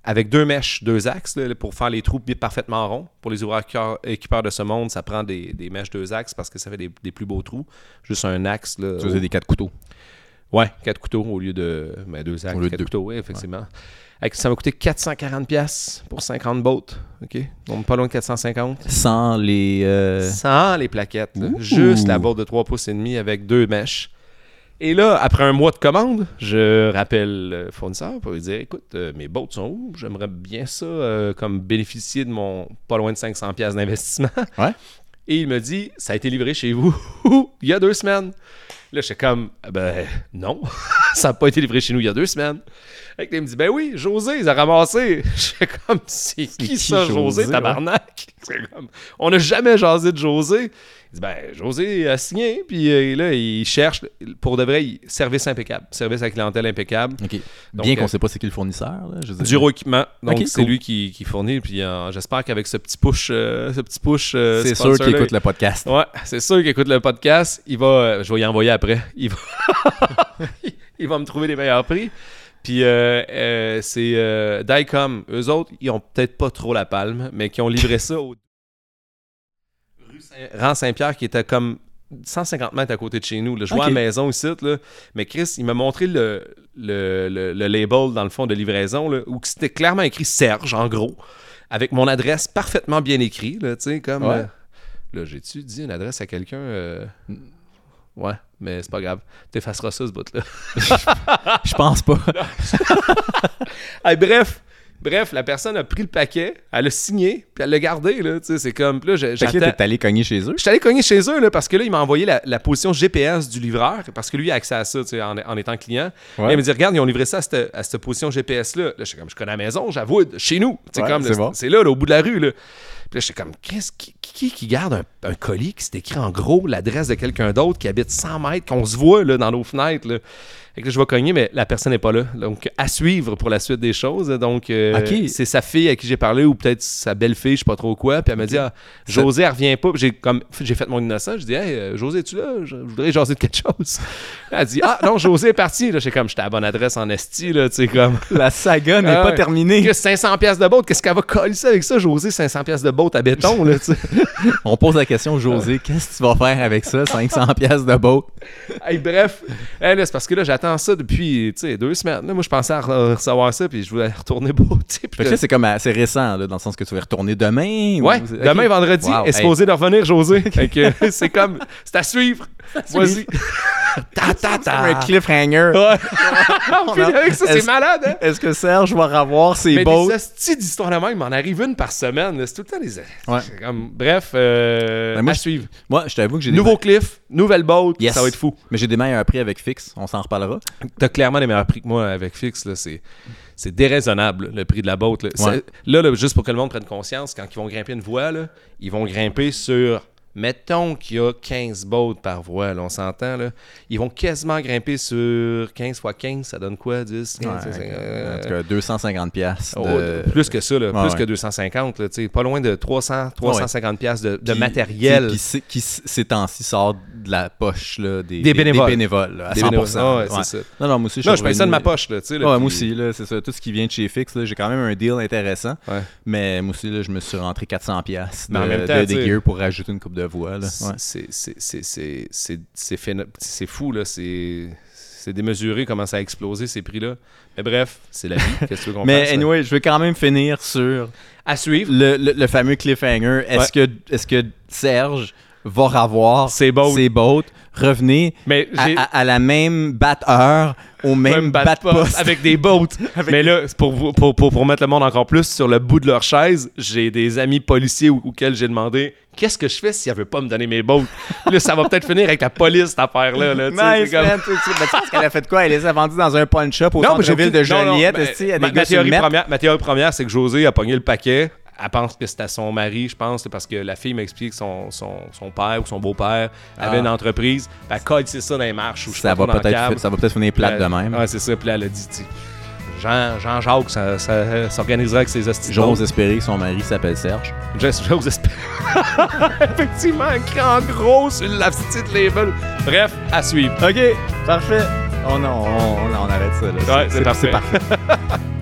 [SPEAKER 2] avec deux mèches, deux axes, là, pour faire les trous bi- parfaitement ronds. Pour les ouvreurs équipeurs- équipeurs de ce monde, ça prend des, des mèches, deux axes parce que ça fait des, des plus beaux trous. Juste un axe. Là,
[SPEAKER 1] Tu
[SPEAKER 2] au-
[SPEAKER 1] faisais des quatre couteaux.
[SPEAKER 2] Ouais, quatre couteaux au lieu de ben, deux axes,
[SPEAKER 1] Au lieu de
[SPEAKER 2] quatre
[SPEAKER 1] deux.
[SPEAKER 2] couteaux, oui, effectivement. Fait que Ça m'a coûté 440$ piastres pour 50 bottes, OK? Donc pas loin de 450.
[SPEAKER 1] Sans les. euh,
[SPEAKER 2] Sans les plaquettes. là.
[SPEAKER 1] Ouh.
[SPEAKER 2] Juste la boîte de 3 pouces et demi avec deux mèches. Et là, après un mois de commande, je rappelle le fournisseur pour lui dire écoute, euh, mes bottes sont où J'aimerais bien ça euh, comme bénéficier de mon pas loin de 500$ piastres d'investissement.
[SPEAKER 1] Ouais.
[SPEAKER 2] Et il me dit ça a été livré chez vous il y a deux semaines. Là, j'étais comme Ah ben non, ça n'a pas été livré chez nous il y a deux semaines. Fait que là, il me dit ben oui, José, ils ont ramassé. J'étais comme c'est qui,
[SPEAKER 1] qui,
[SPEAKER 2] ça, José,
[SPEAKER 1] José,
[SPEAKER 2] tabarnak C'est comme, On n'a jamais jasé de José. Il dit, ben, José a signé, puis euh, là, il cherche, pour de vrai, il- service impeccable, service à clientèle impeccable,
[SPEAKER 1] OK.
[SPEAKER 2] Donc,
[SPEAKER 1] Bien
[SPEAKER 2] euh,
[SPEAKER 1] qu'on ne sait pas c'est qui le fournisseur. Là, je veux dire.
[SPEAKER 2] duro équipement. Donc,
[SPEAKER 1] Ok,
[SPEAKER 2] c'est
[SPEAKER 1] cool.
[SPEAKER 2] lui qui, qui fournit, puis euh, j'espère qu'avec ce petit push, euh, ce petit push, euh,
[SPEAKER 1] c'est sûr
[SPEAKER 2] sponsor-là,
[SPEAKER 1] qu'il écoute le podcast.
[SPEAKER 2] Ouais, c'est sûr qu'il écoute le podcast. Il va, euh, je vais y envoyer après. Il va, il va me trouver les meilleurs prix. Puis euh, euh, c'est euh, Dicom. Eux autres, ils ont peut-être pas trop la palme, mais qui ont livré ça au rue Saint- Rang Saint-Pierre, qui était comme 150 mètres à côté de chez nous. Là. Je vois
[SPEAKER 3] Ok.
[SPEAKER 2] la maison ici, là. mais Chris, il m'a montré le, le, le- le label dans le fond de livraison là, où c'était clairement écrit Serge, en gros, avec mon adresse parfaitement bien écrite. Là, tu sais, comme,
[SPEAKER 1] Ouais.
[SPEAKER 2] euh, Là, j'ai-tu dit une adresse à quelqu'un? euh? Ouais, mais c'est pas grave. T'effaceras ça, ce bout-là.
[SPEAKER 1] Je pense pas.
[SPEAKER 2] Hey, bref, bref, la personne a pris le paquet, elle l'a signé, puis elle l'a gardé, là. Tu sais, c'est comme... Puis là, j'ai-
[SPEAKER 1] Fait que là,
[SPEAKER 2] j'attends-
[SPEAKER 1] t'es allé cogner chez eux.
[SPEAKER 2] Je suis allé cogner chez eux, là, parce que là, il m'a envoyé la, la position GPS du livreur, parce que lui a accès à ça, tu sais, en, en étant client.
[SPEAKER 1] Ouais.
[SPEAKER 2] Là, il me dit, regarde, ils ont livré ça à cette, à cette position GPS-là. Là, j'étais comme, je connais la maison, j'avoue, chez nous. Tu sais,
[SPEAKER 1] Ouais,
[SPEAKER 2] comme, là,
[SPEAKER 1] c'est
[SPEAKER 2] C'est
[SPEAKER 1] bon.
[SPEAKER 2] c'est là, là, au bout de la rue, là. Puis là, j'étais comme, qu'est-ce qui, qui, qui garde un, un colis qui s'est écrit en gros l'adresse de quelqu'un d'autre qui habite 100 mètres, qu'on se voit, là, dans nos fenêtres, là. Fait que là, je vais cogner, mais la personne n'est pas là. Donc, à suivre pour la suite des choses. Donc, euh,
[SPEAKER 1] Ok.
[SPEAKER 2] c'est sa fille à qui j'ai parlé ou peut-être sa belle-fille, je sais pas trop quoi. Puis elle m'a dit, ah, José, elle revient pas. Puis J'ai comme j'ai fait mon innocent. Je dis, hey, euh, José, es-tu là? Je, je voudrais jaser de quelque chose. Elle dit, ah, non, José est parti. Là, j'étais comme, j'étais à la bonne adresse en Esti, là, tu sais, comme.
[SPEAKER 1] La saga n'est
[SPEAKER 2] Ah
[SPEAKER 1] pas
[SPEAKER 2] ouais.
[SPEAKER 1] terminée.
[SPEAKER 2] Que 500 pièces de boat, qu'est-ce qu'elle va coller ça avec ça, José, 500 pièces de boat à béton, là, tu sais.
[SPEAKER 1] On pose la question,
[SPEAKER 2] Ah.
[SPEAKER 1] José, qu'est-ce que tu vas faire avec ça, 500 pièces de beau?
[SPEAKER 2] Hey, bref, Hey, là, c'est parce que là, j'attends ça depuis, tu sais, deux semaines. Là, moi, je pensais à re- recevoir ça, puis je voulais retourner beau, tu sais. puis
[SPEAKER 1] Fait que
[SPEAKER 2] là,
[SPEAKER 1] là, c'est comme assez récent, là, dans le sens que tu vas y retourner demain. ou-
[SPEAKER 2] Ouais,
[SPEAKER 1] Ok.
[SPEAKER 2] demain vendredi,
[SPEAKER 1] Wow,
[SPEAKER 2] est supposé de revenir José. Fait que euh, c'est comme c'est à suivre. Vas-y. ta ta
[SPEAKER 1] Comme
[SPEAKER 2] ta.
[SPEAKER 1] un cliffhanger.
[SPEAKER 2] Ouais. On finit avec Ah, ça, c'est
[SPEAKER 1] Est-ce-
[SPEAKER 2] malade. Hein?
[SPEAKER 1] Est-ce que Serge va revoir ses
[SPEAKER 2] Mais
[SPEAKER 1] beaux?
[SPEAKER 2] des hosties d'histoires de même, il m'en arrive une par semaine. là. C'est tout le temps des.
[SPEAKER 1] Ouais.
[SPEAKER 2] c'est Comme, bref, euh,
[SPEAKER 1] Ben moi,
[SPEAKER 2] à
[SPEAKER 1] je-
[SPEAKER 2] suivre.
[SPEAKER 1] Moi, je t'avoue que j'ai des-
[SPEAKER 2] Nouveau cliff, nouvelle boat,
[SPEAKER 1] Yes.
[SPEAKER 2] ça va être fou.
[SPEAKER 1] Mais j'ai des meilleurs prix avec Fix, on s'en reparlera.
[SPEAKER 2] T'as clairement les meilleurs prix que moi avec Fix. là, C'est c'est déraisonnable le prix de la boat. Là,
[SPEAKER 1] Ouais.
[SPEAKER 2] C'est- là, là, juste pour que le monde prenne conscience, quand ils vont grimper une voie, là, ils vont grimper sur. Mettons qu'il y a 15 boats par voie, là, on s'entend. là. Ils vont quasiment grimper sur 15 fois 15, ça donne quoi 10 15,
[SPEAKER 1] Ouais,
[SPEAKER 2] euh,
[SPEAKER 1] En tout cas, 250 pièces
[SPEAKER 2] oh,
[SPEAKER 1] de...
[SPEAKER 2] Plus que ça,
[SPEAKER 1] Ouais,
[SPEAKER 2] là, plus
[SPEAKER 1] ouais.
[SPEAKER 2] que 250, là, tu sais, pas loin de 300, 350 piastres de, de
[SPEAKER 1] Puis-
[SPEAKER 2] matériel.
[SPEAKER 1] puis- puis c'est- qui, s- ces temps-ci, sort de la poche là, des,
[SPEAKER 2] Des bénévoles.
[SPEAKER 1] Des bénévoles, là, à
[SPEAKER 2] Des
[SPEAKER 1] 100%.
[SPEAKER 2] bénévoles. Ah ouais, c'est
[SPEAKER 1] ouais.
[SPEAKER 2] ça.
[SPEAKER 1] Non, non, moi aussi, je
[SPEAKER 2] non,
[SPEAKER 1] suis
[SPEAKER 2] je paye ça
[SPEAKER 1] revenu-
[SPEAKER 2] de ma poche. Là, tu sais, là,
[SPEAKER 1] Ouais,
[SPEAKER 2] puis-
[SPEAKER 1] moi aussi, là, c'est ça. Tout ce qui vient de chez Fix, là, j'ai quand même un deal intéressant.
[SPEAKER 2] Ouais.
[SPEAKER 1] Mais moi aussi, là, je me suis rentré 400 pièces
[SPEAKER 2] Mais en même
[SPEAKER 1] de,
[SPEAKER 2] temps,
[SPEAKER 1] de-
[SPEAKER 2] tu
[SPEAKER 1] des
[SPEAKER 2] sais-
[SPEAKER 1] gears pour rajouter une coupe de voix. là. Ouais.
[SPEAKER 2] C'est- c'est- c'est- c'est- c'est- c'est phéno- c'est fou, là. C'est c'est démesuré comment ça a explosé, ces prix-là. Mais bref, c'est la vie. Qu'est-ce que tu veux qu'on
[SPEAKER 1] Mais
[SPEAKER 2] fasse, là?
[SPEAKER 1] anyway, je veux quand même finir sur
[SPEAKER 2] à suivre,
[SPEAKER 1] le, le- le fameux cliffhanger. Est-ce que, est que Serge va revoir
[SPEAKER 2] Ses bottes.
[SPEAKER 1] ses bottes, revenir
[SPEAKER 2] mais
[SPEAKER 1] à,
[SPEAKER 2] j'ai
[SPEAKER 1] à- à la même batteur, au même
[SPEAKER 2] même bat
[SPEAKER 1] bat poste?
[SPEAKER 2] avec des boats. Mais là, c'est pour, vous- pour, pour, pour mettre le monde encore plus sur le bout de leur chaise, j'ai des amis policiers aux- auxquels j'ai demandé qu'est-ce que je fais s'il ne veut pas me donner mes boats. là, ça va peut-être finir avec la police, cette affaire-là. Là, euh, tu sais, c'est
[SPEAKER 1] Nice,
[SPEAKER 2] comme-
[SPEAKER 1] man, tout de suite. Ben, tu penses qu'elle a fait quoi? Elle les a vendus dans un punch-up au
[SPEAKER 2] mais j'ai
[SPEAKER 1] centre-ville de
[SPEAKER 2] aucune- non, non,
[SPEAKER 1] Joliette.
[SPEAKER 2] mais-
[SPEAKER 1] est-ce qu'il y a des
[SPEAKER 2] ma,
[SPEAKER 1] gars
[SPEAKER 2] ma
[SPEAKER 1] sur le
[SPEAKER 2] théorie
[SPEAKER 1] mètre?
[SPEAKER 2] première, ma théorie première, c'est que José a pogné le paquet. Elle pense que c'était à son mari, je pense, c'est parce que la fille m'explique que son, son, son père ou son beau-père avait
[SPEAKER 1] Ah.
[SPEAKER 2] une entreprise. Puis Elle colle c'est ça dans les marches ou je sais
[SPEAKER 1] Ça va
[SPEAKER 2] pas trop dans le
[SPEAKER 1] peut-être
[SPEAKER 2] câble.
[SPEAKER 1] ça va peut-être finir plate de même.
[SPEAKER 2] Ouais, c'est ça. Puis là, elle a dit, tu sais, Jean- Jean-Jacques, ça, ça, euh, s'organisera avec ses hosties. de
[SPEAKER 1] J'ose
[SPEAKER 2] bottes.
[SPEAKER 1] espérer que son mari s'appelle Serge.
[SPEAKER 2] J'ose- J'ose espérer. Effectivement, écrit en gros sur la petite label. Bref, à suivre.
[SPEAKER 1] OK, parfait. Oh non, on, on- on arrête ça. là.
[SPEAKER 2] Ouais, c'est parfait.
[SPEAKER 1] parfait.